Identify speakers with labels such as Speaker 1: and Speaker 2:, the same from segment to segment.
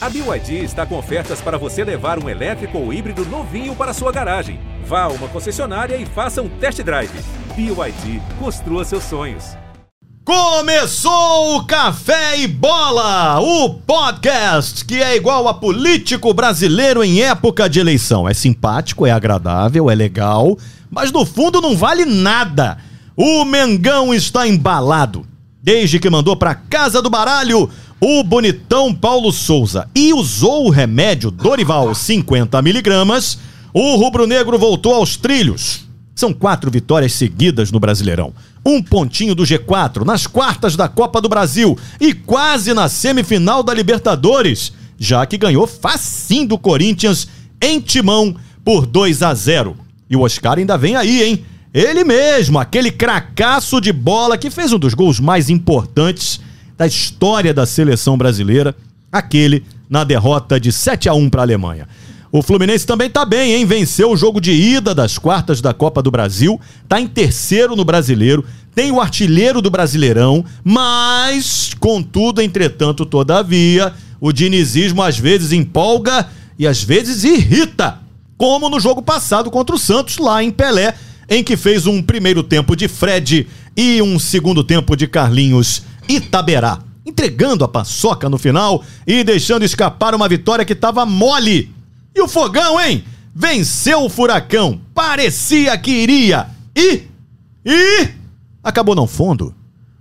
Speaker 1: A BYD está com ofertas para você levar um elétrico ou híbrido novinho para sua garagem. Vá a uma concessionária e faça um test drive. BYD, construa seus sonhos.
Speaker 2: Começou o Café e Bola, o podcast que é igual a político brasileiro em época de eleição. É simpático, é agradável, é legal, mas no fundo não vale nada. O Mengão está embalado. Desde que mandou para casa do baralho o bonitão Paulo Souza e usou o remédio Dorival 50 miligramas, o rubro-negro voltou aos trilhos. São quatro vitórias seguidas no Brasileirão. Um pontinho do G4 nas quartas da Copa do Brasil e quase na semifinal da Libertadores, já que ganhou facinho do Corinthians em Timão por 2 a 0. E o Oscar ainda vem aí, hein? Ele mesmo, aquele cracaço de bola que fez um dos gols mais importantes da história da seleção brasileira, aquele na derrota de 7 a 1 para a Alemanha. O Fluminense também tá bem, hein? Venceu o jogo de ida das quartas da Copa do Brasil, tá em terceiro no Brasileiro, tem o artilheiro do Brasileirão, mas, contudo, entretanto, todavia, o dinizismo às vezes empolga e às vezes irrita, como no jogo passado contra o Santos lá em Pelé, em que fez um primeiro tempo de Fred e um segundo tempo de Carlinhos Itaberá, entregando a paçoca no final e deixando escapar uma vitória que tava mole e o fogão, hein? Venceu o furacão. Parecia que iria. E. E. Acabou não fundo.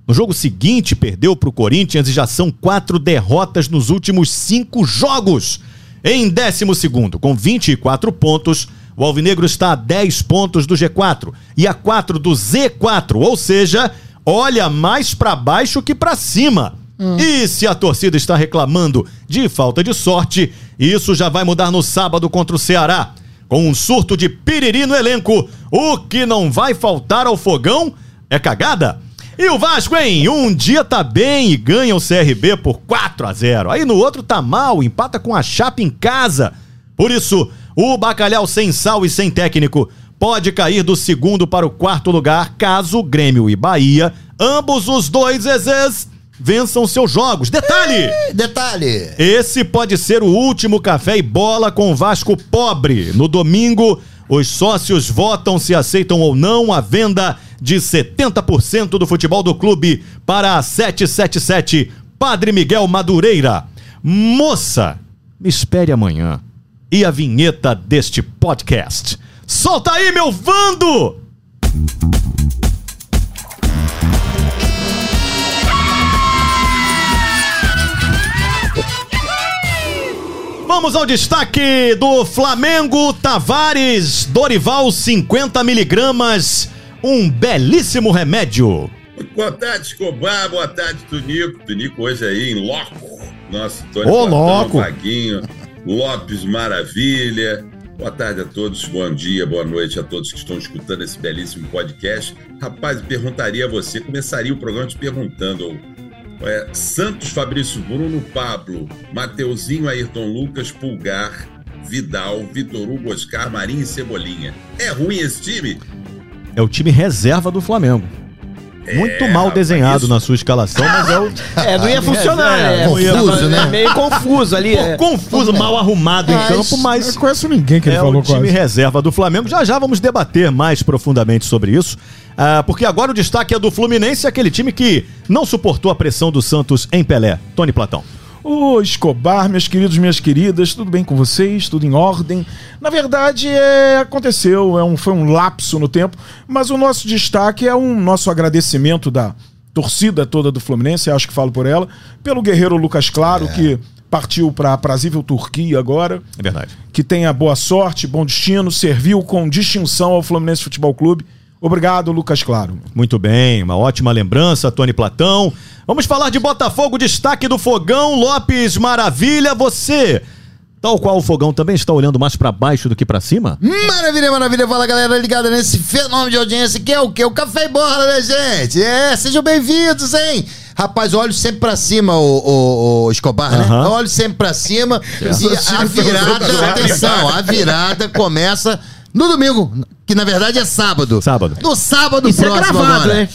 Speaker 2: No jogo seguinte, perdeu para o Corinthians e já são quatro derrotas nos últimos cinco jogos. Em décimo segundo, com 24 pontos, o Alvinegro está a 10 pontos do G4 e a 4 do Z4, ou seja, olha mais para baixo que para cima. E se a torcida está reclamando de falta de sorte, isso já vai mudar no sábado contra o Ceará. Com um surto de piriri no elenco, o que não vai faltar ao fogão é cagada. E o Vasco, hein? Um dia tá bem e ganha o CRB por 4 a 0 Aí no outro tá mal, empata com a chapa em casa. Por isso, o bacalhau sem sal e sem técnico pode cair do segundo para o quarto lugar caso Grêmio e Bahia, ambos os dois exes, vençam seus jogos. Detalhe!
Speaker 3: Detalhe.
Speaker 2: Esse pode ser o último café e bola com o Vasco pobre. No domingo, os sócios votam se aceitam ou não a venda de 70% do futebol do clube para a 777 Padre Miguel Madureira. Moça, me espere amanhã. E a vinheta deste podcast. Solta aí, meu Vando! Vamos ao destaque do Flamengo Tavares Dorival 50 miligramas, um belíssimo remédio.
Speaker 4: Boa tarde, Escobar. Boa tarde, Tunico. Tunico hoje aí em Loco. Nossa, Tony
Speaker 2: Ô,
Speaker 4: Platão,
Speaker 2: Loco.
Speaker 4: Vaguinho, Lopes Maravilha. Boa tarde a todos, bom dia, boa noite a todos que estão escutando esse belíssimo podcast. Rapaz, eu perguntaria a você, começaria o programa te perguntando. é, Santos, Fabrício Bruno, Pablo, Mateuzinho, Ayrton Lucas, Pulgar, Vidal, Vitor Hugo, Oscar, Marinho e Cebolinha. É ruim esse time?
Speaker 2: É o time reserva do Flamengo. Muito
Speaker 4: É,
Speaker 2: mal
Speaker 4: rapaz,
Speaker 2: desenhado
Speaker 4: isso-
Speaker 2: na sua escalação, mas é o
Speaker 5: É, não ia funcionar,
Speaker 2: é,
Speaker 5: né?
Speaker 3: confuso,
Speaker 5: Tava
Speaker 3: né?
Speaker 5: Meio confuso ali.
Speaker 2: Pô,
Speaker 5: é.
Speaker 2: confuso, mal arrumado em campo,
Speaker 6: Eu
Speaker 2: mas
Speaker 6: não conheço ninguém que ele
Speaker 2: é o
Speaker 6: falou
Speaker 2: time
Speaker 6: quase.
Speaker 2: reserva do Flamengo. Já já vamos debater mais profundamente sobre isso, ah, porque agora o destaque é do Fluminense, aquele time que não suportou a pressão do Santos em Pelé. Tony Platão.
Speaker 6: Ô Escobar, meus queridos, minhas queridas, tudo bem com vocês? Tudo em ordem? Na verdade, é, aconteceu, é um, foi um lapso no tempo, mas o nosso destaque é um nosso agradecimento da torcida toda do Fluminense, acho que falo por ela, pelo guerreiro Lucas Claro, que partiu para a prazível Turquia agora.
Speaker 2: É verdade.
Speaker 6: que tenha boa sorte, bom destino, serviu com distinção ao Fluminense Futebol Clube. Obrigado, Lucas Claro.
Speaker 2: Muito bem, uma ótima lembrança, Tony Platão. Vamos falar de Botafogo, destaque do Fogão, Lopes Maravilha, você. Tal qual o Fogão também está olhando mais pra baixo do que pra cima?
Speaker 3: Maravilha, maravilha. Fala, galera, ligada nesse fenômeno de audiência que é o quê? O Café e Bola, né, gente? É, sejam bem-vindos, hein? Rapaz, olho sempre pra cima, o, o- o Escobar, né?
Speaker 2: Aham. assim,
Speaker 3: Olho sempre pra cima. E a
Speaker 4: todos
Speaker 3: virada,
Speaker 4: lá.
Speaker 3: atenção, a virada começa no domingo, que na verdade é sábado.
Speaker 2: Sábado.
Speaker 3: No sábado
Speaker 5: Isso é
Speaker 3: próximo
Speaker 5: gravado,
Speaker 3: agora.
Speaker 5: né?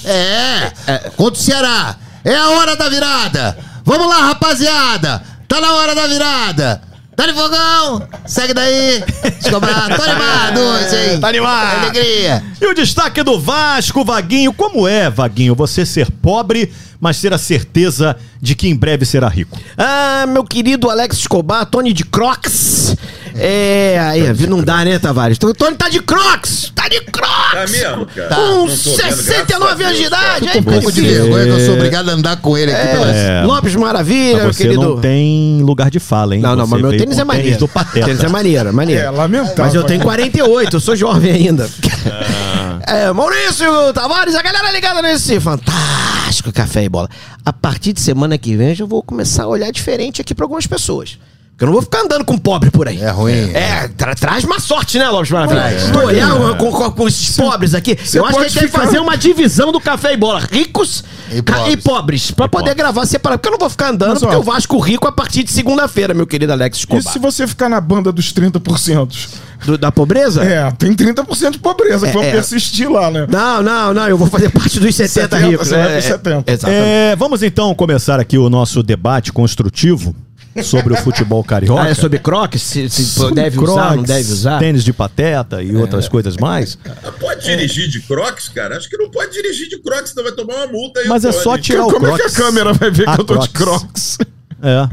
Speaker 3: É, contra o Ceará. É a hora da virada. Vamos lá, rapaziada. Tá na hora da virada. Tá de fogão. Segue daí. Escobar, tô animado hoje, hein?
Speaker 2: Tá animado.
Speaker 3: Alegria.
Speaker 2: E o destaque do Vasco, Vaguinho. Como é, Vaguinho, você ser pobre, mas ter a certeza de que em breve será rico?
Speaker 5: Ah, meu querido Alex Escobar, Tony de Crocs. É, aí, vi- não dá, né, Tavares? Então, o Tony tá de Crocs! Tá de Crocs!
Speaker 4: Tá mesmo, cara?
Speaker 5: Com
Speaker 4: Não tô vendo, graças
Speaker 5: 69
Speaker 4: a
Speaker 5: anos de
Speaker 4: Deus, cara.
Speaker 5: idade,
Speaker 3: Um
Speaker 5: hein,
Speaker 3: pouco de
Speaker 5: Crescido?
Speaker 3: vergonha que eu sou obrigado a andar com ele aqui. pela-
Speaker 5: É, Lopes Maravilha, meu
Speaker 2: Mas você
Speaker 5: querido.
Speaker 2: não tem lugar de fala, hein?
Speaker 5: Não, não,
Speaker 2: Você
Speaker 5: mas meu
Speaker 2: veio
Speaker 5: tênis
Speaker 2: com
Speaker 5: é
Speaker 2: o tênis
Speaker 5: maneiro.
Speaker 2: do Pateta.
Speaker 5: Tênis é maneiro, maneiro.
Speaker 6: É, lamentável.
Speaker 5: Mas eu tenho 48, eu sou jovem ainda. É, Maurício Tavares, a galera ligada nesse fantástico café e bola. A partir de semana que vem, eu já vou começar a olhar diferente aqui pra algumas pessoas. Porque eu não vou ficar andando com pobre por aí.
Speaker 3: É ruim.
Speaker 5: É, tra- traz uma sorte, né, Lopes Maravilha? Tô olhando com, com- com esses pobres aqui. Eu acho que
Speaker 6: pode
Speaker 5: tem que
Speaker 6: ficar-
Speaker 5: fazer uma divisão do café e bola. Ricos
Speaker 3: E
Speaker 5: ca-
Speaker 3: pobres.
Speaker 5: e pobres. Pra poder gravar separado. Porque eu não vou ficar andando,
Speaker 6: Mas,
Speaker 5: porque
Speaker 6: ó,
Speaker 5: eu Vasco rico a partir de segunda-feira, meu querido Alex Escobar.
Speaker 6: E se você ficar na banda dos 30%?
Speaker 5: Do- da pobreza?
Speaker 6: É, tem 30% de pobreza que
Speaker 5: É,
Speaker 6: vão
Speaker 5: é.
Speaker 6: persistir lá, né?
Speaker 5: Não, não, não, eu vou fazer parte dos 70
Speaker 6: 70,
Speaker 5: ricos. é,
Speaker 6: você vai pros 70.
Speaker 5: Exatamente.
Speaker 2: É, vamos então começar aqui o nosso debate construtivo sobre o futebol carioca.
Speaker 5: Ah, é sobre crocs? Se, se
Speaker 2: Sobre
Speaker 5: deve usar, não
Speaker 2: Crocs,
Speaker 5: deve usar?
Speaker 2: Tênis de pateta e outras coisas mais.
Speaker 4: Ah, Pode dirigir de Crocs, cara? Acho que não pode dirigir de Crocs, senão vai tomar uma multa. aí,
Speaker 2: Mas é
Speaker 4: pode.
Speaker 2: só tirar o
Speaker 6: Como é
Speaker 2: Crocs.
Speaker 6: que a câmera vai ver que
Speaker 2: Ah,
Speaker 6: eu tô de
Speaker 2: Crocs.
Speaker 6: Crocs?
Speaker 2: É.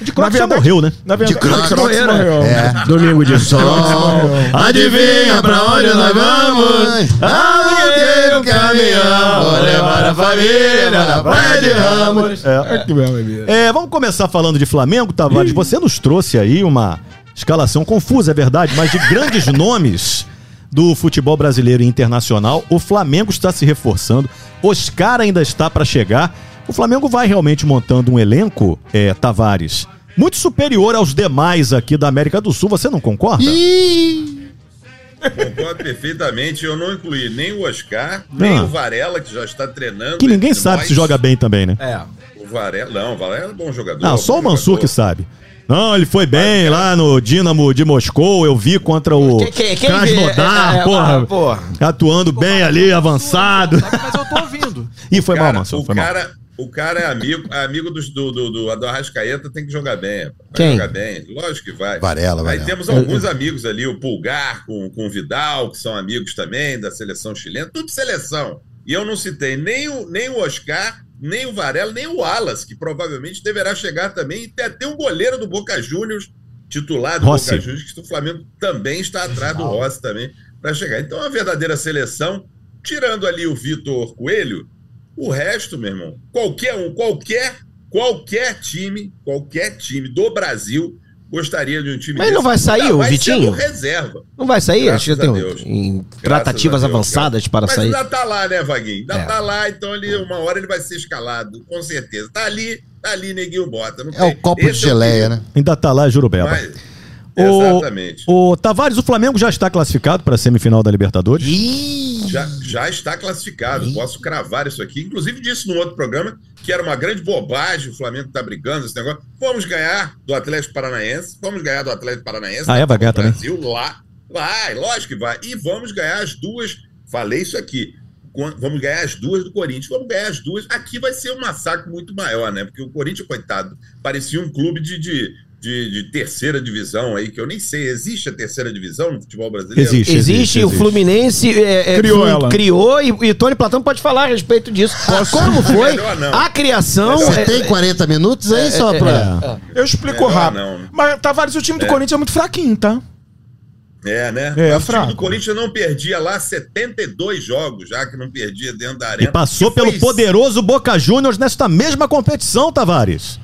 Speaker 2: De Crocs já morreu, né?
Speaker 6: Na verdade,
Speaker 3: Crocs É.
Speaker 6: Crocs morreu.
Speaker 5: Domingo de sol.
Speaker 3: Adivinha pra onde nós vamos? Aonde o caminhão? Vou levar a família na praia de Ramos.
Speaker 6: É que mesmo, Elias.
Speaker 2: É, vamos começar falando de Flamengo, Tavares. Você nos trouxe aí uma escalação confusa, é verdade, mas de grandes nomes do futebol brasileiro e internacional. O Flamengo está se reforçando. Oscar ainda está para chegar. O Flamengo vai realmente montando um elenco, é, Tavares, muito superior aos demais aqui da América do Sul. Você não concorda?
Speaker 3: Ih,
Speaker 4: Concordo perfeitamente. Eu não incluí nem o Oscar,
Speaker 2: Ah.
Speaker 4: nem o Varela, que já está treinando.
Speaker 2: Que ninguém
Speaker 4: entre
Speaker 2: sabe
Speaker 4: nós.
Speaker 2: se joga bem também, né?
Speaker 5: É.
Speaker 4: O Varela, não, o Varela é bom jogador.
Speaker 2: Não, só o Mansur que sabe. Não, ele foi bem lá no Dinamo de Moscou, eu vi contra o
Speaker 5: Quem- quem- quem
Speaker 2: Krasnodar,
Speaker 5: vê? É, é,
Speaker 2: porra,
Speaker 5: ah, porra.
Speaker 2: Atuando bem ali, avançado.
Speaker 7: Mas eu tô ouvindo.
Speaker 2: Ih, foi mal,
Speaker 4: Cara,
Speaker 2: Mansur,
Speaker 4: o,
Speaker 2: foi mal.
Speaker 4: cara, o cara é amigo, é amigo dos- do, do, do, do Arrascaeta, tem que jogar bem. Vai
Speaker 5: Quem?
Speaker 4: jogar bem, lógico que vai.
Speaker 3: Varela, Varela.
Speaker 4: Aí temos alguns amigos ali, o Pulgar com, com o Vidal, que são amigos também da seleção chilena, tudo seleção. E eu não citei nem o, nem o Oscar, nem o Varela, nem o Alas, que provavelmente deverá chegar também, e tem até um goleiro do Boca Juniors, titular do
Speaker 2: Rossi.
Speaker 4: Boca Juniors, que o Flamengo também está atrás do Rossi também para chegar. Então, é uma verdadeira seleção, tirando ali o Vitor Coelho, o resto, meu irmão, qualquer um, qualquer, qualquer time, qualquer time do Brasil gostaria de um time
Speaker 5: Mas não vai sair
Speaker 4: Ainda
Speaker 5: o
Speaker 4: mais
Speaker 5: Vitinho?
Speaker 4: sendo Reserva.
Speaker 5: Não vai sair?
Speaker 4: Graças
Speaker 5: Acho que
Speaker 4: a
Speaker 5: tem
Speaker 4: Deus.
Speaker 5: em
Speaker 4: Graças
Speaker 5: tratativas
Speaker 4: a Deus,
Speaker 5: avançadas para
Speaker 4: Mas
Speaker 5: sair.
Speaker 4: ainda tá lá, né, Vaguinho? Ainda
Speaker 5: É.
Speaker 4: tá lá, então ele, uma hora ele vai ser escalado, com certeza. Tá ali, tá ali, neguinho bota. não
Speaker 3: É o
Speaker 4: tem.
Speaker 3: copo de
Speaker 4: Esse é o
Speaker 3: geleia, né?
Speaker 2: Ainda tá lá,
Speaker 4: que-
Speaker 2: Jurubeba.
Speaker 4: Mas-
Speaker 2: O-
Speaker 4: Exatamente.
Speaker 2: O Tavares, o Flamengo já está classificado para a semifinal da Libertadores?
Speaker 4: Já, já está classificado, posso cravar isso aqui. Inclusive, disse no outro programa que era uma grande bobagem o Flamengo tá brigando esse negócio. Vamos ganhar do Atlético Paranaense, vamos ganhar do Atlético Paranaense.
Speaker 2: Ah, é? Vai ganhar
Speaker 4: do
Speaker 2: também?
Speaker 4: Brasil lá. Vai, lógico que vai. E vamos ganhar as duas. Falei isso aqui. Quan- Vamos ganhar as duas do Corinthians. Vamos ganhar as duas. Aqui vai ser um massacre muito maior, né? Porque o Corinthians, coitado, parecia um clube de, de, de, de terceira divisão aí, que eu nem sei. Existe a terceira divisão no futebol brasileiro?
Speaker 2: Existe,
Speaker 5: Existe, o Fluminense é, é,
Speaker 6: Criou
Speaker 5: flu-
Speaker 6: ela.
Speaker 5: criou e, e Tony Platão pode falar a respeito disso. Como foi
Speaker 4: Melhor não.
Speaker 5: a criação?
Speaker 3: Você
Speaker 5: é,
Speaker 3: tem 40 minutos
Speaker 2: É,
Speaker 3: aí só
Speaker 4: é.
Speaker 3: pra...
Speaker 6: Eu explico
Speaker 4: Melhor
Speaker 6: rápido.
Speaker 4: não, né?
Speaker 6: Mas, Tavares, o time do Corinthians é muito fraquinho, tá?
Speaker 4: É, né?
Speaker 6: É,
Speaker 4: Mas o
Speaker 6: fraco.
Speaker 4: time do Corinthians não perdia lá 72 jogos, já que não perdia dentro da
Speaker 2: E
Speaker 4: arena.
Speaker 2: passou
Speaker 4: E
Speaker 2: pelo
Speaker 4: foi-
Speaker 2: poderoso Boca Juniors nesta mesma competição, Tavares.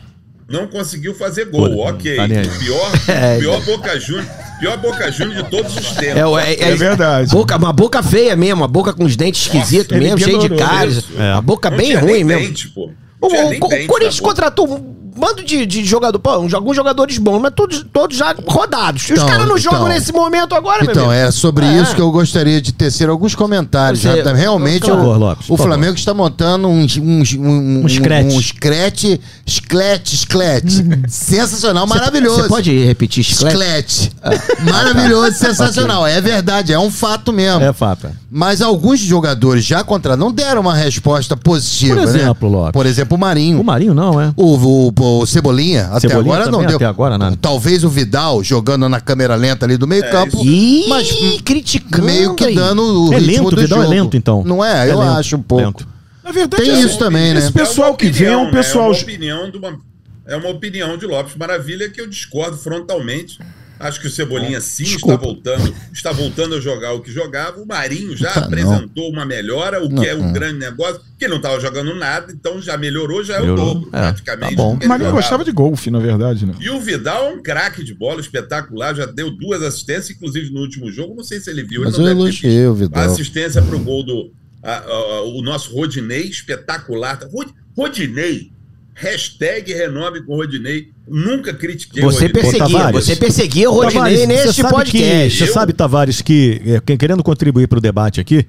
Speaker 4: Não conseguiu fazer gol,
Speaker 2: Pô,
Speaker 4: ok.
Speaker 2: tá nem aí.
Speaker 4: O pior, o pior Boca Juniors, pior Boca Juniors de todos os tempos.
Speaker 5: É, o- é- é-
Speaker 6: É verdade.
Speaker 5: Boca, uma boca feia mesmo, uma boca com os dentes esquisitos
Speaker 6: ele
Speaker 5: mesmo, cheio de
Speaker 6: piorou
Speaker 5: cáries.
Speaker 4: isso.
Speaker 2: É.
Speaker 5: A boca
Speaker 4: Não né?
Speaker 5: bem
Speaker 4: tinha
Speaker 5: ruim
Speaker 4: nem
Speaker 5: mesmo.
Speaker 4: dente, pô.
Speaker 5: O,
Speaker 4: Não tinha
Speaker 5: o-
Speaker 4: nem
Speaker 5: o
Speaker 4: dente né? na
Speaker 5: Corinthians
Speaker 4: boca.
Speaker 5: contratou um bando de, de jogador, pô, uns- alguns jogadores bons, mas todos, todos já rodados. E os
Speaker 3: Então,
Speaker 5: caras não
Speaker 3: então.
Speaker 5: jogam nesse momento agora, meu
Speaker 3: Então,
Speaker 5: amigo.
Speaker 3: é sobre
Speaker 5: É.
Speaker 3: isso que eu gostaria de tecer alguns comentários.
Speaker 5: Você-
Speaker 3: rapidamente. Realmente,
Speaker 5: Por
Speaker 2: favor,
Speaker 3: o,
Speaker 2: Lopes,
Speaker 3: o
Speaker 2: é. por
Speaker 3: Flamengo está montando um, um, um,
Speaker 2: Um escrete.
Speaker 3: um escrete, esclete, esclete. Sensacional, é maravilhoso.
Speaker 5: Você pode repetir chiclete?
Speaker 3: Esclete.
Speaker 2: Ah.
Speaker 3: Maravilhoso, sensacional. É verdade, é um fato mesmo.
Speaker 2: É, Fata.
Speaker 3: Mas alguns jogadores já contra não deram uma resposta positiva,
Speaker 2: Por exemplo,
Speaker 3: né?
Speaker 2: Lopes.
Speaker 3: Por exemplo, o Marinho.
Speaker 2: O Marinho não, é?
Speaker 3: O, o, o, o Cebolinha, até
Speaker 2: Cebolinha
Speaker 3: agora não
Speaker 2: também,
Speaker 3: deu.
Speaker 2: até agora nada.
Speaker 3: Talvez o Vidal jogando na câmera lenta ali do
Speaker 4: É,
Speaker 3: meio campo,
Speaker 5: Ih,
Speaker 3: mas
Speaker 5: criticando.
Speaker 3: meio que
Speaker 5: hein?
Speaker 3: dando o
Speaker 2: É
Speaker 3: ritmo
Speaker 2: lento,
Speaker 3: do
Speaker 2: Vidal é
Speaker 3: jogo.
Speaker 2: lento, então.
Speaker 3: Não é?
Speaker 2: É
Speaker 3: eu
Speaker 2: lento,
Speaker 3: acho um pouco.
Speaker 2: lento.
Speaker 6: Na verdade,
Speaker 3: Tem
Speaker 6: é-
Speaker 3: isso também, né?
Speaker 6: esse pessoal que vem é um pessoal.
Speaker 4: É uma opinião de uma- é uma opinião de Lopes Maravilha que eu discordo frontalmente. Acho que o Cebolinha sim está
Speaker 5: Desculpa.
Speaker 4: voltando, está voltando a jogar o que jogava. O Marinho já
Speaker 3: Tá, não.
Speaker 4: apresentou uma melhora, o que
Speaker 3: Não,
Speaker 4: é um
Speaker 3: não.
Speaker 4: grande negócio, porque ele não estava jogando nada, então já melhorou, já é
Speaker 2: Melhorou.
Speaker 4: o dobro,
Speaker 2: É,
Speaker 4: praticamente.
Speaker 2: tá bom.
Speaker 4: do que ele
Speaker 6: Mas nem
Speaker 4: jogava.
Speaker 6: gostava de golfe, na verdade, né?
Speaker 4: E o Vidal é um craque de bola, espetacular, já deu duas assistências, inclusive no último jogo. Não sei se ele viu,
Speaker 3: Mas
Speaker 4: ele
Speaker 3: eu
Speaker 4: não deve ter visto.
Speaker 3: elogiei o
Speaker 4: A
Speaker 3: Vidal.
Speaker 4: assistência pro gol do. a- a- o nosso Rodinei, espetacular. Rod- Rodinei. Hashtag renome com Rodinei. Nunca critiquei o
Speaker 5: Você
Speaker 4: Rodinei.
Speaker 5: perseguia,
Speaker 2: Tavares.
Speaker 5: você perseguia o
Speaker 2: Tavares,
Speaker 5: Rodinei
Speaker 2: você
Speaker 5: neste
Speaker 2: sabe
Speaker 5: podcast.
Speaker 2: que- você
Speaker 4: Eu?
Speaker 2: sabe, Tavares, que é, quem- querendo contribuir para o debate aqui,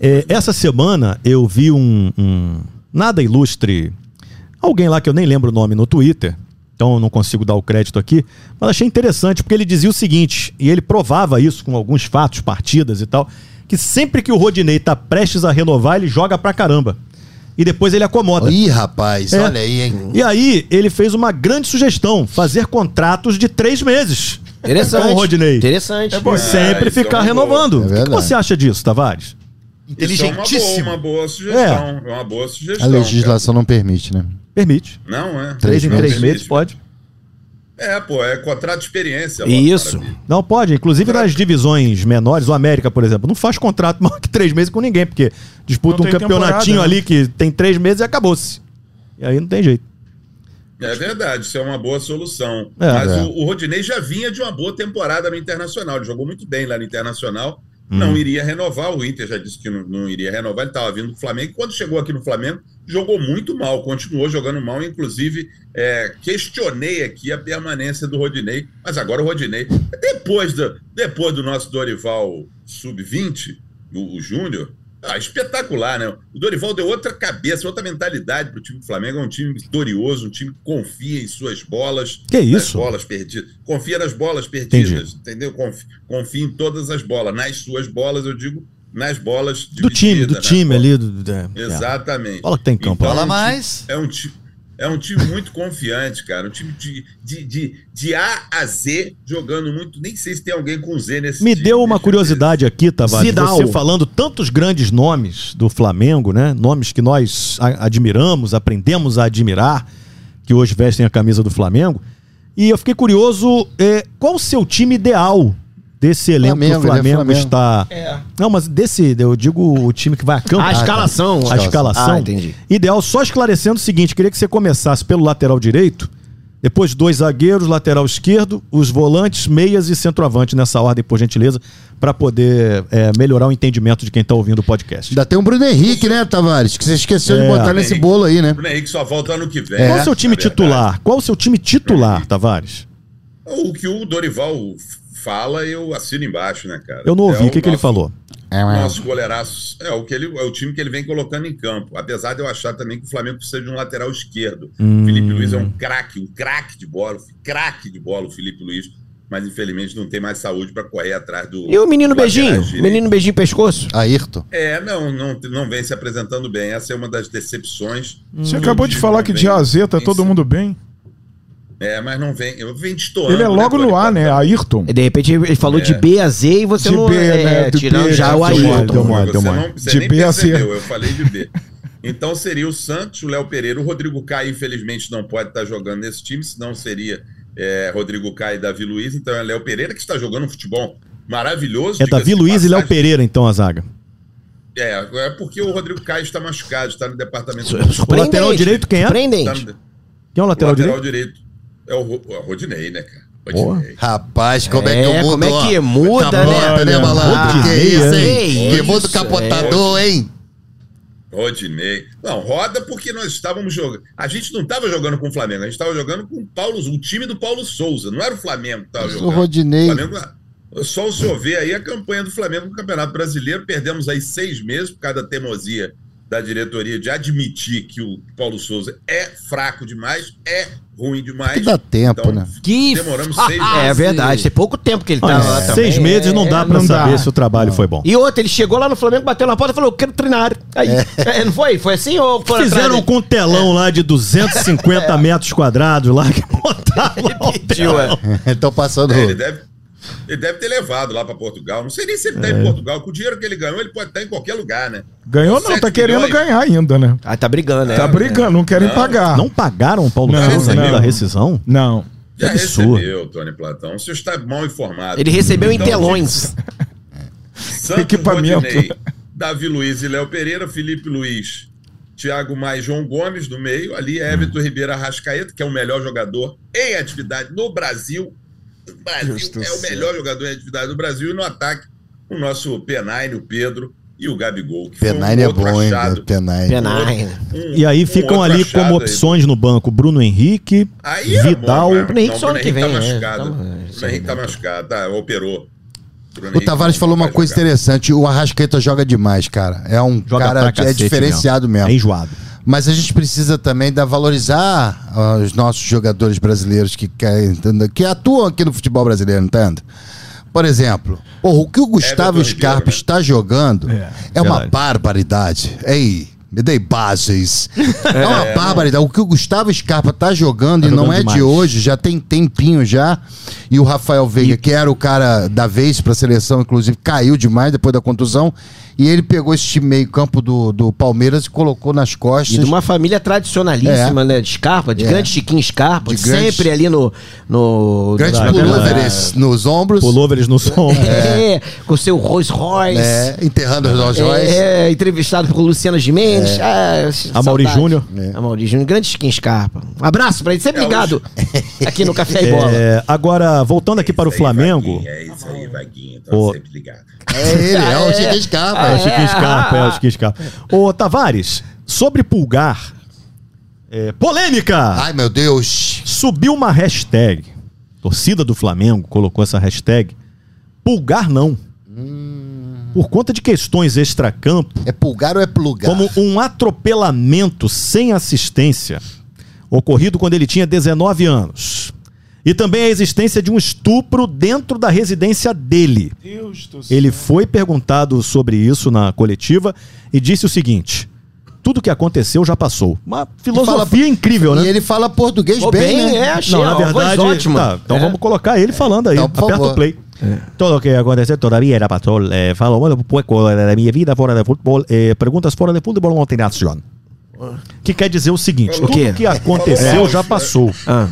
Speaker 2: é, essa semana eu vi um, um nada ilustre, alguém lá que eu nem lembro o nome no Twitter, então eu não consigo dar o crédito aqui, mas achei interessante porque ele dizia o seguinte, e ele provava isso com alguns fatos, partidas e tal, que sempre que o Rodinei tá prestes a renovar, ele joga pra caramba. E depois ele acomoda.
Speaker 3: Ih, rapaz,
Speaker 2: É.
Speaker 3: olha aí, hein?
Speaker 2: E aí, ele fez uma grande sugestão: fazer contratos de três meses.
Speaker 5: Interessante.
Speaker 2: Com o é Rodinei.
Speaker 5: Interessante.
Speaker 2: É bom, sempre
Speaker 4: isso
Speaker 2: ficar
Speaker 4: é uma
Speaker 2: renovando.
Speaker 3: boa. É
Speaker 2: o que que
Speaker 3: verdade.
Speaker 2: você acha disso, Tavares?
Speaker 4: Isso é uma boa, uma boa sugestão. É uma boa
Speaker 3: A
Speaker 4: sugestão.
Speaker 3: legislação não permite, né?
Speaker 2: Permite.
Speaker 4: cara. Não, é.
Speaker 2: Três em
Speaker 4: Não
Speaker 2: três
Speaker 4: permite.
Speaker 2: meses, pode.
Speaker 4: É, pô, é contrato de experiência. Lopes
Speaker 5: Isso.
Speaker 4: Maravilha.
Speaker 2: Não pode, inclusive nas divisões menores, o América, por exemplo, não faz contrato maior que três meses com ninguém, porque disputa
Speaker 6: Não
Speaker 2: um
Speaker 6: tem
Speaker 2: campeonatinho
Speaker 6: temporada, né?
Speaker 2: ali que tem três meses e acabou-se. E aí não tem jeito.
Speaker 4: É verdade, isso é uma boa solução.
Speaker 2: É,
Speaker 4: Mas
Speaker 2: é.
Speaker 4: O, o Rodinei já vinha de uma boa temporada no Internacional. Ele jogou muito bem lá no Internacional.
Speaker 2: Hum.
Speaker 4: Não iria renovar. O Inter já disse que não, não iria renovar. Ele estava vindo do Flamengo. Quando chegou aqui no Flamengo, jogou muito mal, continuou jogando mal. Inclusive, é, questionei aqui a permanência do Rodinei. Mas agora o Rodinei, depois do, depois do nosso Dorival Sub-20, o, o Júnior. Ah, espetacular, né? O Dorival deu outra cabeça, outra mentalidade pro time do Flamengo. É um time vitorioso, um time que confia em suas bolas.
Speaker 2: Que isso?
Speaker 4: Nas bolas perdidas. Confia nas bolas perdidas,
Speaker 2: Entendi.
Speaker 4: entendeu? Confia, confia em todas as bolas. Nas suas bolas, eu digo, nas bolas
Speaker 2: Do time, do
Speaker 4: divididas, nas
Speaker 2: time
Speaker 4: bolas.
Speaker 2: ali. Do, do- é.
Speaker 4: Exatamente.
Speaker 2: Bola que tem em campo. né?
Speaker 4: Então,
Speaker 2: lá.
Speaker 4: é um
Speaker 7: mais.
Speaker 4: ti- É um time. É um time muito confiante, cara. Um time de, de, de, de A a Z jogando muito. Nem sei se tem alguém com Z nesse
Speaker 2: Me
Speaker 4: time,
Speaker 2: deu uma
Speaker 4: deixa eu ver.
Speaker 2: curiosidade aqui, Tavares.
Speaker 5: Zidal.
Speaker 2: Você falando tantos grandes nomes do Flamengo, né? Nomes que nós a- admiramos, aprendemos a admirar, que hoje vestem a camisa do Flamengo. E eu fiquei curioso, eh, qual o seu time ideal desse elenco que
Speaker 3: Flamengo,
Speaker 2: o
Speaker 3: ele é
Speaker 2: Flamengo,
Speaker 3: Flamengo.
Speaker 2: está.
Speaker 4: É.
Speaker 2: Não, mas desse, eu digo o time que vai a campo. Ah, tá.
Speaker 5: A escalação.
Speaker 2: A escalação.
Speaker 5: Ah, entendi.
Speaker 2: Ideal, só esclarecendo o seguinte: queria que você começasse pelo lateral direito, depois dois zagueiros, lateral esquerdo, os volantes, meias e centroavante nessa ordem, por gentileza, para poder é, melhorar o entendimento de quem tá ouvindo o podcast.
Speaker 3: Ainda tem um Bruno Henrique, né, Tavares? Que você esqueceu de
Speaker 2: É.
Speaker 3: botar nesse bolo aí, né?
Speaker 4: O Bruno Henrique só volta ano que vem. né?
Speaker 2: Qual o seu time
Speaker 4: na verdade.
Speaker 2: titular? Qual o seu time titular, Tavares?
Speaker 4: O que o Dorival fala, eu assino embaixo, né, cara?
Speaker 2: Eu não ouvi, o
Speaker 4: o
Speaker 2: que, que ele
Speaker 4: nosso-
Speaker 2: falou?
Speaker 5: é?
Speaker 4: Nosso goleiraço é o, que ele, é o time que ele vem colocando em campo. Apesar de eu achar também que o Flamengo precisa de um lateral esquerdo.
Speaker 2: Hum.
Speaker 4: Felipe Luiz é um craque, um craque de bola, craque de bola o Felipe Luiz, mas infelizmente não tem mais saúde para correr atrás do.
Speaker 5: E o menino
Speaker 4: do lateral
Speaker 5: beijinho?
Speaker 4: direito.
Speaker 5: Menino beijinho pescoço?
Speaker 3: Ah, Ayrton.
Speaker 4: É, não, não, não vem se apresentando bem. Essa é uma das decepções. Hum.
Speaker 6: Você acabou de falar que de AZ tá todo mundo bem.
Speaker 4: É, mas não vem. Eu venho estourando.
Speaker 6: Ele é logo no
Speaker 4: Dorival?
Speaker 6: ar, né? Ayrton.
Speaker 5: E De repente ele falou
Speaker 4: É.
Speaker 5: de B a Z e você
Speaker 6: De
Speaker 5: não.
Speaker 6: B,
Speaker 5: é,
Speaker 6: né? Do
Speaker 5: tirando
Speaker 6: B,
Speaker 5: já o
Speaker 6: né? Deu mole,
Speaker 5: Ayrton.
Speaker 6: deu mole.
Speaker 4: Você não, você
Speaker 6: De
Speaker 4: nem
Speaker 6: B a C.
Speaker 4: percebeu, eu falei de B. Então seria o Santos, o Léo Pereira, o Rodrigo Caio, infelizmente, não pode estar jogando nesse time, senão seria é, Rodrigo Caio e Davi Luiz. Então é Léo Pereira que está jogando um futebol maravilhoso.
Speaker 2: É
Speaker 4: diga-se
Speaker 2: Davi
Speaker 4: de
Speaker 2: Luiz e Léo
Speaker 4: passagem.
Speaker 2: Pereira, então, a zaga.
Speaker 4: É, é porque o Rodrigo Caio está machucado, está no departamento.
Speaker 6: é
Speaker 2: O
Speaker 5: Surpreendente.
Speaker 2: lateral direito, quem é?
Speaker 4: Está no
Speaker 5: Surpreendente.
Speaker 2: Quem é o lateral,
Speaker 4: lateral
Speaker 2: direito?
Speaker 4: direito. É o, Ro- é o Rodinei, né, cara?
Speaker 2: Porra.
Speaker 4: Rodinei.
Speaker 3: Rapaz, como é, que
Speaker 5: É,
Speaker 3: eu mudo?
Speaker 5: como é
Speaker 3: ó?
Speaker 5: que muda,
Speaker 3: tá
Speaker 5: né?
Speaker 3: bota, né,
Speaker 2: Olha,
Speaker 3: malandro? que
Speaker 2: rodinei,
Speaker 3: isso,
Speaker 5: hein?
Speaker 3: hein? Que muda o
Speaker 4: É
Speaker 5: Isso,
Speaker 3: capotador, hein?
Speaker 4: Rodinei. Não, roda porque nós estávamos jogando. A gente não estava jogando com o Flamengo, a gente estava jogando com o Paulo, o time do Paulo Souza. Não era o Flamengo que estava
Speaker 3: O
Speaker 4: jogando.
Speaker 3: Rodinei.
Speaker 4: Flamengo, só o senhor vê aí a campanha do Flamengo no Campeonato Brasileiro. Perdemos aí seis meses por causa da teimosia da diretoria de admitir que o Paulo Souza é fraco demais, é ruim demais.
Speaker 3: Que dá
Speaker 4: Então,
Speaker 3: tempo, né?
Speaker 5: Que
Speaker 4: Demoramos
Speaker 5: fa-
Speaker 4: seis
Speaker 5: É
Speaker 4: meses.
Speaker 5: verdade, tem pouco tempo que ele tá
Speaker 2: Olha,
Speaker 5: lá também.
Speaker 2: seis meses não
Speaker 5: É,
Speaker 2: dá pra
Speaker 6: não
Speaker 2: saber
Speaker 6: dá.
Speaker 2: se o trabalho foi bom.
Speaker 5: E outra, ele chegou lá no Flamengo, bateu na porta e falou, eu quero treinar. Aí, é, não foi? Foi assim ou foi
Speaker 2: Fizeram um contelão lá de 250 metros quadrados lá que botaram lá o
Speaker 5: Pediu, é.
Speaker 3: Estão passando.
Speaker 4: Ele deve, ele deve ter levado lá para Portugal. Não sei nem se ele
Speaker 3: É.
Speaker 4: está em Portugal. Com o dinheiro que ele ganhou, ele pode estar em qualquer lugar, né?
Speaker 6: Ganhou não,
Speaker 4: Sete
Speaker 6: tá querendo
Speaker 4: milhões. É.
Speaker 6: ganhar ainda, né?
Speaker 5: Ah, tá brigando, né?
Speaker 6: Tá brigando, não querem
Speaker 4: Não,
Speaker 6: pagar.
Speaker 2: Não pagaram o Paulo
Speaker 6: Ah. Não,
Speaker 2: Souza
Speaker 4: não.
Speaker 2: ainda a rescisão?
Speaker 6: Não.
Speaker 4: Já
Speaker 2: Absurdo.
Speaker 4: recebeu, é Tony Platão. O senhor está mal informado.
Speaker 5: Ele recebeu em
Speaker 4: Então,
Speaker 5: telões.
Speaker 4: Santos,
Speaker 6: Equipamento.
Speaker 4: Rodinei, Davi Luiz e Léo Pereira, Felipe Luiz, Thiago Maia e João Gomes no meio, ali
Speaker 6: Hum.
Speaker 4: é Everton Ribeiro Arrascaeta, que é o melhor jogador em atividade no Brasil. O Brasil
Speaker 6: Deus do
Speaker 4: é o
Speaker 6: céu.
Speaker 4: melhor jogador em atividade no Brasil e no ataque o nosso Penaine, o Pedro e o Gabigol, que um
Speaker 3: Penine é
Speaker 4: outro
Speaker 3: bom, hein?
Speaker 4: achado.
Speaker 3: Penine.
Speaker 5: Penai.
Speaker 4: Um-
Speaker 2: E aí
Speaker 4: um
Speaker 2: ficam
Speaker 4: outro
Speaker 2: ali
Speaker 4: achado
Speaker 2: como
Speaker 4: aí.
Speaker 2: opções no banco Bruno Henrique,
Speaker 4: Aí era
Speaker 2: Vidal.
Speaker 4: bom, cara.
Speaker 5: Bruno Henrique
Speaker 4: Não,
Speaker 5: só ano que
Speaker 4: Henrique
Speaker 5: vem, é,
Speaker 4: Tá
Speaker 5: tá-
Speaker 4: machucado.
Speaker 5: sim,
Speaker 4: Bruno Henrique tá machucado, tá, operou. Bruno
Speaker 3: O
Speaker 4: Henrique
Speaker 3: Tavares
Speaker 4: não
Speaker 3: falou uma
Speaker 4: vai
Speaker 3: coisa
Speaker 4: jogar.
Speaker 3: interessante. O Arrascaeta joga demais, cara. É um
Speaker 2: joga
Speaker 3: cara
Speaker 2: pra
Speaker 3: que é
Speaker 2: cacete
Speaker 3: diferenciado mesmo.
Speaker 2: É enjoado.
Speaker 3: Mas a gente precisa também da valorizar ah, os nossos jogadores brasileiros que, querem- que atuam aqui no futebol brasileiro, entende? Por exemplo, porra, o que o Gustavo
Speaker 4: Everton Ribeiro,
Speaker 3: Scarpa
Speaker 4: É né?
Speaker 3: está jogando
Speaker 6: É,
Speaker 3: é, uma
Speaker 2: verdade.
Speaker 3: barbaridade. Ei, me dei bases. É, uma barbaridade. O que o Gustavo Scarpa está jogando
Speaker 2: Tá
Speaker 3: e não
Speaker 2: jogando
Speaker 3: é de
Speaker 2: demais.
Speaker 3: hoje, já tem tempinho já. E o Rafael Veiga, que era o cara da vez para a seleção, inclusive, caiu demais depois da contusão. E ele pegou esse meio-campo do, do Palmeiras e colocou nas costas.
Speaker 5: E de uma família tradicionalíssima,
Speaker 3: É.
Speaker 5: né? De Scarpa, de
Speaker 3: É.
Speaker 5: grande Chiquinho Scarpa,
Speaker 3: De
Speaker 5: sempre
Speaker 3: grande-
Speaker 5: ali no. no
Speaker 3: Grandes
Speaker 5: no-
Speaker 3: pullovers nos ombros.
Speaker 2: Pullovers no som.
Speaker 5: É, com seu Rolls Royce.
Speaker 3: É, enterrando os Rolls Royce.
Speaker 5: É, entrevistado por Luciana Gimenez. Ah,
Speaker 2: A Mauri
Speaker 5: saudade.
Speaker 2: É. Júnior. É.
Speaker 5: A Mauri Júnior, grande Chiquinho Scarpa. Um abraço pra ele, sempre
Speaker 4: É,
Speaker 5: ligado aqui no Café e Bola.
Speaker 2: É, agora, voltando aqui para o
Speaker 4: Isso aí,
Speaker 2: Flamengo.
Speaker 4: Vaguinha, É isso aí, Vaguinha. Tá
Speaker 2: Ô.
Speaker 4: sempre ligado.
Speaker 3: É ele, é o Chiquinho
Speaker 2: É,
Speaker 3: Scarpa.
Speaker 2: o Chiquinho Scarpa, é o Chiquinho Scarpa. Ô, Tavares, sobre pulgar, é, polêmica!
Speaker 3: Ai, meu Deus.
Speaker 2: Subiu uma hashtag. Torcida do Flamengo colocou essa hashtag. Pulgar não. Por conta de questões extracampo,
Speaker 3: É pulgar ou é plugar?
Speaker 2: como um atropelamento sem assistência, ocorrido quando ele tinha 19 anos. E também a existência de um estupro dentro da residência dele.
Speaker 6: Deus do céu.
Speaker 2: Ele foi perguntado sobre isso na coletiva e disse o seguinte: tudo que aconteceu já passou. Uma filosofia incrível, né?
Speaker 3: E ele fala português
Speaker 5: Pô,
Speaker 3: bem,
Speaker 5: bem,
Speaker 3: né?
Speaker 5: é, achei
Speaker 2: Não, na
Speaker 5: uma voz
Speaker 2: verdade.
Speaker 5: ótima.
Speaker 2: tá, então
Speaker 5: É.
Speaker 2: vamos colocar ele falando aí.
Speaker 3: Então, por
Speaker 2: Aperta
Speaker 3: favor.
Speaker 2: o play. Tudo o que aconteceu todavia era patrol. Eh, falo muito pouco da minha vida fora de futebol. Eh, perguntas fora de futebol não tem nação. Que quer dizer o seguinte:
Speaker 4: O
Speaker 2: tudo
Speaker 5: quê?
Speaker 2: que aconteceu já passou.
Speaker 5: Ah.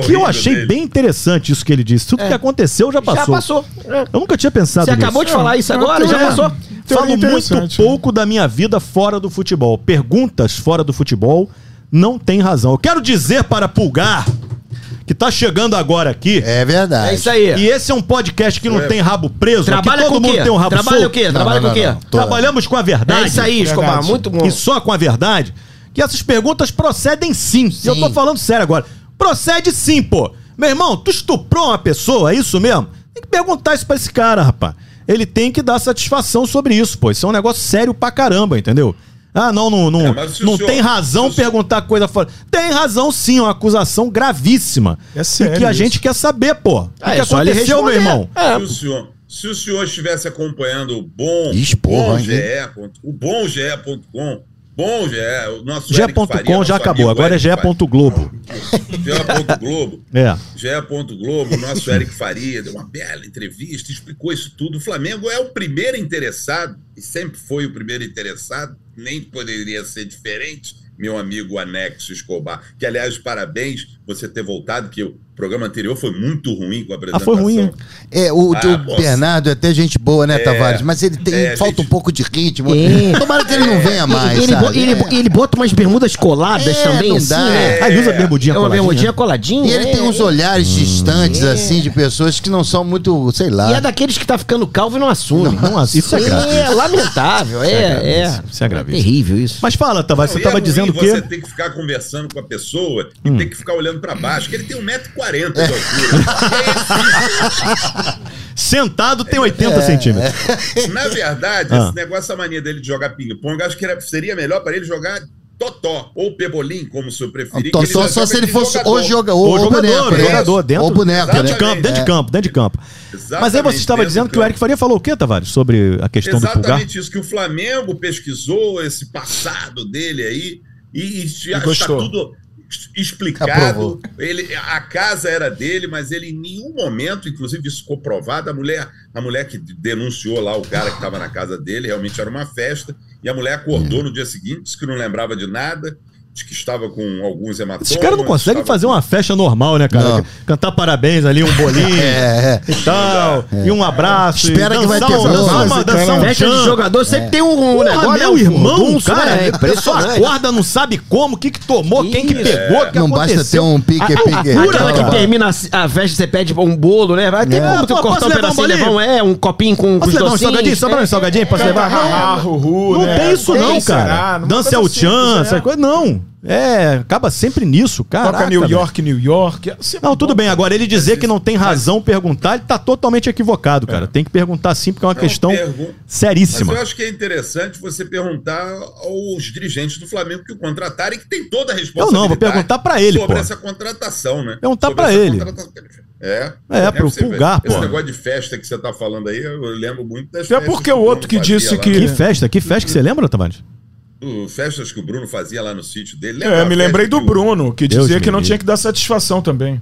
Speaker 2: Que eu
Speaker 4: é horrível
Speaker 2: achei
Speaker 4: dele.
Speaker 2: bem interessante isso que ele disse. Tudo que aconteceu já
Speaker 5: Já
Speaker 2: passou.
Speaker 5: passou. É.
Speaker 2: Eu nunca tinha pensado
Speaker 5: Você
Speaker 2: nisso.
Speaker 5: acabou de falar isso
Speaker 6: É,
Speaker 5: agora? Já
Speaker 6: é.
Speaker 5: passou?
Speaker 6: Teoria
Speaker 2: Falo muito
Speaker 6: interessante,
Speaker 2: pouco da minha vida fora do futebol. Perguntas fora do futebol não tem razão. Eu quero dizer para Pulgar, que tá chegando agora aqui,
Speaker 3: É verdade.
Speaker 5: É isso aí.
Speaker 2: e esse é um podcast que não tem rabo preso,
Speaker 5: Trabalha
Speaker 2: aqui todo
Speaker 5: com o
Speaker 2: mundo
Speaker 5: quê?
Speaker 2: tem um rabo
Speaker 5: Trabalha
Speaker 2: solto.
Speaker 5: o quê?
Speaker 3: Não,
Speaker 5: Trabalha
Speaker 3: não,
Speaker 5: com o quê?
Speaker 3: não, não. Tô-
Speaker 2: Trabalhamos com a verdade.
Speaker 5: É isso aí, Escobar.
Speaker 6: Verdade.
Speaker 5: Muito bom.
Speaker 2: E só com a verdade. Que essas perguntas procedem sim. E Eu tô falando sério agora. Procede sim, pô. Meu irmão, tu estuprou uma pessoa, é isso mesmo? Tem que perguntar isso pra esse cara, rapaz. Ele tem que dar satisfação sobre isso, pô. Isso é um negócio sério pra caramba, entendeu? Ah, não, não, não,
Speaker 4: É, mas se o
Speaker 2: não
Speaker 4: senhor-
Speaker 2: tem razão
Speaker 4: se o senhor-
Speaker 2: perguntar coisa fora. Tem razão sim, é uma acusação gravíssima.
Speaker 6: É sério
Speaker 2: E que a
Speaker 6: isso.
Speaker 2: gente quer saber, pô. O
Speaker 5: Ah,
Speaker 2: que
Speaker 5: é só É. ele
Speaker 2: aconteceu, meu
Speaker 5: responder.
Speaker 2: irmão?
Speaker 4: Se o senhor, se o senhor estivesse acompanhando o bom,
Speaker 3: Ixi, porra,
Speaker 4: bom
Speaker 3: hein?
Speaker 4: GE, ponto- o bom GE.com, bom GE, o nosso Eric Faria,
Speaker 2: G.com
Speaker 4: nosso
Speaker 2: já acabou,
Speaker 4: amigo
Speaker 2: agora é
Speaker 4: Eric Faria.
Speaker 2: G.globo.
Speaker 4: GE.globo. Globo.
Speaker 2: É.
Speaker 4: GE. Globo, nosso Eric Faria deu uma bela entrevista, explicou isso tudo. O Flamengo é o primeiro interessado, e sempre foi o primeiro interessado, nem poderia ser diferente, meu amigo Anexo Escobar. Que, aliás, parabéns você ter voltado, que o programa anterior foi muito ruim com
Speaker 2: Ah,
Speaker 4: a apresentação.
Speaker 2: foi ruim, hein?
Speaker 3: É, o,
Speaker 4: Ah,
Speaker 3: o
Speaker 4: pô.
Speaker 3: Bernardo é até gente boa, né, Tavares? Mas ele tem,
Speaker 4: é,
Speaker 3: falta um
Speaker 4: gente-
Speaker 3: pouco de ritmo.
Speaker 5: É.
Speaker 3: Tomara que ele não venha mais,
Speaker 5: ele, ele, bo-
Speaker 3: sabe?
Speaker 5: ele,
Speaker 3: É.
Speaker 5: ele bota umas bermudas coladas
Speaker 3: É,
Speaker 5: também,
Speaker 3: não
Speaker 5: assim,
Speaker 3: dá.
Speaker 5: né?
Speaker 2: Ah, ele usa bermudinha
Speaker 5: É uma
Speaker 2: coladinha.
Speaker 5: bermudinha coladinha.
Speaker 3: E ele
Speaker 5: é,
Speaker 3: tem uns
Speaker 5: é.
Speaker 3: olhares distantes, assim, de pessoas que não são muito, sei lá.
Speaker 5: E é daqueles que tá ficando calvo e não assume.
Speaker 2: Não, não assume. Isso é grave.
Speaker 5: lamentável. É, é.
Speaker 2: gravíssimo, isso é gravíssimo.
Speaker 5: terrível isso.
Speaker 2: Mas fala, Tavares, você
Speaker 4: Não, e
Speaker 2: tava
Speaker 4: é ruim
Speaker 2: dizendo Hum. que.
Speaker 4: Você tem que ficar conversando com a pessoa e tem que um
Speaker 2: É.
Speaker 4: ficar olhando pra baixo, que ele tem 1,40m de altura.
Speaker 2: Sentado tem 80 centímetros.
Speaker 4: Na verdade,
Speaker 2: Ah.
Speaker 4: esse negócio, essa mania dele de jogar ping-pong, eu acho que era- seria melhor pra ele jogar totó ou pebolim, como o senhor preferir. que ele
Speaker 3: Então, Só,
Speaker 4: já
Speaker 3: só
Speaker 4: joga
Speaker 3: se ele
Speaker 4: de
Speaker 3: fosse o,
Speaker 4: jogador.
Speaker 3: joga, o,
Speaker 2: o é jogador,
Speaker 3: boneco,
Speaker 2: o
Speaker 3: né?
Speaker 2: jogador, dentro,
Speaker 3: O boneco,
Speaker 2: dentro,
Speaker 3: né?
Speaker 2: de campo, dentro de campo, dentro de campo.
Speaker 4: Exatamente,
Speaker 2: Mas aí você estava
Speaker 4: dentro
Speaker 2: dizendo
Speaker 4: do
Speaker 2: que o
Speaker 4: campo.
Speaker 2: Eric Faria falou o que, Tavares? Sobre a questão do pulgar?
Speaker 4: Exatamente isso, que o Flamengo pesquisou esse passado dele aí e, e já está
Speaker 6: gostou.
Speaker 4: tudo es- explicado.
Speaker 3: Aprovou.
Speaker 4: Ele, a casa era dele, mas ele em nenhum momento, inclusive isso ficou provado, a mulher, a mulher que denunciou lá o cara que estava na casa dele, realmente era uma festa, e a mulher
Speaker 2: É.
Speaker 4: acordou no dia seguinte, disse que não lembrava de nada, disse que estava com alguns hematomas.
Speaker 2: Esses caras não conseguem
Speaker 4: estava
Speaker 2: fazer uma festa normal, né, cara?
Speaker 3: Não.
Speaker 2: Cantar parabéns ali, um bolinho
Speaker 3: É, é.
Speaker 2: e tal, e um abraço.
Speaker 3: Espera
Speaker 2: e
Speaker 3: que vai ter
Speaker 2: um-
Speaker 3: festa.
Speaker 2: dançar uma- dançar um
Speaker 5: Festa de
Speaker 2: tchan.
Speaker 5: jogador sempre tem um, um
Speaker 2: Porra,
Speaker 5: negócio.
Speaker 2: meu
Speaker 5: um
Speaker 2: irmão,
Speaker 5: furdunço,
Speaker 2: cara,
Speaker 5: né? É
Speaker 2: a pessoa
Speaker 5: impressionante.
Speaker 2: acorda, não sabe como, o que que tomou, quem que
Speaker 5: Isso.
Speaker 2: pegou, o que
Speaker 3: Não basta ter
Speaker 2: aconteceu.
Speaker 3: um pique, pique.
Speaker 5: Aquela que termina a a festa, você pede um bolo, né? Vai ter
Speaker 3: É.
Speaker 5: como tu
Speaker 2: Pô,
Speaker 5: cortar
Speaker 2: posso levar
Speaker 5: um
Speaker 2: um
Speaker 5: pedacinho,
Speaker 2: bolinho?
Speaker 5: levar um, é, um copinho com, é. com
Speaker 2: Posso
Speaker 5: os
Speaker 2: levar um
Speaker 5: docinhos.
Speaker 2: salgadinho? Sobra um salgadinho?
Speaker 6: É,
Speaker 2: Posso levar? Não tem isso
Speaker 5: tem,
Speaker 2: né? não, cara.
Speaker 6: Né? será? Numa
Speaker 2: Dança é
Speaker 6: coisa
Speaker 2: o
Speaker 6: simples,
Speaker 2: tchan,
Speaker 6: né?
Speaker 2: essas coisas, não. É, acaba sempre nisso, cara.
Speaker 6: Toca New York, New York. é sempre
Speaker 2: Não, tudo
Speaker 6: bom.
Speaker 2: bem. Agora, ele dizer que não tem razão perguntar, ele tá totalmente equivocado, cara. Tem que perguntar sim, porque é uma
Speaker 4: Não,
Speaker 2: questão
Speaker 4: pergun- Mas
Speaker 2: seríssima.
Speaker 4: eu acho que é interessante você perguntar aos dirigentes do Flamengo que o contrataram e que tem toda a responsabilidade.
Speaker 2: Eu não, vou perguntar pra ele,
Speaker 4: Sobre
Speaker 2: pô.
Speaker 4: essa contratação, né?
Speaker 2: Perguntar
Speaker 4: Sobre
Speaker 2: pra
Speaker 4: essa
Speaker 2: ele.
Speaker 4: contratação. É.
Speaker 2: É,
Speaker 4: né,
Speaker 2: pro
Speaker 4: você vê.
Speaker 2: Pulgar,
Speaker 4: Esse
Speaker 2: pô.
Speaker 4: negócio de festa que você tá falando aí, eu lembro muito das
Speaker 6: Até
Speaker 4: festas
Speaker 6: É porque o outro que
Speaker 4: Bruno
Speaker 6: disse
Speaker 4: fazia
Speaker 6: que-
Speaker 2: Que festa, que festa que você lembra, Tavares?
Speaker 4: lá, no- Festas que o Bruno fazia lá no sítio dele. Lembra
Speaker 6: É,
Speaker 4: a
Speaker 6: me
Speaker 4: festa
Speaker 6: lembrei do
Speaker 4: que o-
Speaker 6: Bruno, que
Speaker 2: Deus
Speaker 6: dizia
Speaker 2: me
Speaker 6: que não
Speaker 2: livre.
Speaker 6: tinha que dar satisfação também.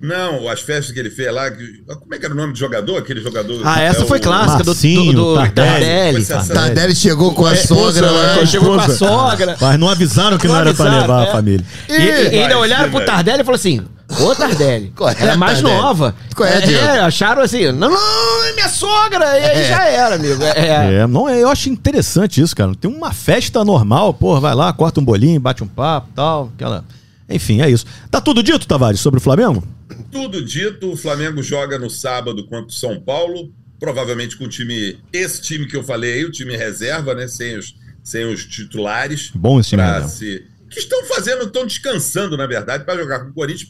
Speaker 4: Não, as festas que ele fez lá. que- Como é que era o nome do jogador? Aquele jogador.
Speaker 5: Ah, essa
Speaker 4: é
Speaker 5: foi
Speaker 4: o-
Speaker 5: clássica do,
Speaker 2: Marcinho,
Speaker 5: do, do
Speaker 2: Tardelli.
Speaker 5: Tardelli.
Speaker 4: Foi sensacional.
Speaker 3: Tardelli chegou com a sogra lá.
Speaker 5: Ele Chegou com a sogra.
Speaker 2: Mas não avisaram que não,
Speaker 5: Não
Speaker 2: era pra
Speaker 5: avisaram,
Speaker 2: levar
Speaker 4: né?
Speaker 5: é.
Speaker 2: a família.
Speaker 5: E, e- e ainda
Speaker 4: Vai,
Speaker 5: olharam
Speaker 4: sim,
Speaker 5: pro
Speaker 4: vai.
Speaker 5: Tardelli e falaram assim: Ô Tardelli,
Speaker 3: Qual é,
Speaker 5: ela é mais
Speaker 3: Tardelli?
Speaker 5: nova.
Speaker 3: Qual é, Diego?
Speaker 5: acharam assim: não, não, é minha sogra. E aí já era, amigo. É,
Speaker 2: É, não, é, eu acho interessante isso, cara. Tem uma festa normal, porra, vai lá, corta um bolinho, bate um papo, tal, aquela. Enfim, é isso. Tá tudo dito, Tavares, sobre o Flamengo?
Speaker 4: Tudo dito, o Flamengo joga no sábado contra o São Paulo, provavelmente com o time, esse time que eu falei aí, o time reserva, né? Sem os, sem os titulares.
Speaker 2: Bom esse time
Speaker 4: pra
Speaker 2: reserva.
Speaker 4: se- Que estão fazendo, estão descansando, na verdade, para jogar com o Corinthians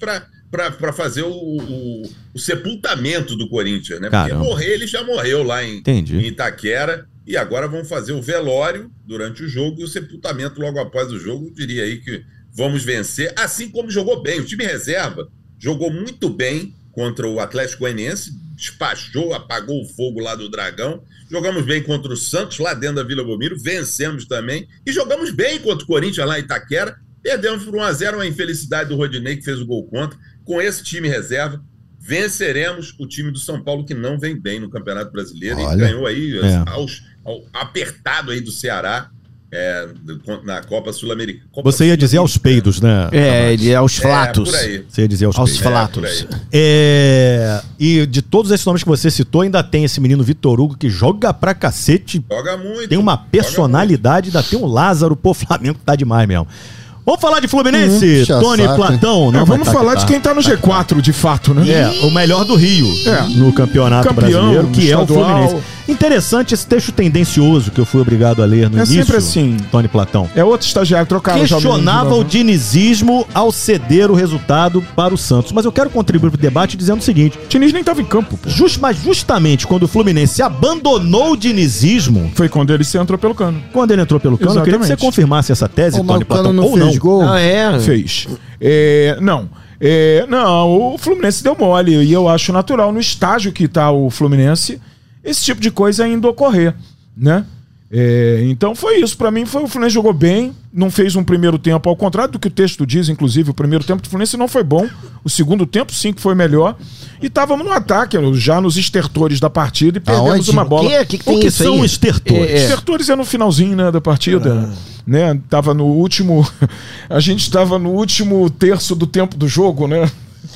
Speaker 4: para fazer o, o- o sepultamento do Corinthians, né?
Speaker 2: Caramba.
Speaker 4: Porque morrer, ele já morreu lá em,
Speaker 2: Entendi.
Speaker 4: em Itaquera. E agora vão fazer o velório durante o jogo e o sepultamento logo após o jogo. Eu diria aí que vamos vencer, assim como jogou bem. O time reserva jogou muito bem contra o Atlético Goianiense, despachou, apagou o fogo lá do Dragão. Jogamos bem contra o Santos, lá dentro da Vila Belmiro, vencemos também. E jogamos bem contra o Corinthians, lá em Itaquera. Perdemos por 1x0, uma infelicidade do Rodinei, que fez o gol contra. Com esse time reserva, venceremos o time do São Paulo, que não vem bem no Campeonato Brasileiro.
Speaker 3: Olha.
Speaker 4: E ganhou aí, assim,
Speaker 2: É.
Speaker 4: aos- ao- apertado aí do Ceará, é, do- na Copa Sul-Americana. Copa
Speaker 2: Você ia dizer aos
Speaker 4: Sul-Americana.
Speaker 2: peidos, né?
Speaker 5: é,
Speaker 2: Tavares?
Speaker 5: de- aos flatos.
Speaker 4: É, por aí.
Speaker 2: Você ia dizer aos,
Speaker 5: Aos
Speaker 2: peidos.
Speaker 5: flatos.
Speaker 4: É, por aí.
Speaker 2: É, e de todos esses nomes que você citou, ainda tem esse menino Vitor Hugo que joga pra cacete,
Speaker 4: Joga muito.
Speaker 2: tem uma
Speaker 4: joga
Speaker 2: personalidade, ainda tem um Lázaro, pô, Flamengo tá demais mesmo. Vamos falar de Fluminense,
Speaker 3: Hum, puxa
Speaker 2: Tony
Speaker 3: saco, hein?
Speaker 2: Platão.
Speaker 6: É,
Speaker 2: Não vai
Speaker 6: vamos
Speaker 2: tá
Speaker 6: falar
Speaker 2: que
Speaker 6: de
Speaker 2: tá.
Speaker 6: quem tá no G4, de fato, né?
Speaker 2: É, o melhor do Rio
Speaker 6: É.
Speaker 2: no campeonato
Speaker 6: Campeão,
Speaker 2: brasileiro, que é o
Speaker 6: estadual.
Speaker 2: Fluminense. Interessante esse texto tendencioso que eu fui obrigado a ler no
Speaker 6: É
Speaker 2: início.
Speaker 6: sempre assim.
Speaker 2: Tony Platão.
Speaker 6: É outro estagiário trocado. já
Speaker 2: Questionava
Speaker 6: menino
Speaker 2: o
Speaker 6: de novo, né?
Speaker 2: dinizismo ao ceder o resultado para o Santos. Mas eu quero contribuir para o debate dizendo o seguinte:
Speaker 6: O Diniz nem tava em campo, pô.
Speaker 2: just- mas justamente quando o Fluminense abandonou o dinizismo,
Speaker 6: Foi quando ele se entrou pelo cano.
Speaker 2: quando ele entrou pelo cano, eu queria que você
Speaker 6: Exatamente.
Speaker 2: confirmasse essa tese,
Speaker 3: O
Speaker 2: Tony
Speaker 3: Marcano
Speaker 2: Platão,
Speaker 3: não
Speaker 2: ou
Speaker 3: fez
Speaker 2: não.
Speaker 3: gol.
Speaker 5: Ah, é.
Speaker 6: Fez. É, não. É, não, o Fluminense deu mole. E eu acho natural, no estágio que tá o Fluminense, esse tipo de coisa ainda ocorrer, né? É, então foi isso. Pra mim, foi o Fluminense jogou bem, não fez um primeiro tempo. Ao contrário do que o texto diz, inclusive, o primeiro tempo do Fluminense não foi bom. O segundo tempo, sim, que foi melhor. E estávamos no ataque, já nos estertores da partida, e perdemos
Speaker 3: Aonde?
Speaker 6: uma
Speaker 5: O
Speaker 6: bola.
Speaker 5: que, é? que, que
Speaker 2: O
Speaker 5: tem
Speaker 2: que
Speaker 5: isso
Speaker 2: são
Speaker 5: aí?
Speaker 2: estertores?
Speaker 5: É, é.
Speaker 6: Estertores é no finalzinho né, da partida. Né? Tava no último. A gente tava no último terço do tempo do jogo, né?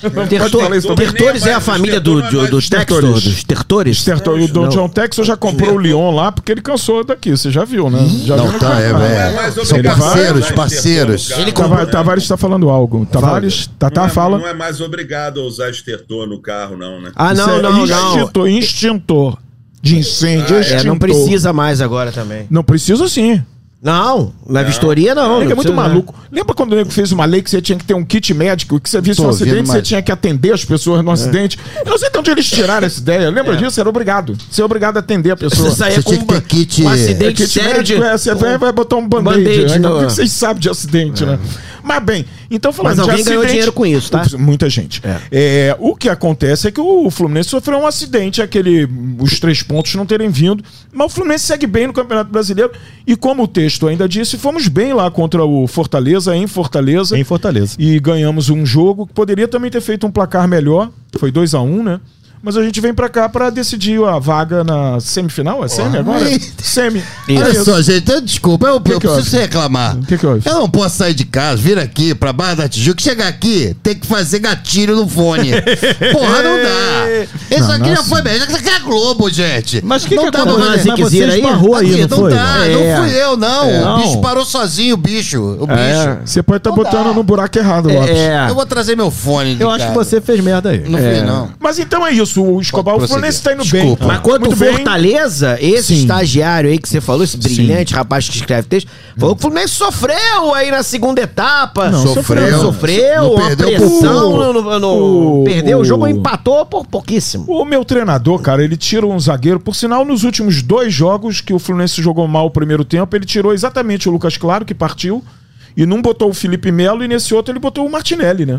Speaker 5: Tertor-
Speaker 4: falar isso também,
Speaker 5: Tertores
Speaker 4: né?
Speaker 5: é a
Speaker 4: Mas
Speaker 5: família
Speaker 4: estertor
Speaker 5: do,
Speaker 4: não é
Speaker 5: do-
Speaker 4: mais
Speaker 5: dos
Speaker 6: estertores.
Speaker 5: Textor,
Speaker 6: É,
Speaker 5: dos Tertores?
Speaker 6: Estertor, o Don
Speaker 5: Não.
Speaker 6: John Texel já comprou o Lyon lá porque ele cansou daqui, você já viu, né? Já viu
Speaker 3: Não,
Speaker 6: no
Speaker 3: tá, é,
Speaker 6: campeonato.
Speaker 4: É,
Speaker 3: é.
Speaker 4: mas
Speaker 3: São
Speaker 4: obrigado,
Speaker 3: parceiros,
Speaker 4: né,
Speaker 3: parceiros.
Speaker 4: Estertor no
Speaker 5: Ele
Speaker 4: carro,
Speaker 6: Tava-
Speaker 4: né?
Speaker 6: Tavares tá falando algo. Tavares,
Speaker 4: não
Speaker 6: Tatá
Speaker 4: é,
Speaker 6: fala.
Speaker 4: Não é mais obrigado a usar estertor no carro, não, né?
Speaker 5: Ah,
Speaker 6: Isso
Speaker 5: não,
Speaker 6: é
Speaker 5: não, não.
Speaker 6: extintor, Extintor de incêndio.
Speaker 5: É,
Speaker 6: extintor.
Speaker 5: não precisa mais agora também.
Speaker 6: Não precisa sim.
Speaker 5: Não, na vistoria não. não
Speaker 6: Nego é muito
Speaker 5: precisa, né?
Speaker 6: maluco. Lembra quando o nego fez uma lei que você tinha que ter um kit médico, que você visse
Speaker 3: Tô
Speaker 6: um
Speaker 3: ouvindo,
Speaker 6: acidente, você
Speaker 3: mas- É.
Speaker 6: tinha que atender as pessoas no acidente? Eu não sei de onde eles tiraram essa ideia. Lembra disso? Era obrigado. Você é obrigado a atender a pessoa.
Speaker 5: Você saía
Speaker 3: Você
Speaker 5: com
Speaker 3: tinha que ter kit-
Speaker 5: um
Speaker 6: É
Speaker 5: acidente
Speaker 6: kit
Speaker 5: sério
Speaker 6: médico,
Speaker 5: de...
Speaker 6: é, você vai, vai botar um band-aid.
Speaker 5: Band-aid,
Speaker 6: né?
Speaker 5: não. é.
Speaker 6: O que vocês sabem de acidente, né? Mas bem, então
Speaker 5: Mas
Speaker 6: falando
Speaker 5: alguém
Speaker 6: de
Speaker 5: ganhou
Speaker 6: acidente,
Speaker 5: dinheiro com isso, tá?
Speaker 6: Muita gente. É, o que acontece é que o Fluminense sofreu um acidente, aquele os três pontos não terem vindo, mas o Fluminense segue bem no Campeonato Brasileiro e como o texto ainda disse, fomos bem lá contra o Fortaleza em Fortaleza
Speaker 2: Em Fortaleza.
Speaker 6: e ganhamos um jogo que poderia também ter feito um placar melhor, foi 2 a 1 né? Mas a gente vem pra cá pra decidir a vaga na semifinal, é semi agora?
Speaker 3: Ai.
Speaker 6: Semi.
Speaker 3: Olha
Speaker 6: É isso.
Speaker 3: só, gente, eu- desculpa, eu, eu
Speaker 6: que
Speaker 3: preciso
Speaker 6: houve?
Speaker 3: reclamar.
Speaker 6: Que que houve?
Speaker 3: eu não posso sair de casa, vir aqui pra Barra da Tijuca, chegar aqui, tem que fazer gatilho no fone. Porra, não dá. Isso aqui já foi melhor. Isso aqui é Globo, gente.
Speaker 2: Mas que
Speaker 3: não
Speaker 2: que
Speaker 3: dá
Speaker 2: aconteceu?
Speaker 3: pra
Speaker 5: Mas
Speaker 3: fazer.
Speaker 2: Mas você
Speaker 5: Ziquezira aí?
Speaker 2: esbarrou aí,
Speaker 3: Aqui,
Speaker 2: não foi?
Speaker 3: dá,
Speaker 5: É.
Speaker 3: não fui eu, não.
Speaker 2: É.
Speaker 3: O bicho
Speaker 2: Não. É.
Speaker 3: parou sozinho, o bicho. O bicho.
Speaker 6: Você pode estar
Speaker 3: Não
Speaker 6: botando
Speaker 3: dá.
Speaker 6: no buraco errado, Lopes.
Speaker 5: É,
Speaker 3: Eu vou trazer meu fone. de
Speaker 2: Ah. Eu acho que
Speaker 3: casa.
Speaker 2: você fez merda aí.
Speaker 3: Não fui, não.
Speaker 6: Mas então é isso, o Escobar,
Speaker 3: Pode
Speaker 6: o Fluminense está
Speaker 3: prosseguir.
Speaker 6: indo
Speaker 3: Desculpa.
Speaker 6: bem.
Speaker 5: Mas quanto tá ao
Speaker 6: Ah. Muito bem.
Speaker 5: Fortaleza, esse
Speaker 2: Sim.
Speaker 5: estagiário aí que você falou, esse brilhante rapaz que escreve texto, falou que o Fluminense sofreu aí na segunda etapa.
Speaker 2: Não,
Speaker 3: sofreu.
Speaker 5: Sofreu,
Speaker 3: Não
Speaker 5: uma
Speaker 3: perdeu por
Speaker 5: pressão.
Speaker 6: pouco.
Speaker 5: no- no-
Speaker 6: O-
Speaker 5: Perdeu o jogo, empatou por pouquíssimo.
Speaker 6: O meu treinador, cara, ele tira um zagueiro. Por sinal, nos últimos dois jogos que o Fluminense jogou mal o primeiro tempo, ele tirou exatamente o Lucas Claro, que partiu, e não botou o Felipe Melo, e nesse outro ele botou o Martinelli, né?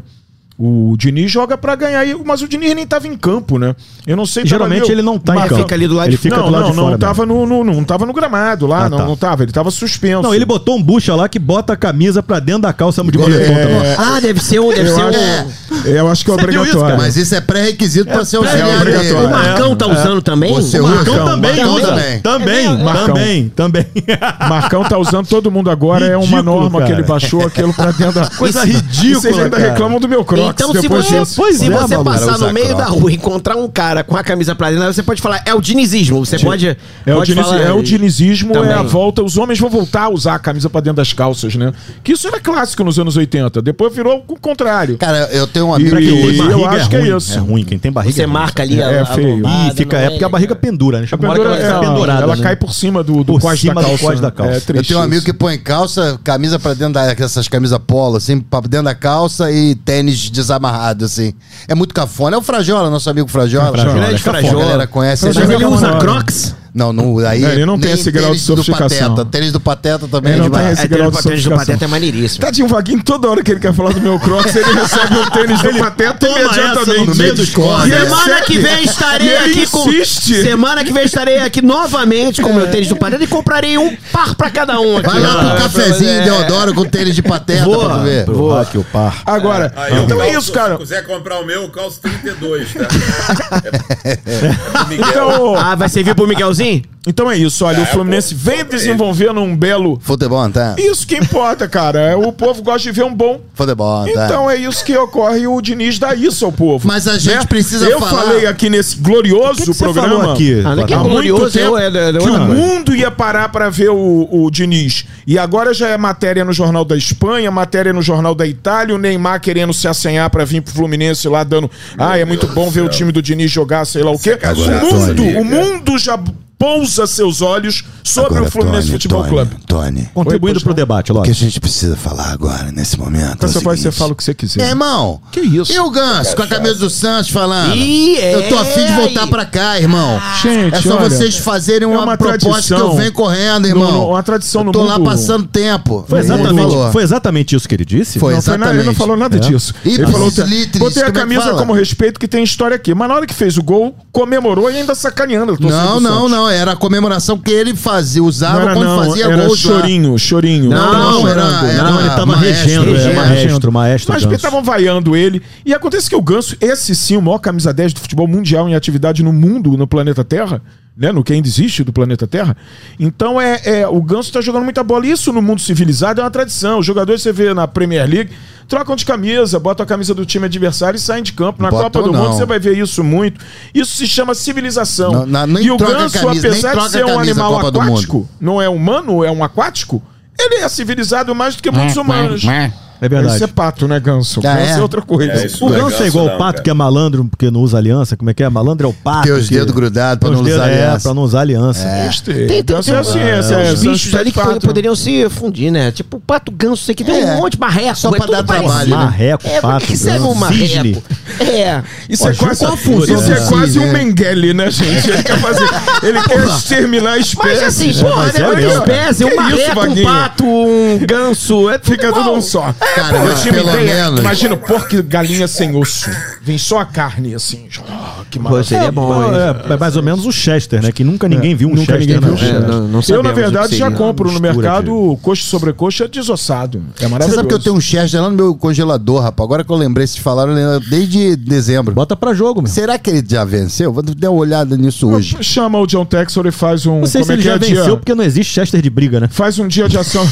Speaker 6: O Diniz joga pra ganhar, aí, mas o Diniz nem tava em campo, né? Eu não sei... tava
Speaker 2: Geralmente
Speaker 6: meio-
Speaker 2: ele não tá em
Speaker 6: Mas
Speaker 2: campo.
Speaker 5: fica ali do lado
Speaker 2: ele
Speaker 5: de-
Speaker 2: fica
Speaker 6: não,
Speaker 2: do lado
Speaker 6: não,
Speaker 2: de
Speaker 6: não
Speaker 2: fora. mesmo.
Speaker 6: tava no, no- não tava no gramado lá,
Speaker 2: Ah,
Speaker 6: não,
Speaker 2: tá.
Speaker 6: não tava, ele tava suspenso.
Speaker 2: Não, ele botou um bucha lá que bota a camisa pra dentro da calça de moletom também.
Speaker 5: Ah, deve ser um. Deve
Speaker 6: Eu
Speaker 5: ser um...
Speaker 6: acho, eu acho que é
Speaker 2: Você viu isso,
Speaker 6: obrigatório.
Speaker 2: cara?
Speaker 3: Mas isso é pré-requisito pra ser auxiliar
Speaker 6: obrigatório.
Speaker 3: dele.
Speaker 5: é O Marcão tá usando também?
Speaker 3: Você
Speaker 5: O
Speaker 3: usa?
Speaker 5: Marcão-
Speaker 2: Marcão É também,
Speaker 6: Marcão,
Speaker 5: Marcão
Speaker 2: também,
Speaker 3: também.
Speaker 2: também,
Speaker 6: Marcão.
Speaker 2: também, também.
Speaker 6: Marcão tá usando todo mundo agora, é uma
Speaker 2: Ridículo,
Speaker 6: norma
Speaker 2: cara.
Speaker 6: que ele baixou aquilo pra dentro da.
Speaker 2: Coisa
Speaker 6: Isso-
Speaker 2: ridícula,
Speaker 6: Vocês ainda
Speaker 2: cara.
Speaker 6: reclamam do meu Crocs
Speaker 5: então, se
Speaker 6: depois
Speaker 5: você,
Speaker 6: disso.
Speaker 2: Pois
Speaker 5: se
Speaker 2: é,
Speaker 5: você
Speaker 2: Mauro,
Speaker 5: passar
Speaker 3: usa
Speaker 5: no meio da
Speaker 3: crocs.
Speaker 5: rua e encontrar um cara com a camisa pra dentro, você pode falar, é o dinizismo. Você pode.
Speaker 6: É o,
Speaker 5: pode
Speaker 6: diniz,
Speaker 5: falar,
Speaker 6: é o dinizismo,
Speaker 5: Também.
Speaker 6: é a volta. Os homens vão voltar a usar a camisa pra dentro das calças, né? Que isso era clássico nos anos 80. Depois virou o contrário.
Speaker 3: Cara, eu tenho um amigo.
Speaker 6: E-
Speaker 3: que-
Speaker 6: eu
Speaker 2: Barriga
Speaker 6: acho que é
Speaker 2: ruim,
Speaker 6: isso.
Speaker 2: É ruim, quem tem barriga.
Speaker 5: Você
Speaker 2: é ruim.
Speaker 5: marca ali a.
Speaker 6: É
Speaker 5: a
Speaker 6: feio.
Speaker 5: lombada,
Speaker 2: Ih, fica,
Speaker 5: não
Speaker 2: é porque a barriga pendura, né?
Speaker 6: A
Speaker 2: Chega uma hora que
Speaker 6: pendura-
Speaker 2: ela fica
Speaker 6: é,
Speaker 2: pendurada.
Speaker 6: ela
Speaker 2: né?
Speaker 6: cai por cima do, do
Speaker 2: Por
Speaker 6: cós
Speaker 2: cima
Speaker 6: da
Speaker 2: do
Speaker 6: calça.
Speaker 2: cós
Speaker 6: né?
Speaker 2: da calça.
Speaker 6: É
Speaker 2: Eu
Speaker 6: triste
Speaker 3: Eu tenho um amigo
Speaker 6: isso.
Speaker 3: que põe calça, camisa pra dentro da, essas camisas polo, assim, pra dentro da calça e tênis desamarrado, assim. É muito cafona. É o Frajola, nosso amigo Frajola.
Speaker 2: Frajola,
Speaker 3: Grande
Speaker 2: é cafona.
Speaker 3: A galera conhece.
Speaker 5: Mas ele
Speaker 6: Frajola é
Speaker 5: usa
Speaker 6: uma-
Speaker 5: crocs?
Speaker 3: Não, não, aí
Speaker 6: Não, ele não
Speaker 3: nem
Speaker 6: tem esse grau de
Speaker 3: tênis do
Speaker 6: sofisticação.
Speaker 3: Pateta. Tênis do Pateta também
Speaker 6: Ele
Speaker 3: é
Speaker 6: não tem
Speaker 3: demais.
Speaker 6: esse
Speaker 5: É,
Speaker 6: grau
Speaker 5: tênis
Speaker 6: de
Speaker 5: do- tênis do
Speaker 6: sofisticação.
Speaker 5: pateta é maneiríssimo.
Speaker 6: Tadinho Vaguinho, toda hora que ele quer falar do meu Crocs, ele recebe um tênis do Pateta
Speaker 2: toma essa
Speaker 6: imediatamente.
Speaker 2: no meio dos cornes.
Speaker 6: E ele
Speaker 5: Semana
Speaker 6: sempre-
Speaker 5: que vem
Speaker 6: E
Speaker 5: estarei
Speaker 6: é, ele
Speaker 5: aqui com.
Speaker 6: insiste.
Speaker 5: Semana que vem estarei aqui novamente com o meu tênis do pateta e comprarei um par pra cada um aqui.
Speaker 3: Vai lá pro
Speaker 5: Ah,
Speaker 3: cafezinho
Speaker 5: é.
Speaker 3: em Deodoro com tênis de pateta
Speaker 5: Boa.
Speaker 3: pra tu ver.
Speaker 2: Pro rock, o par.
Speaker 6: Agora,
Speaker 4: Aí eu
Speaker 6: então é
Speaker 4: calço-
Speaker 6: isso, cara.
Speaker 4: Se quiser comprar o meu, eu calço 32, tá? É- é pro Miguel.
Speaker 6: Então,
Speaker 5: Ah, vai servir pro Miguelzinho?
Speaker 6: então é isso. Olha, o
Speaker 4: É,
Speaker 6: Fluminense
Speaker 4: pô,
Speaker 6: vem
Speaker 4: pô,
Speaker 6: desenvolvendo um belo.
Speaker 3: Futebol, tá?
Speaker 6: Isso que importa, cara. É, O povo gosta de ver um bom.
Speaker 3: Futebol, tá?
Speaker 6: Então é isso que ocorre e o Diniz dá isso ao povo. Né?
Speaker 3: Mas a gente precisa
Speaker 6: Eu
Speaker 3: falar-
Speaker 6: falei aqui nesse
Speaker 2: O que
Speaker 6: glorioso
Speaker 2: que você
Speaker 6: programa
Speaker 2: falou aqui?
Speaker 5: Ah, não é que é
Speaker 2: Platão?
Speaker 6: há muito
Speaker 5: glorioso,
Speaker 6: tempo
Speaker 5: é, é, é,
Speaker 6: que o
Speaker 3: Ah.
Speaker 5: não, mas-
Speaker 6: mundo ia parar pra ver o, o Diniz. E agora já é matéria no Jornal da Espanha, matéria no Jornal da Itália, o Neymar querendo se assanhar pra vir pro Fluminense lá dando. ah, é muito bom ver o time do Diniz jogar, sei lá o quê.
Speaker 4: Agora,
Speaker 3: é
Speaker 6: o mundo,
Speaker 4: Tony,
Speaker 6: o mundo já pousa seus olhos sobre
Speaker 3: Agora, é
Speaker 6: o Fluminense
Speaker 3: Tony,
Speaker 6: Futebol
Speaker 3: Tony,
Speaker 6: Clube.
Speaker 3: Tony,
Speaker 2: Contribuindo pro debate,
Speaker 3: o que a
Speaker 2: lógico.
Speaker 3: gente precisa falar agora, nesse momento? é o
Speaker 6: Você vai, você
Speaker 3: seguinte.
Speaker 6: fala o que você
Speaker 3: Meu
Speaker 6: quiser.
Speaker 3: irmão.
Speaker 6: Que isso?
Speaker 3: E o Ganso, com a camisa do Santos falando.
Speaker 5: Ih, é,
Speaker 3: Eu tô afim de voltar
Speaker 5: aí.
Speaker 3: pra cá, irmão.
Speaker 6: Gente,
Speaker 3: é só
Speaker 6: olha,
Speaker 3: vocês fazerem uma,
Speaker 6: é uma
Speaker 3: proposta que eu
Speaker 6: tradição
Speaker 3: venho correndo,
Speaker 6: no- no-
Speaker 3: irmão.
Speaker 6: uma tradição
Speaker 3: eu
Speaker 6: no
Speaker 3: tô lá
Speaker 6: mundo.
Speaker 3: passando tempo.
Speaker 2: Foi
Speaker 3: Ele falou.
Speaker 2: exatamente, foi exatamente isso que ele disse?
Speaker 3: Foi.
Speaker 6: Não, foi nada, ele não
Speaker 3: exatamente.
Speaker 6: falou nada
Speaker 2: É.
Speaker 6: disso.
Speaker 3: E
Speaker 6: ele falou,
Speaker 3: pros líderes,
Speaker 6: botei a
Speaker 3: como é que
Speaker 6: camisa
Speaker 3: fala?
Speaker 6: como respeito que tem história aqui. Mas na hora que fez o gol, comemorou e ainda sacaneando. a torcida
Speaker 3: Não,
Speaker 6: do
Speaker 3: não,
Speaker 6: Santos.
Speaker 3: não. Era a comemoração que ele fazia, usava
Speaker 6: Não era,
Speaker 3: quando
Speaker 6: não,
Speaker 3: fazia
Speaker 6: era
Speaker 3: gols lá.
Speaker 6: chorinho, chorinho.
Speaker 5: Não,
Speaker 6: Tava
Speaker 5: não,
Speaker 3: era-
Speaker 6: chorando.
Speaker 3: era-
Speaker 2: Não, ele tava
Speaker 3: Maestro,
Speaker 2: regendo, é,
Speaker 3: regendo.
Speaker 2: maestro, maestro.
Speaker 6: Mas
Speaker 2: Ganso.
Speaker 6: estavam vaiando ele. E acontece que o Ganso, esse sim, o maior camisa 10 do futebol mundial em atividade no mundo, no planeta Terra, né? No que ainda existe do planeta Terra. Então é, é, o Ganso tá jogando muita bola. E Isso no mundo civilizado é uma tradição. Os jogadores você vê na Premier League, trocam de camisa, botam a camisa do time adversário e saem de campo. Na
Speaker 3: Botam
Speaker 6: Copa do
Speaker 3: não.
Speaker 6: Mundo você vai ver isso muito. Isso se chama civilização.
Speaker 3: Não, não, nem
Speaker 6: e o
Speaker 3: troca a
Speaker 6: Ganso,
Speaker 3: camisa, nem
Speaker 6: apesar
Speaker 3: troca
Speaker 6: de
Speaker 3: a
Speaker 6: ser um
Speaker 3: camisa,
Speaker 6: animal
Speaker 3: Copa do Mundo.
Speaker 6: aquático, não é humano, é um aquático, ele é civilizado mais do que muitos humanos.
Speaker 2: É verdade.
Speaker 6: Isso é pato, né, Ganso?
Speaker 3: Ah,
Speaker 6: Ganso é,
Speaker 3: é?
Speaker 6: outra coisa.
Speaker 4: É, isso
Speaker 2: O
Speaker 4: não é
Speaker 2: ganso é
Speaker 4: ganso
Speaker 2: igual
Speaker 4: não,
Speaker 2: o pato
Speaker 4: cara.
Speaker 2: que é malandro porque não usa aliança. Como é que é? Malandro é o pato.
Speaker 3: Tem os
Speaker 2: que-
Speaker 3: dedos grudados pra
Speaker 2: Tem os
Speaker 3: não usar
Speaker 2: dedos- É,
Speaker 3: aliança. É.
Speaker 2: pra não usar aliança.
Speaker 6: Este-
Speaker 5: Tem, tem,
Speaker 6: Ganso
Speaker 5: tem
Speaker 6: é assim, é,
Speaker 5: uns
Speaker 6: é, é,
Speaker 5: bichos
Speaker 6: é,
Speaker 5: ali que
Speaker 6: pato.
Speaker 5: pod- poderiam se fundir, né? Tipo o pato ganso, sei que tem
Speaker 3: É.
Speaker 5: um monte de marreco.
Speaker 3: Só
Speaker 5: é
Speaker 3: pra
Speaker 5: tudo
Speaker 3: dar trabalho,
Speaker 5: parecido.
Speaker 3: né?
Speaker 2: Marreco,
Speaker 5: É, pra
Speaker 2: pato,
Speaker 5: que que serve um
Speaker 2: ganso, cisne.
Speaker 5: marreco? É.
Speaker 6: Isso, é
Speaker 2: Ó,
Speaker 6: quase,
Speaker 2: junta tudo,
Speaker 6: isso
Speaker 2: né?
Speaker 6: é quase
Speaker 3: Sim,
Speaker 6: um
Speaker 3: né?
Speaker 6: Mengele, né, gente? Ele quer fazer. Ele quer exterminar a
Speaker 5: Mas
Speaker 6: espécie.
Speaker 5: assim, porra,
Speaker 2: mas
Speaker 5: né?
Speaker 2: é
Speaker 5: Olha
Speaker 2: mesmo,
Speaker 5: a espécie, um
Speaker 6: Que isso,
Speaker 5: marreco, um
Speaker 6: Vaguinho?
Speaker 5: pato, um ganso. É
Speaker 6: Fica
Speaker 5: igual.
Speaker 6: tudo um só.
Speaker 3: Cara, mas
Speaker 6: tinha uma
Speaker 3: pelo
Speaker 6: ideia.
Speaker 3: menos-
Speaker 6: Imagina o porco e galinha sem osso. Vem só a carne, assim. Ah, que
Speaker 5: Pô,
Speaker 6: maravilha.
Speaker 5: seria bom, hein?
Speaker 2: É, é mais ou menos o Chester, né? Que nunca ninguém viu um
Speaker 6: É, Nunca
Speaker 2: Chester.
Speaker 6: ninguém viu
Speaker 2: né?
Speaker 6: um Chester.
Speaker 5: É, não- não
Speaker 6: eu,
Speaker 5: sabemos
Speaker 6: na
Speaker 5: o que
Speaker 6: verdade, já
Speaker 5: seria.
Speaker 6: compro no
Speaker 2: Mistura
Speaker 6: mercado coxa sobre coxa desossado. É maravilhoso.
Speaker 3: Você sabe que eu tenho um Chester lá no meu congelador, rapaz. Agora que eu lembrei, vocês falaram, eu lembro desde dezembro.
Speaker 2: Bota Tá pra jogo, meu.
Speaker 3: Será que ele já venceu? Vou dar uma olhada nisso hoje.
Speaker 6: Chama o John Texor e faz um.
Speaker 2: Não sei se
Speaker 6: como é
Speaker 2: ele
Speaker 6: que
Speaker 2: já
Speaker 6: é
Speaker 2: venceu,
Speaker 6: dia?
Speaker 2: porque não existe Chester de briga, né?
Speaker 6: Faz um dia de ação.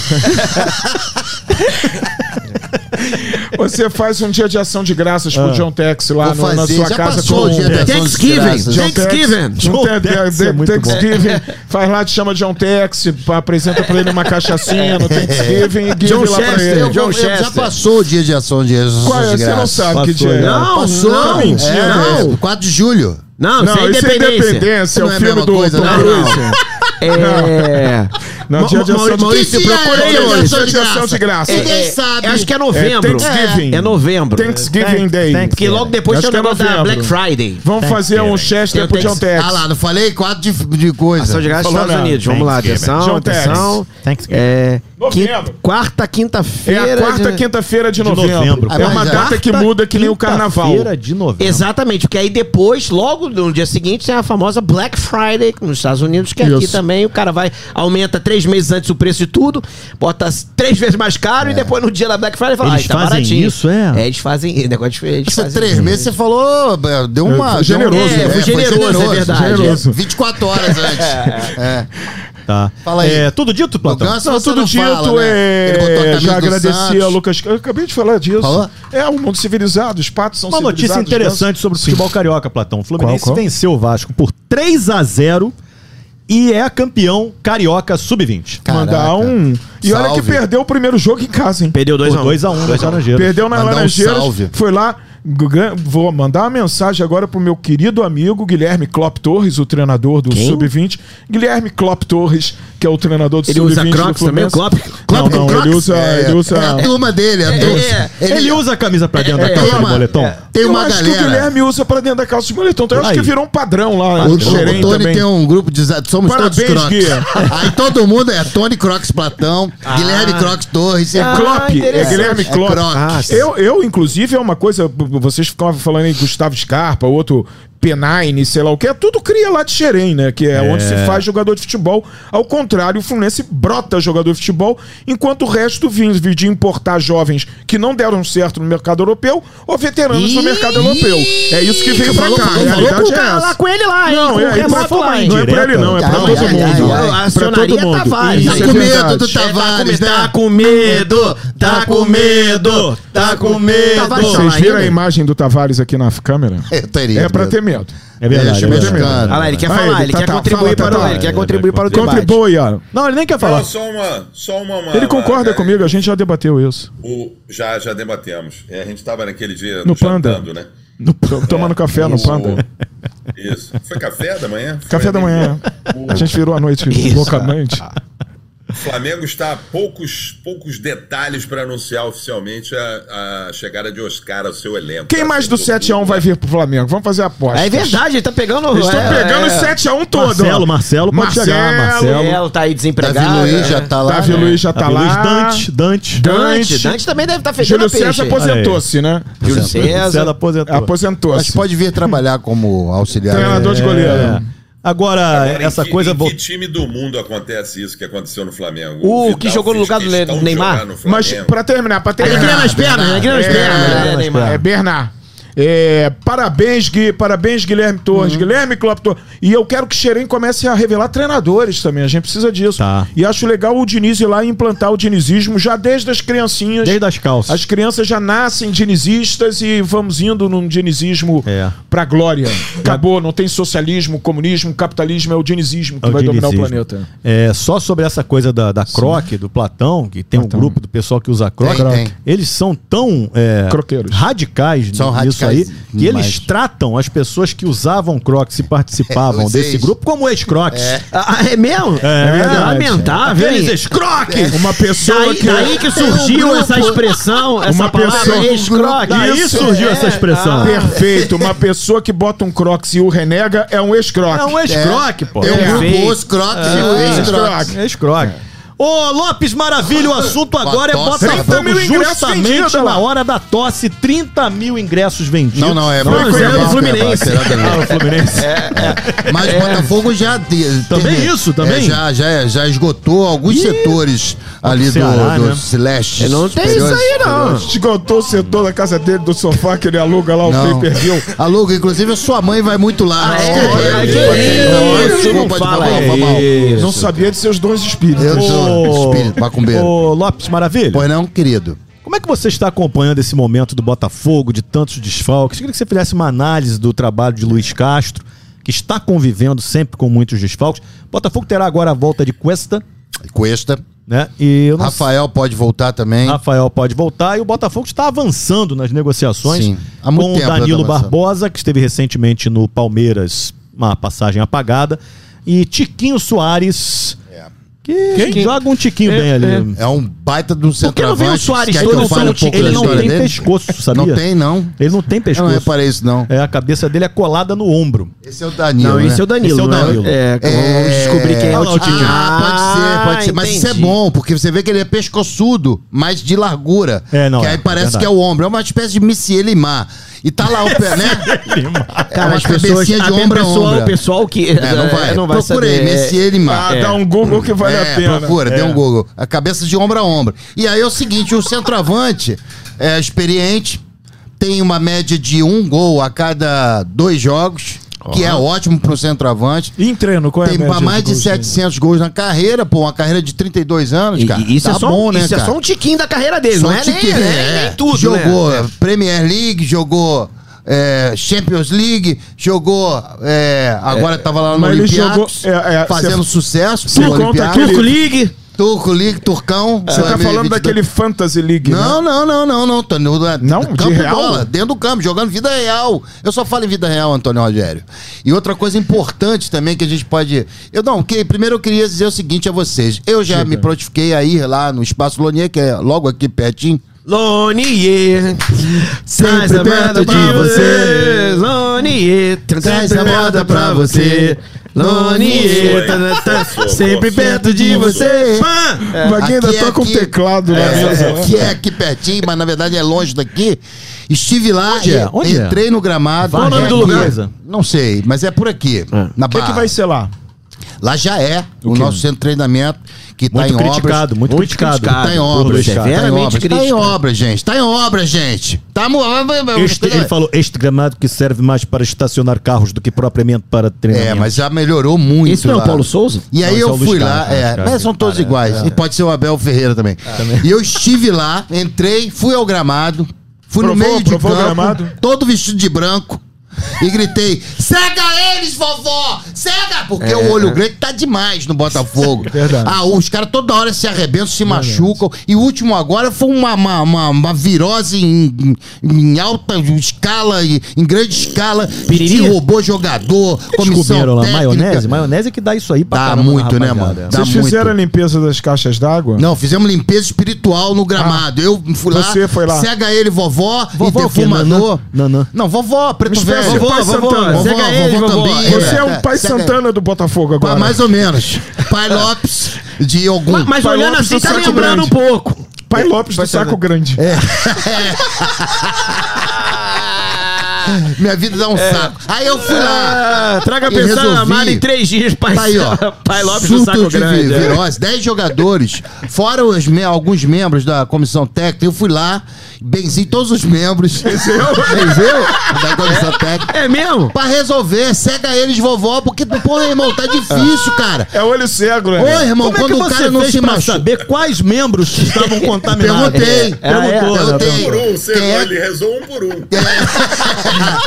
Speaker 6: Você faz um dia de ação de graças pro John Tex lá
Speaker 3: Ah. Vou
Speaker 6: no- na
Speaker 3: fazer.
Speaker 6: sua
Speaker 3: Já
Speaker 6: casa
Speaker 3: passou o dia de ação de graças.
Speaker 5: Thanksgiving.
Speaker 6: John
Speaker 5: Thanksgiving.
Speaker 6: Tex.
Speaker 2: John
Speaker 6: Um te-
Speaker 2: Tex é
Speaker 6: te-
Speaker 2: muito bom.
Speaker 6: Thanksgiving. Faz lá, te chama John Tex, pa- apresenta pra ele uma cachaçinha no Thanksgiving e give
Speaker 5: John
Speaker 6: lá pra
Speaker 5: Chester.
Speaker 6: ele.
Speaker 3: Eu vou-
Speaker 5: John
Speaker 3: eu- já
Speaker 5: Chester.
Speaker 3: passou o dia de ação de Jesus.
Speaker 6: Qual é? Você não sabe que
Speaker 2: Passou,
Speaker 6: dia é.
Speaker 2: já.
Speaker 5: Não,
Speaker 3: Passou,
Speaker 5: não.
Speaker 3: é,
Speaker 5: mentira, não.
Speaker 3: é, 4 de julho.
Speaker 5: Não, isso é
Speaker 6: isso é
Speaker 5: independência.
Speaker 6: Independência, é o
Speaker 3: Não é a
Speaker 6: filme
Speaker 3: mesma
Speaker 6: do
Speaker 3: coisa,
Speaker 6: Tom
Speaker 3: né?
Speaker 6: Cruise.
Speaker 5: É.
Speaker 6: Não, dia de
Speaker 5: Ma-
Speaker 6: ação de
Speaker 5: Maurício,
Speaker 3: Que dia
Speaker 5: procura
Speaker 3: é
Speaker 5: aí,
Speaker 3: dia
Speaker 5: Maurício.
Speaker 6: Dia de ação de graça.
Speaker 3: Ninguém
Speaker 5: É,
Speaker 3: sabe.
Speaker 5: Acho que é
Speaker 6: É
Speaker 5: novembro.
Speaker 6: Thanksgiving.
Speaker 5: É novembro.
Speaker 6: Thanksgiving Day.
Speaker 2: Thanks-
Speaker 5: Porque logo depois
Speaker 6: Acho
Speaker 5: tem o
Speaker 6: que é
Speaker 5: negócio da
Speaker 6: novembro.
Speaker 5: Black Friday.
Speaker 6: Vamos fazer um Chester
Speaker 5: Tem o
Speaker 6: pro John
Speaker 5: Thanks-
Speaker 6: Tex.
Speaker 3: Ah lá, não falei 4 de, de coisa.
Speaker 5: Ação de graça dos
Speaker 6: Falou
Speaker 5: tá Estados
Speaker 6: nada.
Speaker 5: Unidos. Vamos lá, atenção,
Speaker 6: John Tex.
Speaker 5: atenção.
Speaker 2: Thanksgiving.
Speaker 5: É,
Speaker 6: Novembro.
Speaker 5: quinta- quarta,
Speaker 6: É
Speaker 5: quinta-feira.
Speaker 6: a quarta
Speaker 5: de-
Speaker 6: quinta-feira de
Speaker 2: De
Speaker 6: novembro.
Speaker 2: novembro.
Speaker 6: É uma
Speaker 3: Ah, mas é.
Speaker 6: data que muda que nem o carnaval.
Speaker 2: Quinta-feira de novembro.
Speaker 5: Exatamente, porque aí depois, logo no dia seguinte, tem a famosa Black Friday nos Estados Unidos, que aqui
Speaker 3: Isso.
Speaker 5: também o cara vai, aumenta três meses antes o preço de tudo, bota as três vezes mais caro e depois no dia da Black Friday fala,
Speaker 2: Eles
Speaker 5: ah, tá
Speaker 2: fazem
Speaker 5: baratinho.
Speaker 2: isso, é?
Speaker 5: eles fazem, é negócio de, eles
Speaker 3: Essa
Speaker 5: fazem
Speaker 3: três meses você falou, é, deu uma. deu uma-
Speaker 6: Foi generoso, né?
Speaker 5: Foi generoso, é verdade.
Speaker 6: Generoso.
Speaker 3: 24 horas antes. é.
Speaker 2: Tá.
Speaker 3: Fala aí.
Speaker 2: É, tudo dito,
Speaker 3: O
Speaker 2: Platão?
Speaker 3: Ganso
Speaker 6: Não,
Speaker 3: você
Speaker 6: tudo
Speaker 3: não
Speaker 6: dito
Speaker 3: fala, né? Ele botou a
Speaker 6: é.
Speaker 3: camisa
Speaker 6: Já
Speaker 3: do
Speaker 6: agradeci
Speaker 3: Santos.
Speaker 6: a Lucas. Eu acabei de falar disso.
Speaker 3: Falou?
Speaker 6: É um mundo civilizado, os patos são
Speaker 2: Uma notícia
Speaker 6: civilizados. né?
Speaker 2: interessante sobre o
Speaker 6: Sim.
Speaker 2: futebol carioca, Platão. O Fluminense
Speaker 6: Qual, qual?
Speaker 2: venceu o Vasco por 3 a 0 e é campeão carioca sub-20.
Speaker 6: Mandar
Speaker 3: Caraca.
Speaker 6: um. E olha que
Speaker 3: Salve.
Speaker 6: perdeu o primeiro jogo em casa, hein?
Speaker 5: Perdeu
Speaker 2: Por
Speaker 5: 2 a 1
Speaker 2: 2 a 1 no Laranjeiras.
Speaker 6: Perdeu na
Speaker 3: Mandar um
Speaker 6: Laranjeiras,
Speaker 3: salve.
Speaker 6: foi lá. gra- Vou mandar uma mensagem agora pro meu querido amigo Guilherme Klopp Torres, o treinador do
Speaker 5: Quem?
Speaker 6: Sub-20. Guilherme Klopp Torres, que é o treinador do
Speaker 5: Ele
Speaker 6: Sub-20.
Speaker 5: usa
Speaker 6: do
Speaker 5: Crocs também,
Speaker 6: Fluminense.
Speaker 5: Klopp?
Speaker 6: Não,
Speaker 5: Klopp com
Speaker 6: não, ele
Speaker 5: Crocs?
Speaker 6: usa.
Speaker 3: É,
Speaker 6: Ele usa
Speaker 3: é a turma dele, a turma.
Speaker 5: é.
Speaker 3: Ele,
Speaker 2: Ele usa a camisa pra dentro da
Speaker 3: é,
Speaker 2: calça
Speaker 3: tem
Speaker 2: do
Speaker 3: uma-
Speaker 2: moletom?
Speaker 3: Tem
Speaker 6: tá eu
Speaker 3: uma
Speaker 6: acho que o
Speaker 3: galera.
Speaker 6: Guilherme usa pra dentro da calça de moletom. Então eu acho
Speaker 2: Aí.
Speaker 6: que virou um padrão lá.
Speaker 3: O,
Speaker 6: um
Speaker 3: o Tony
Speaker 6: gerente também.
Speaker 3: tem um grupo de. za- Somos
Speaker 6: Parabéns,
Speaker 3: todos Crocs.
Speaker 6: Guia.
Speaker 3: Aí todo mundo é Tony Crocs Platão,
Speaker 5: Ah.
Speaker 3: Guilherme Crocs Torres. É
Speaker 6: Klopp, é
Speaker 3: interessante.
Speaker 6: Guilherme
Speaker 3: É
Speaker 6: Klopp.
Speaker 3: Crocs. Ah, sim.
Speaker 6: eu, eu, inclusive, é uma coisa. b- b- Vocês ficavam falando aí Gustavo Scarpa, outro Penine, sei lá o que. É tudo cria lá de Xerém, né? Que é, onde se faz jogador de futebol. Ao contrário, o Fluminense brota jogador de futebol, enquanto o resto vive de importar jovens que não deram certo no mercado europeu ou veteranos no
Speaker 3: Ih!
Speaker 6: mercado europeu. É isso que veio pra
Speaker 3: Falou,
Speaker 6: cá.
Speaker 3: falou,
Speaker 6: A
Speaker 3: falou
Speaker 5: Falou pro
Speaker 6: realidade é
Speaker 5: cara lá
Speaker 6: essa.
Speaker 5: com ele lá,
Speaker 6: Não,
Speaker 5: hein?
Speaker 6: é,
Speaker 5: Com o remoto lá, hein?
Speaker 6: não é pra ele, não,
Speaker 2: Tá,
Speaker 6: é pra
Speaker 3: Ai,
Speaker 6: todo
Speaker 3: ai,
Speaker 6: mundo.
Speaker 3: ai, ai.
Speaker 5: A
Speaker 6: Pra todo
Speaker 5: acionaria
Speaker 6: mundo.
Speaker 5: Tavares.
Speaker 6: Isso
Speaker 3: Tá
Speaker 6: é
Speaker 3: com
Speaker 6: verdade.
Speaker 3: medo do Tavares, né?
Speaker 2: Tá
Speaker 5: com medo, tá com medo, tá com medo.
Speaker 3: Tavares
Speaker 6: Vocês viram a
Speaker 5: Olha
Speaker 6: imagem do Tavares aqui na câmera?
Speaker 3: Eu teria
Speaker 6: É pra
Speaker 3: medo.
Speaker 6: ter medo.
Speaker 2: É verdade.
Speaker 3: Deixa
Speaker 2: É
Speaker 3: eu
Speaker 2: verdade.
Speaker 3: mexer.
Speaker 5: lá, ele quer
Speaker 6: Ah,
Speaker 5: falar,
Speaker 6: ele
Speaker 5: ele
Speaker 6: tá-
Speaker 5: quer
Speaker 6: tá,
Speaker 5: contribuir
Speaker 6: fala, tá,
Speaker 5: para o-
Speaker 6: tá.
Speaker 5: ele quer
Speaker 2: É,
Speaker 5: contribuir para o debate.
Speaker 6: Contribui, Yara.
Speaker 2: Não, ele nem quer falar.
Speaker 4: Não, só uma, só uma, uma-
Speaker 6: Ele concorda
Speaker 5: é.
Speaker 4: uma-
Speaker 6: comigo, a gente já debateu isso.
Speaker 4: O, já, já debatemos. É, a gente estava naquele dia
Speaker 6: No Panda.
Speaker 4: jantando, né?
Speaker 6: No-
Speaker 2: É.
Speaker 6: tomando café no
Speaker 4: Isso.
Speaker 6: Panda.
Speaker 4: Isso. Foi café da manhã? Foi
Speaker 6: Café da
Speaker 4: ali.
Speaker 6: manhã. A gente virou a noite
Speaker 5: Isso.
Speaker 6: loucamente.
Speaker 4: O Flamengo está a poucos, poucos detalhes para anunciar oficialmente a, a chegada de Oscar ao seu elenco. tá?
Speaker 6: Quem mais do 7x1 vai vir pro Flamengo? Vamos fazer a aposta.
Speaker 5: É verdade, ele tá pegando.
Speaker 6: Eles estão
Speaker 5: é,
Speaker 6: pegando
Speaker 5: é,
Speaker 6: os 7x1 todo.
Speaker 2: Marcelo,
Speaker 6: ó.
Speaker 2: Marcelo pode chegar, Marcelo.
Speaker 5: Marcelo tá aí desempregado.
Speaker 3: Davi Luiz
Speaker 5: né?
Speaker 3: já tá lá.
Speaker 6: é. Davi
Speaker 3: né?
Speaker 6: Luiz já tá
Speaker 2: Davi Luiz,
Speaker 6: lá.
Speaker 2: Dante, Dante.
Speaker 5: Dante,
Speaker 6: Dante.
Speaker 5: Dante também deve estar tá fechando
Speaker 6: Júlio
Speaker 5: a
Speaker 6: César
Speaker 5: peixe.
Speaker 6: aposentou-se, né?
Speaker 5: Júlio
Speaker 2: Marcelo
Speaker 5: César.
Speaker 2: aposentou.
Speaker 3: Mas
Speaker 6: Aposentou-se.
Speaker 3: pode vir trabalhar como auxiliar.
Speaker 6: Treinador de
Speaker 2: É.
Speaker 6: goleiro.
Speaker 2: Agora,
Speaker 4: Agora, em
Speaker 2: essa
Speaker 4: que-
Speaker 2: coisa...
Speaker 4: Em
Speaker 2: vo-
Speaker 4: que time do mundo acontece isso que aconteceu no Flamengo?
Speaker 5: O
Speaker 4: Vidal
Speaker 5: que jogou no
Speaker 4: fez
Speaker 5: lugar do
Speaker 4: questão
Speaker 5: Le-
Speaker 4: de
Speaker 5: Neymar?
Speaker 4: jogar no
Speaker 6: Mas
Speaker 5: É.
Speaker 4: Flamengo.
Speaker 5: Ah,
Speaker 6: pra terminar, pra
Speaker 5: Alegria
Speaker 6: terminar.
Speaker 5: nas pernas, alegria nas
Speaker 6: É,
Speaker 5: pernas. né, Neymar?
Speaker 6: É Bernard. É, parabéns, Gui. Parabéns, Guilherme
Speaker 2: Uhum.
Speaker 6: Torres. Guilherme Clopton. E eu quero que Xerém comece a revelar treinadores também. A gente precisa disso.
Speaker 2: Tá.
Speaker 6: E acho legal o Diniz ir lá e implantar o dinizismo já desde as criancinhas.
Speaker 2: Desde as calças.
Speaker 6: As crianças já nascem dinizistas e vamos indo num dinizismo
Speaker 2: É.
Speaker 6: pra glória. Acabou, não tem socialismo, comunismo, capitalismo, é o dinizismo que
Speaker 2: É o
Speaker 6: vai dominar o
Speaker 2: dinizismo.
Speaker 6: planeta.
Speaker 2: É, só sobre essa coisa da, da croque, do Platão, que tem um grupo do pessoal que usa croque,
Speaker 3: Tem, tem.
Speaker 2: eles são tão é,
Speaker 6: Croqueiros.
Speaker 2: radicais
Speaker 3: São
Speaker 2: nisso
Speaker 3: radicais
Speaker 2: aí, que
Speaker 3: demais.
Speaker 2: eles tratam as pessoas que usavam croque e participavam
Speaker 3: É, os
Speaker 2: desse
Speaker 3: ex.
Speaker 2: grupo como ex-croques.
Speaker 5: Ah, é mesmo?
Speaker 2: É verdade.
Speaker 5: lamentável,
Speaker 2: Aqueles
Speaker 5: hein?
Speaker 2: escroques!
Speaker 6: Uma pessoa
Speaker 5: Daí,
Speaker 6: que.
Speaker 5: daí que surgiu essa expressão, essa
Speaker 6: Uma
Speaker 5: palavra
Speaker 6: pessoa-
Speaker 5: escroque.
Speaker 2: Daí
Speaker 6: Isso,
Speaker 2: surgiu essa expressão.
Speaker 6: Perfeito, uma pessoa que bota um crocs e o renega é um ex-croque.
Speaker 2: É um ex-croque, pô.
Speaker 3: Tem um
Speaker 5: Perfeito.
Speaker 3: grupo, os
Speaker 5: Ah.
Speaker 3: croques e
Speaker 6: é.
Speaker 3: o ex-croques.
Speaker 6: Croque.
Speaker 2: É escroque. Ô, Lopes Maravilha, o assunto agora é
Speaker 3: tosse,
Speaker 2: Botafogo
Speaker 6: 30 mil ingressos vendidos,
Speaker 2: justamente
Speaker 6: olha lá.
Speaker 2: na hora da tosse, 30 mil ingressos vendidos.
Speaker 3: Não, não, é
Speaker 2: Não,
Speaker 3: Brasil,
Speaker 2: é do
Speaker 3: não,
Speaker 2: Fluminense.
Speaker 3: é Brasil.
Speaker 2: Ah, o Fluminense.
Speaker 3: Mas
Speaker 6: É.
Speaker 3: o Botafogo já. de-
Speaker 2: Também
Speaker 3: teve-
Speaker 2: isso, também?
Speaker 3: é, já, já, já esgotou alguns setores ali do,
Speaker 2: Ceará,
Speaker 3: do
Speaker 2: né?
Speaker 3: Celeste.
Speaker 5: Não tem isso aí, não.
Speaker 6: Esgotou o setor da casa dele, do sofá que ele aluga lá, o um.
Speaker 3: Não.
Speaker 6: pay-per-view.
Speaker 3: Aluga, inclusive a sua mãe vai muito lá.
Speaker 5: Ah, é?
Speaker 3: Desculpa,
Speaker 5: Ah, que
Speaker 3: desculpa,
Speaker 5: isso?
Speaker 3: desculpa,
Speaker 5: Não fala
Speaker 3: desculpa, foi mal.
Speaker 6: Não sabia de seus dons espíritos.
Speaker 3: Eu
Speaker 2: Ô,
Speaker 3: sou espírito, macumbeiro.
Speaker 2: Ô, Lopes Maravilha,
Speaker 3: Pois não, querido.
Speaker 2: como é que você está acompanhando esse momento do Botafogo, de tantos desfalques? Eu queria que você fizesse uma análise do trabalho de Luiz Castro, que está convivendo sempre com muitos desfalques. Botafogo terá agora a volta de Cuesta,
Speaker 3: Cuesta.
Speaker 2: né? E eu não
Speaker 3: Rafael pode voltar também.
Speaker 2: Rafael pode voltar e o Botafogo está avançando nas negociações
Speaker 3: Sim, há muito
Speaker 2: com o
Speaker 3: tempo
Speaker 2: Danilo
Speaker 3: ele tá avançando.
Speaker 2: Barbosa, que esteve recentemente no Palmeiras, uma passagem apagada, e Tiquinho Soares, que joga um tiquinho bem ali.
Speaker 3: É um baita do
Speaker 2: Por que não
Speaker 3: centroavante.
Speaker 2: vem o Soares
Speaker 3: Quer que
Speaker 2: todo?
Speaker 3: eu fale um pouco
Speaker 2: ele
Speaker 3: da
Speaker 2: não tem
Speaker 3: história dele?
Speaker 2: pescoço, sabia?
Speaker 3: Não tem, não.
Speaker 2: Ele não tem
Speaker 3: Eu não é
Speaker 2: pescoço.
Speaker 3: reparei isso, não.
Speaker 2: É, a cabeça dele é colada no ombro.
Speaker 3: Esse é o Danilo,
Speaker 5: Não,
Speaker 3: né?
Speaker 5: esse é o Danilo.
Speaker 2: Esse é o
Speaker 5: né?
Speaker 2: Danilo.
Speaker 5: É, que vamos descobrir quem é o Tiquinho.
Speaker 3: Ah, pode ser, pode ser. Mas isso é
Speaker 5: entendi.
Speaker 3: bom, porque você vê que ele é pescoçudo, mas de largura.
Speaker 2: É, não,
Speaker 3: que
Speaker 2: é,
Speaker 3: aí parece
Speaker 2: verdade.
Speaker 3: que é o ombro. É uma espécie de Messier Limar. E tá lá o pé, né?
Speaker 5: Cara,
Speaker 3: É
Speaker 5: as
Speaker 3: uma
Speaker 5: pessoas,
Speaker 3: cabecinha de
Speaker 5: a
Speaker 3: ombro a
Speaker 5: pessoal,
Speaker 3: ombro.
Speaker 5: o pessoal que
Speaker 3: É, não vai.
Speaker 5: não vai
Speaker 3: Procura aí,
Speaker 5: saber. É,
Speaker 3: Messier Limar.
Speaker 6: Ah, dá um Google que vale
Speaker 3: é,
Speaker 6: a pena.
Speaker 3: procura, dê um Google. A cabeça de ombro a ombro. E aí é o seguinte, o centroavante é experiente, tem uma média de um gol a cada dois jogos, que é ótimo pro centroavante.
Speaker 6: E em treino, qual é a
Speaker 3: Tem
Speaker 6: média
Speaker 3: mais de
Speaker 6: gols dele?
Speaker 3: 700 gols na carreira, pô, uma carreira de 32 anos,
Speaker 5: E-
Speaker 3: cara.
Speaker 5: e isso
Speaker 3: tá
Speaker 5: é só,
Speaker 3: bom, né,
Speaker 5: isso
Speaker 3: cara?
Speaker 5: é só um tiquinho da carreira dele,
Speaker 3: Só
Speaker 5: não é
Speaker 3: te
Speaker 5: nem,
Speaker 3: que-
Speaker 5: nem-
Speaker 3: é.
Speaker 5: nem tudo,
Speaker 3: Jogou
Speaker 5: né?
Speaker 3: Premier League, jogou é, Champions League, jogou. é, agora estava lá no
Speaker 6: mas ele
Speaker 3: Olympiacos,
Speaker 6: jogou- é, é,
Speaker 3: fazendo
Speaker 6: cê-
Speaker 3: sucesso.
Speaker 6: cê
Speaker 3: pelo
Speaker 6: conta
Speaker 3: Olympiacos.
Speaker 6: aquele-
Speaker 5: Turco League.
Speaker 3: Turco League, Turcão.
Speaker 6: Você tá
Speaker 3: Sabe,
Speaker 6: falando
Speaker 3: 22.
Speaker 6: daquele Fantasy League, né?
Speaker 3: Não, não, não, não, não, Antônio.
Speaker 6: Não? De real?
Speaker 3: bola, dentro do campo, jogando vida real. Eu só falo em vida real, Antônio Rogério. E outra coisa importante também que a gente pode. Eu não, que, primeiro eu queria dizer o seguinte a vocês. Eu já me prontifiquei a ir lá no Espaço Lonier, que é logo aqui pertinho.
Speaker 5: Lonier, traz
Speaker 3: Sempre
Speaker 5: a
Speaker 3: perto
Speaker 5: moda de
Speaker 3: pra você.
Speaker 5: você. Lonier, traz a moda pra você. Lonier, tá, tá, tá, sempre perto de você. Pã!
Speaker 6: O Vaguinho ainda
Speaker 3: Aqui é
Speaker 6: toca um
Speaker 3: aqui.
Speaker 6: teclado na mesa. né?
Speaker 3: É, que é aqui pertinho, mas na verdade é longe daqui. Estive lá,
Speaker 2: Onde é? Onde é?
Speaker 3: entrei no gramado.
Speaker 2: Qual o nome
Speaker 3: É
Speaker 2: do
Speaker 3: aqui.
Speaker 2: lugar?
Speaker 3: Não sei, mas é por aqui. Na
Speaker 6: O que,
Speaker 3: Barra.
Speaker 6: que vai ser lá?
Speaker 3: Lá já é o, nosso centro de treinamento, que está
Speaker 2: Muito
Speaker 3: em
Speaker 2: criticado,
Speaker 3: obras.
Speaker 2: muito criticado.
Speaker 3: Tá em
Speaker 2: por
Speaker 3: obras,
Speaker 2: Luiz
Speaker 3: tá
Speaker 2: Castro.
Speaker 5: Severo.
Speaker 3: em
Speaker 5: Severamente
Speaker 3: obras, tá em
Speaker 2: né?
Speaker 5: criticado.
Speaker 3: obras, gente. Tá em obras, gente. Tá mo- É,
Speaker 2: Este- ele falou, este gramado que serve mais para estacionar carros do que propriamente para
Speaker 3: É,
Speaker 2: treinamento.
Speaker 3: mas já melhorou muito.
Speaker 5: Esse não é o
Speaker 3: lá.
Speaker 5: Paulo Souza?
Speaker 3: E aí
Speaker 2: Não, esse é o
Speaker 3: eu
Speaker 2: Luiz
Speaker 3: fui
Speaker 2: Carlos,
Speaker 3: lá,
Speaker 2: Luiz
Speaker 3: é,
Speaker 2: Carlos.
Speaker 3: mas são todos iguais. E pode ser o Abel Ferreira também.
Speaker 2: É,
Speaker 3: E eu estive lá, entrei, fui ao gramado, fui no
Speaker 6: Provou-
Speaker 3: meio de
Speaker 6: provou o
Speaker 3: campo,
Speaker 6: gramado?
Speaker 3: todo vestido de branco. E gritei, cega eles, vovó! Cega! Porque
Speaker 2: É,
Speaker 3: o olho grande tá demais no Botafogo.
Speaker 6: Verdade.
Speaker 3: Ah, os caras toda hora se arrebentam, se
Speaker 2: é
Speaker 3: machucam. E o último agora foi uma, uma, uma- uma virose em, em alta escala, em em grande escala.
Speaker 5: Piriri?
Speaker 3: De robô jogador,
Speaker 2: Descobriram
Speaker 3: comissão
Speaker 2: lá,
Speaker 3: técnica.
Speaker 2: maionese? Maionese é que dá isso aí pra
Speaker 3: Dá
Speaker 2: caramba na
Speaker 3: muito, né,
Speaker 2: rapaziada.
Speaker 3: mano?
Speaker 2: É.
Speaker 3: Dá
Speaker 6: Vocês
Speaker 3: muito.
Speaker 6: fizeram a limpeza das caixas d'água?
Speaker 3: Não, fizemos limpeza espiritual no gramado. eu fui lá.
Speaker 6: você foi lá.
Speaker 3: Cega ele, vovó,
Speaker 2: Vovó o
Speaker 3: e
Speaker 2: quê?
Speaker 3: defumador.
Speaker 2: Nanã? Nanã.
Speaker 3: Não, vovó, preto
Speaker 6: espécie
Speaker 3: velho.
Speaker 6: de pai Santana.
Speaker 3: vovó,
Speaker 5: Cega ele,
Speaker 3: vovó
Speaker 5: vovó.
Speaker 3: Tobias.
Speaker 6: Você é o pai
Speaker 3: Cega-
Speaker 6: Santana do Botafogo
Speaker 3: Pá,
Speaker 6: agora.
Speaker 3: mais ou menos. Pai Lopes de algum.
Speaker 5: Mas, mas
Speaker 6: Pai
Speaker 5: olhando
Speaker 6: Lopes
Speaker 5: assim,
Speaker 6: do
Speaker 5: tá
Speaker 6: Saco
Speaker 5: lembrando
Speaker 6: Grande.
Speaker 5: um pouco.
Speaker 6: É, Pai Lopes do Saco Grande.
Speaker 3: Minha vida dá um saco. Aí eu fui lá.
Speaker 5: Ah, traga a
Speaker 3: E
Speaker 5: pensão
Speaker 3: resolvi.
Speaker 5: na mala em três dias, pai,
Speaker 3: Tá aí, ó.
Speaker 5: pai Lopes do
Speaker 3: Surto
Speaker 5: Saco
Speaker 3: de
Speaker 5: Grande.
Speaker 3: vi-
Speaker 5: é.
Speaker 3: virose. Dez jogadores, fora os me- alguns membros da comissão técnica. Eu fui lá, benzi todos os membros. Benzeu? Da comissão técnica.
Speaker 5: É mesmo?
Speaker 3: Pra resolver, cega eles, vovó, porque, porra, irmão, tá difícil, cara.
Speaker 6: É olho cego, né?
Speaker 3: Ô, irmão,
Speaker 2: Como é que
Speaker 3: quando o
Speaker 2: você
Speaker 3: cara não
Speaker 2: fez
Speaker 3: se
Speaker 2: pra
Speaker 3: machuca.
Speaker 2: saber quais membros que estavam contaminados?
Speaker 3: Perguntei.
Speaker 2: Perguntou, né?
Speaker 3: Perguntei.
Speaker 4: Por um, você
Speaker 3: Quem é-
Speaker 4: ele rezou um por um.
Speaker 2: é?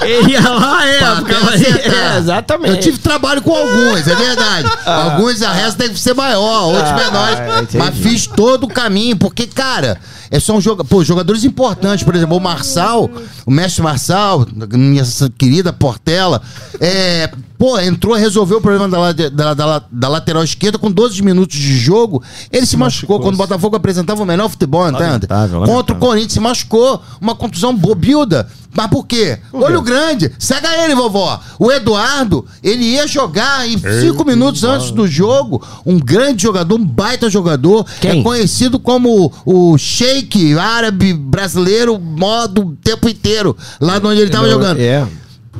Speaker 5: Ele ia lá, é,
Speaker 3: Pra
Speaker 5: ficava
Speaker 3: até
Speaker 5: ali.
Speaker 3: acertar.
Speaker 5: É, exatamente.
Speaker 3: Eu tive trabalho com alguns, é verdade. Alguns a reza deve ser maior, outros menores.
Speaker 5: entendi.
Speaker 3: mas fiz todo o caminho, porque, cara, é, são joga pô, jogadores importantes. Por exemplo, o Marçal, o mestre Marçal, minha querida Portela, é, pô, entrou, resolveu o problema da, late- da- da- da lateral esquerda com 12 minutos de jogo. Ele se machucou, quando o Botafogo apresentava o melhor futebol, entende?
Speaker 2: Lamentável, lamentável.
Speaker 3: Contra o Corinthians, se machucou. Uma contusão bobilda. Mas por quê? Olho grande. Cega ele, vovó. O Eduardo, ele ia jogar e cinco minutos antes do jogo. Um grande jogador, um baita jogador.
Speaker 5: Quem?
Speaker 3: É conhecido como o shake árabe brasileiro, modo o tempo inteiro. Lá de onde ele tava jogando.
Speaker 5: É.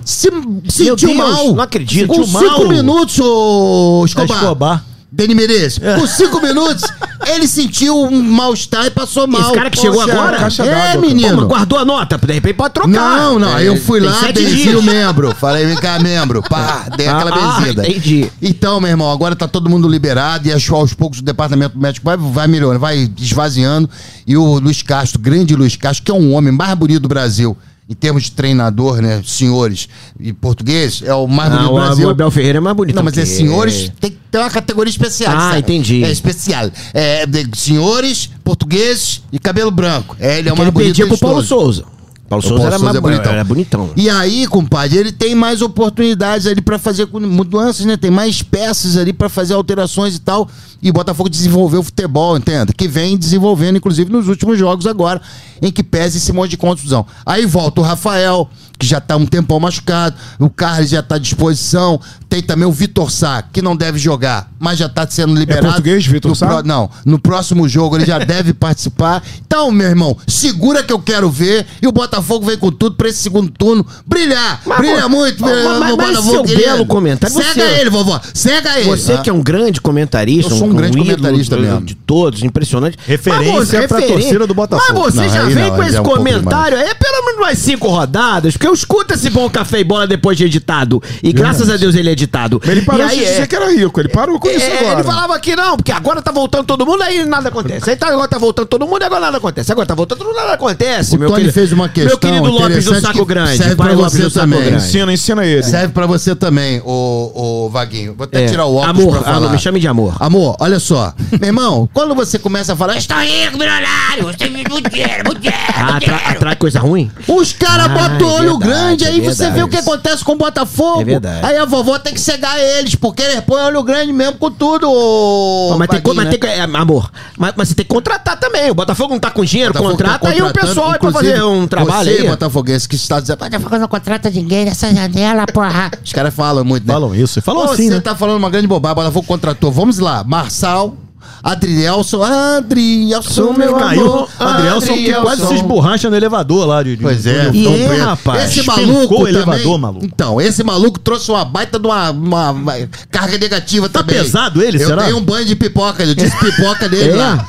Speaker 3: Se, sentiu
Speaker 5: Deus,
Speaker 3: mal.
Speaker 5: não acredito.
Speaker 3: Com
Speaker 5: Sentiu
Speaker 3: cinco
Speaker 5: mal.
Speaker 3: minutos, ô Escobar.
Speaker 2: Escobar.
Speaker 3: Deni Menezes. Com cinco minutos, ele sentiu um mal-estar e passou mal.
Speaker 5: cara que chegou
Speaker 3: Poxa,
Speaker 5: agora?
Speaker 6: Caixa d'água,
Speaker 3: É,
Speaker 6: cara.
Speaker 5: Pô, mas
Speaker 3: menino.
Speaker 5: guardou a nota, de repente pode trocar. É,
Speaker 3: Não, não, eu fui
Speaker 5: tem
Speaker 3: lá,
Speaker 5: sete
Speaker 3: benzi
Speaker 5: dias.
Speaker 3: o membro. Falei, vem cá, membro. Pá, dei aquela
Speaker 5: Ah,
Speaker 3: benzida.
Speaker 5: entendi.
Speaker 3: Então, meu irmão, agora tá todo mundo liberado e acho que aos poucos o departamento médico vai, vai melhorando, vai esvaziando. E o Luiz Castro, grande Luiz Castro, que é um homem mais bonito do Brasil. Em termos de treinador, né, senhores e português, é o mais bonito
Speaker 5: Não,
Speaker 3: do Brasil.
Speaker 5: o Abel Ferreira é mais bonito.
Speaker 3: Não, mas é
Speaker 5: que-
Speaker 3: senhores, tem que ter uma categoria especial.
Speaker 5: Ah, entendi.
Speaker 3: É especial. É, de- senhores, portugueses e cabelo branco. É, ele é o
Speaker 5: Porque
Speaker 3: mais
Speaker 5: ele
Speaker 3: bonito
Speaker 5: perdia pro
Speaker 3: deles
Speaker 5: Paulo
Speaker 3: todos.
Speaker 5: Souza. Paulo Souza
Speaker 3: Paulo
Speaker 5: era
Speaker 3: Souza
Speaker 5: mais
Speaker 3: é bonitão.
Speaker 5: bonitão. Era bonitão.
Speaker 3: E aí, compadre, ele tem mais oportunidades ali pra fazer com- mudanças, né? Tem mais peças ali pra fazer alterações e tal. E o Botafogo desenvolveu o futebol, entende? Que vem desenvolvendo, inclusive, nos últimos jogos agora, em que pese esse monte de contusão. Aí volta o Rafael, que já tá um tempão machucado, o Carlos já tá à disposição. Tem também o Vitor Sá, que não deve jogar, mas já tá sendo liberado.
Speaker 6: É português, Vitor
Speaker 3: No
Speaker 6: Sá?
Speaker 3: pro- Não, no próximo jogo ele já deve participar. Então, meu irmão, segura que eu quero ver. E o Botafogo vem com tudo pra esse segundo turno brilhar.
Speaker 5: Mas,
Speaker 3: brilha
Speaker 5: pô,
Speaker 3: muito,
Speaker 5: mas-
Speaker 3: brilha
Speaker 5: mas-
Speaker 3: no
Speaker 5: mas
Speaker 3: Botafogo.
Speaker 5: seu
Speaker 3: querido.
Speaker 5: belo comentário,
Speaker 3: Cega
Speaker 5: você-
Speaker 3: ele, vovó. Cega ele.
Speaker 5: Você que é um grande comentarista,
Speaker 3: Eu sou um grande
Speaker 5: ídolo
Speaker 3: comentarista
Speaker 5: de-
Speaker 3: mesmo.
Speaker 5: de todos, impressionante.
Speaker 2: Referência
Speaker 5: Mas você- é
Speaker 2: pra torcida do Botafogo.
Speaker 5: Mas você
Speaker 3: Não,
Speaker 5: já
Speaker 3: aí
Speaker 5: vem
Speaker 3: não,
Speaker 5: com
Speaker 3: aí
Speaker 5: esse
Speaker 3: é um pouco
Speaker 5: comentário, é pelo menos mais cinco rodadas, porque eu escuto esse bom café e bola depois de editado. E graças a Deus ele é editado.
Speaker 6: Ele parou
Speaker 5: e aí
Speaker 6: de dizer
Speaker 5: é-
Speaker 6: que era rico, ele parou com isso
Speaker 5: é,
Speaker 6: agora.
Speaker 5: Ele falava que não, porque agora tá voltando todo mundo, aí nada acontece. Aí tá, agora tá voltando todo mundo, agora nada acontece. Agora tá voltando todo mundo, nada acontece.
Speaker 3: O Tony fez uma
Speaker 5: Meu
Speaker 3: questão
Speaker 5: querido Lopes do
Speaker 3: interessante
Speaker 5: Saco
Speaker 3: que
Speaker 5: Grande.
Speaker 3: serve pra você também.
Speaker 6: Ensina, ensina ele.
Speaker 3: Serve pra você também, ô, ô Vaguinho. Vou até
Speaker 5: É.
Speaker 3: tirar o óculos
Speaker 5: Amor,
Speaker 3: pra falar.
Speaker 5: amor, me chame de amor.
Speaker 3: Amor, olha só. Meu irmão, quando você começa a falar... "Está rico,
Speaker 7: milionário, você me muito dinheiro, muito dinheiro.
Speaker 5: Ah, atra- atrai coisa ruim?
Speaker 3: Os caras
Speaker 5: Ah,
Speaker 3: botam
Speaker 5: é
Speaker 3: olho
Speaker 5: verdade,
Speaker 3: grande,
Speaker 5: é
Speaker 3: aí você
Speaker 5: verdade.
Speaker 3: vê o que acontece com o Botafogo.
Speaker 5: É verdade.
Speaker 3: Aí a vovó tem que cegar eles, porque eles põem olho grande mesmo com tudo.
Speaker 5: Pô,
Speaker 3: ô
Speaker 5: mas, tem, co-
Speaker 3: Vaguinho,
Speaker 5: mas
Speaker 3: né?
Speaker 5: tem que- é, amor, mas, mas você tem que contratar também. O Botafogo não tá com dinheiro,
Speaker 3: Botafogo tá
Speaker 5: contrata aí o
Speaker 3: contratando,
Speaker 5: pessoal aí pra
Speaker 3: inclusive,
Speaker 5: fazer um trabalho
Speaker 3: você,
Speaker 5: aí.
Speaker 3: botafoguense que está dizendo.
Speaker 7: Botafogo não contrata ninguém nessa janela, porra.
Speaker 3: Os caras falam muito, né?
Speaker 2: Falam isso. e Falam
Speaker 3: Pô,
Speaker 2: assim,
Speaker 3: você
Speaker 2: né?
Speaker 3: tá falando uma grande bobagem, Botafogo contratou. Vamos lá, Marçal, Adrielson, Adrielson, meu
Speaker 2: Caiu.
Speaker 3: amor.
Speaker 2: Adrielson que quase se esborracha no elevador lá. De, de-
Speaker 3: Pois é,
Speaker 2: de-
Speaker 5: E
Speaker 3: Dom
Speaker 5: é,
Speaker 3: Pedro.
Speaker 5: rapaz,
Speaker 3: Esse
Speaker 2: espancou
Speaker 3: maluco.
Speaker 2: o elevador,
Speaker 3: também-
Speaker 2: maluco.
Speaker 3: Então, esse maluco trouxe uma baita de uma, uma- uma carga negativa
Speaker 2: Tá
Speaker 3: também.
Speaker 2: pesado ele,
Speaker 3: Eu
Speaker 2: será?
Speaker 3: dei um banho de pipoca, eu disse pipoca dele
Speaker 5: É?
Speaker 3: lá.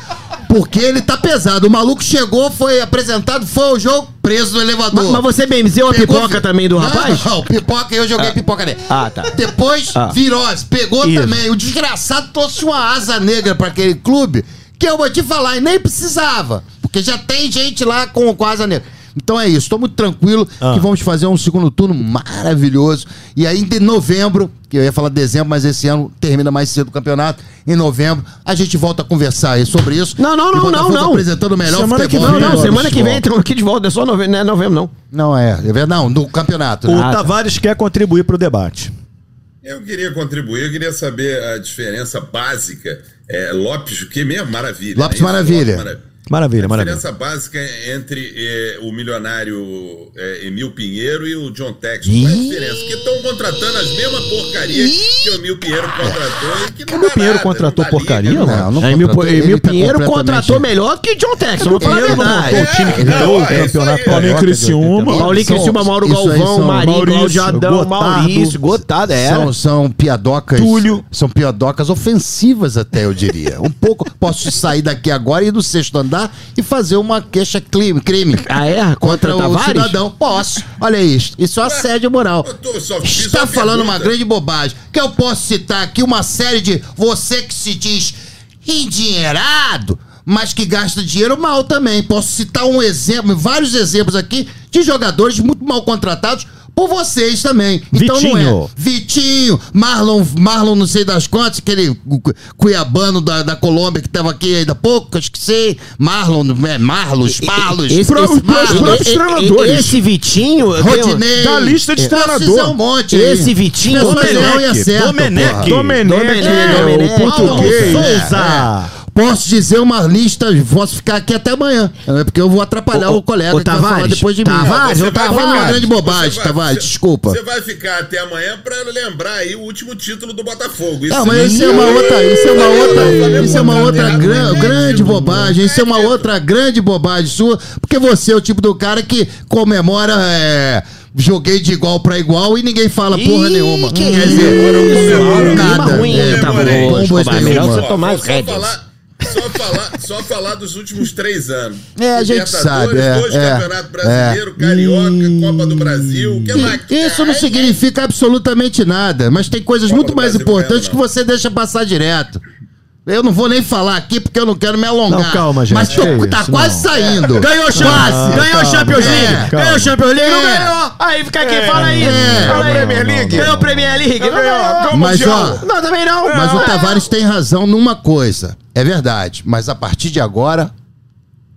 Speaker 3: Porque ele tá pesado. O maluco chegou, foi apresentado, foi ao jogo, preso no elevador.
Speaker 5: Mas, mas você é benzeu a
Speaker 3: Pegou
Speaker 5: pipoca
Speaker 3: vi-
Speaker 5: também do
Speaker 3: Não,
Speaker 5: rapaz?
Speaker 3: Não, pipoca eu joguei pipoca nele.
Speaker 5: Ah, tá.
Speaker 3: Depois,
Speaker 5: Ah.
Speaker 3: virose. Pegou
Speaker 2: Isso.
Speaker 3: também. O desgraçado trouxe uma asa negra pra aquele clube que eu vou te falar, e nem precisava. Porque já tem gente lá com, com asa negra. Então é isso, tô muito tranquilo
Speaker 2: Ah.
Speaker 3: que vamos fazer um segundo turno maravilhoso. E ainda em novembro, que eu ia falar dezembro, mas esse ano termina mais cedo o campeonato. Em novembro, a gente volta a conversar aí sobre isso.
Speaker 5: Não, não,
Speaker 3: E o
Speaker 5: não,
Speaker 3: Botafogo tá
Speaker 5: não, não.
Speaker 3: apresentando o melhor
Speaker 6: Semana que
Speaker 3: futebol.
Speaker 5: Não,
Speaker 6: vem,
Speaker 3: melhor
Speaker 5: não, semana que
Speaker 3: futebol.
Speaker 5: vem estamos aqui de volta, é só novembro, não é novembro não.
Speaker 3: Não é, é verdade, não, do
Speaker 2: O
Speaker 3: campeonato. né?
Speaker 5: Ah, tá.
Speaker 2: Tavares quer contribuir pro debate.
Speaker 4: Eu queria contribuir, eu queria saber a diferença básica. É, Lopes, o que mesmo? Maravilha.
Speaker 3: Lopes
Speaker 4: né? Isso,
Speaker 3: Maravilha.
Speaker 2: Maravilha,
Speaker 4: A
Speaker 2: maravilha.
Speaker 4: diferença básica entre eh, o milionário eh, Emil Pinheiro e o John Texton. Qual é a diferença? Porque estão contratando as mesmas porcarias que o Emil Pinheiro contratou e que não
Speaker 2: Emil
Speaker 4: dá
Speaker 2: Pinheiro
Speaker 4: nada,
Speaker 2: contratou
Speaker 4: não dá liga,
Speaker 2: porcaria,
Speaker 4: não dá.
Speaker 3: Ah, Não, não
Speaker 5: Aí meu,
Speaker 3: contratou, ele
Speaker 5: meu
Speaker 3: tá
Speaker 5: É, Pinheiro
Speaker 3: completamente-
Speaker 5: contratou melhor que John Texton, vou falar a
Speaker 2: Pinheiro não montou
Speaker 5: verdade.
Speaker 2: o time que
Speaker 4: É,
Speaker 2: deu
Speaker 4: não,
Speaker 2: o
Speaker 4: é isso aí.
Speaker 2: campeonato
Speaker 6: Paulinho
Speaker 3: Carioca de 80.
Speaker 6: Criciúma.
Speaker 5: Paulinho
Speaker 3: São-
Speaker 5: Tá Criciúma, Mauro
Speaker 3: isso aí
Speaker 5: Galvão,
Speaker 3: são-
Speaker 5: Marinho,
Speaker 6: Maurício,
Speaker 5: Cláudio Adão,
Speaker 2: Gotardo.
Speaker 5: Maurício, Gotada, era.
Speaker 3: São, são piadocas.
Speaker 5: é Túlio.
Speaker 3: São piadocas ofensivas, até eu diria. Um pouco. Posso sair daqui agora e ir do sexto andar e fazer uma queixa crime. crime
Speaker 5: Ah, é? Contra,
Speaker 3: contra o
Speaker 5: Tavares?
Speaker 3: cidadão. Posso. Olha isso. Isso é um assédio moral.
Speaker 4: Eu tô- só fiz
Speaker 3: Está
Speaker 4: uma
Speaker 3: falando uma
Speaker 4: pergunta.
Speaker 3: grande bobagem. Que eu posso citar aqui uma série de você que se diz endinheirado, mas que gasta dinheiro mal também. Posso citar um exemplo, vários exemplos aqui de jogadores muito mal contratados por vocês também. Então não é.
Speaker 2: Vitinho.
Speaker 3: Vitinho, Marlon, Marlon não sei das quantas, aquele cu- cuiabano da, da Colômbia que estava aqui ainda há pouco, acho que sei. Marlon, é, Marlos, Marlos.
Speaker 5: Esse-
Speaker 6: Pro-
Speaker 5: esse-
Speaker 6: os próprios
Speaker 5: e- e-
Speaker 6: treinadores.
Speaker 5: Esse Vitinho. eu tenho-
Speaker 3: Rodinei.
Speaker 6: Da lista de
Speaker 3: Esses
Speaker 6: treinador.
Speaker 3: é um monte. um
Speaker 5: Esse
Speaker 3: aí.
Speaker 5: Vitinho-
Speaker 3: Pessoas não
Speaker 2: Domenech,
Speaker 3: ia certo,
Speaker 2: Domenech.
Speaker 3: porra.
Speaker 6: Domenech,
Speaker 5: Domenech,
Speaker 6: é, o
Speaker 5: Domenech.
Speaker 6: português.
Speaker 3: Paulo
Speaker 2: Souza.
Speaker 3: né? É. Posso dizer uma lista, posso ficar aqui até amanhã, é, porque eu vou atrapalhar o,
Speaker 5: Ô,
Speaker 3: colega
Speaker 5: ô,
Speaker 3: que vai falar
Speaker 5: Tavares,
Speaker 3: depois de mim.
Speaker 5: Tavares,
Speaker 3: eu
Speaker 5: ô,
Speaker 3: uma
Speaker 5: Tavares.
Speaker 3: grande
Speaker 4: Você
Speaker 3: bobagem,
Speaker 4: vai-
Speaker 3: Tavares,
Speaker 4: você-
Speaker 3: desculpa.
Speaker 4: Você vai ficar até amanhã pra lembrar aí o último título do Botafogo.
Speaker 3: Não, mas isso é uma outra, isso é uma outra, isso é uma outra gran- grande bobagem, isso é uma outra grande bobagem sua, porque você é o tipo do cara que comemora é, joguei de igual pra igual e ninguém fala porra
Speaker 5: Ih,
Speaker 3: nenhuma.
Speaker 5: que
Speaker 3: Quer
Speaker 5: isso.
Speaker 3: dizer,
Speaker 5: Comemora,
Speaker 3: nada.
Speaker 5: ruim,
Speaker 3: é,
Speaker 5: tá bom,
Speaker 3: bombas
Speaker 5: Escobar,
Speaker 3: nenhuma.
Speaker 5: melhor você tomar as
Speaker 4: Só
Speaker 5: rédeas.
Speaker 4: falar- Só falar, só falar dos últimos três anos.
Speaker 3: É, a gente sabe,
Speaker 4: Libertadores,
Speaker 3: é,
Speaker 4: dois
Speaker 3: é,
Speaker 4: Campeonato Brasileiro, Carioca, Copa do Brasil. o Que mais que
Speaker 3: Isso não
Speaker 4: Ai,
Speaker 3: significa absolutamente nada, mas tem coisas
Speaker 4: Copa
Speaker 3: muito
Speaker 4: do
Speaker 3: mais
Speaker 4: Brasil
Speaker 3: importantes que
Speaker 4: ganha, não.
Speaker 3: você deixa passar direto. Eu não vou nem falar aqui porque eu não quero me alongar.
Speaker 2: Não, calma, gente,
Speaker 3: Mas tô-
Speaker 2: que isso,
Speaker 3: tá
Speaker 2: não. Ah,
Speaker 3: quase saindo.
Speaker 5: Ganhou o
Speaker 3: Quase.
Speaker 5: Champions, ganhou o Champions
Speaker 3: calma,
Speaker 5: League,
Speaker 2: calma.
Speaker 5: ganhou o Champions League, não
Speaker 3: É.
Speaker 5: ganhou. Aí fica aqui, fala aí.
Speaker 3: É.
Speaker 5: fala aí.
Speaker 6: Ganhou a Premier League?
Speaker 5: Ganhou a Premier League, não ganhou.
Speaker 6: Ganhou o
Speaker 3: Mas,
Speaker 6: Mundial.
Speaker 3: ó,
Speaker 5: Não, também não.
Speaker 3: Mas o Tavares tem razão numa coisa. É verdade. Mas a partir de agora,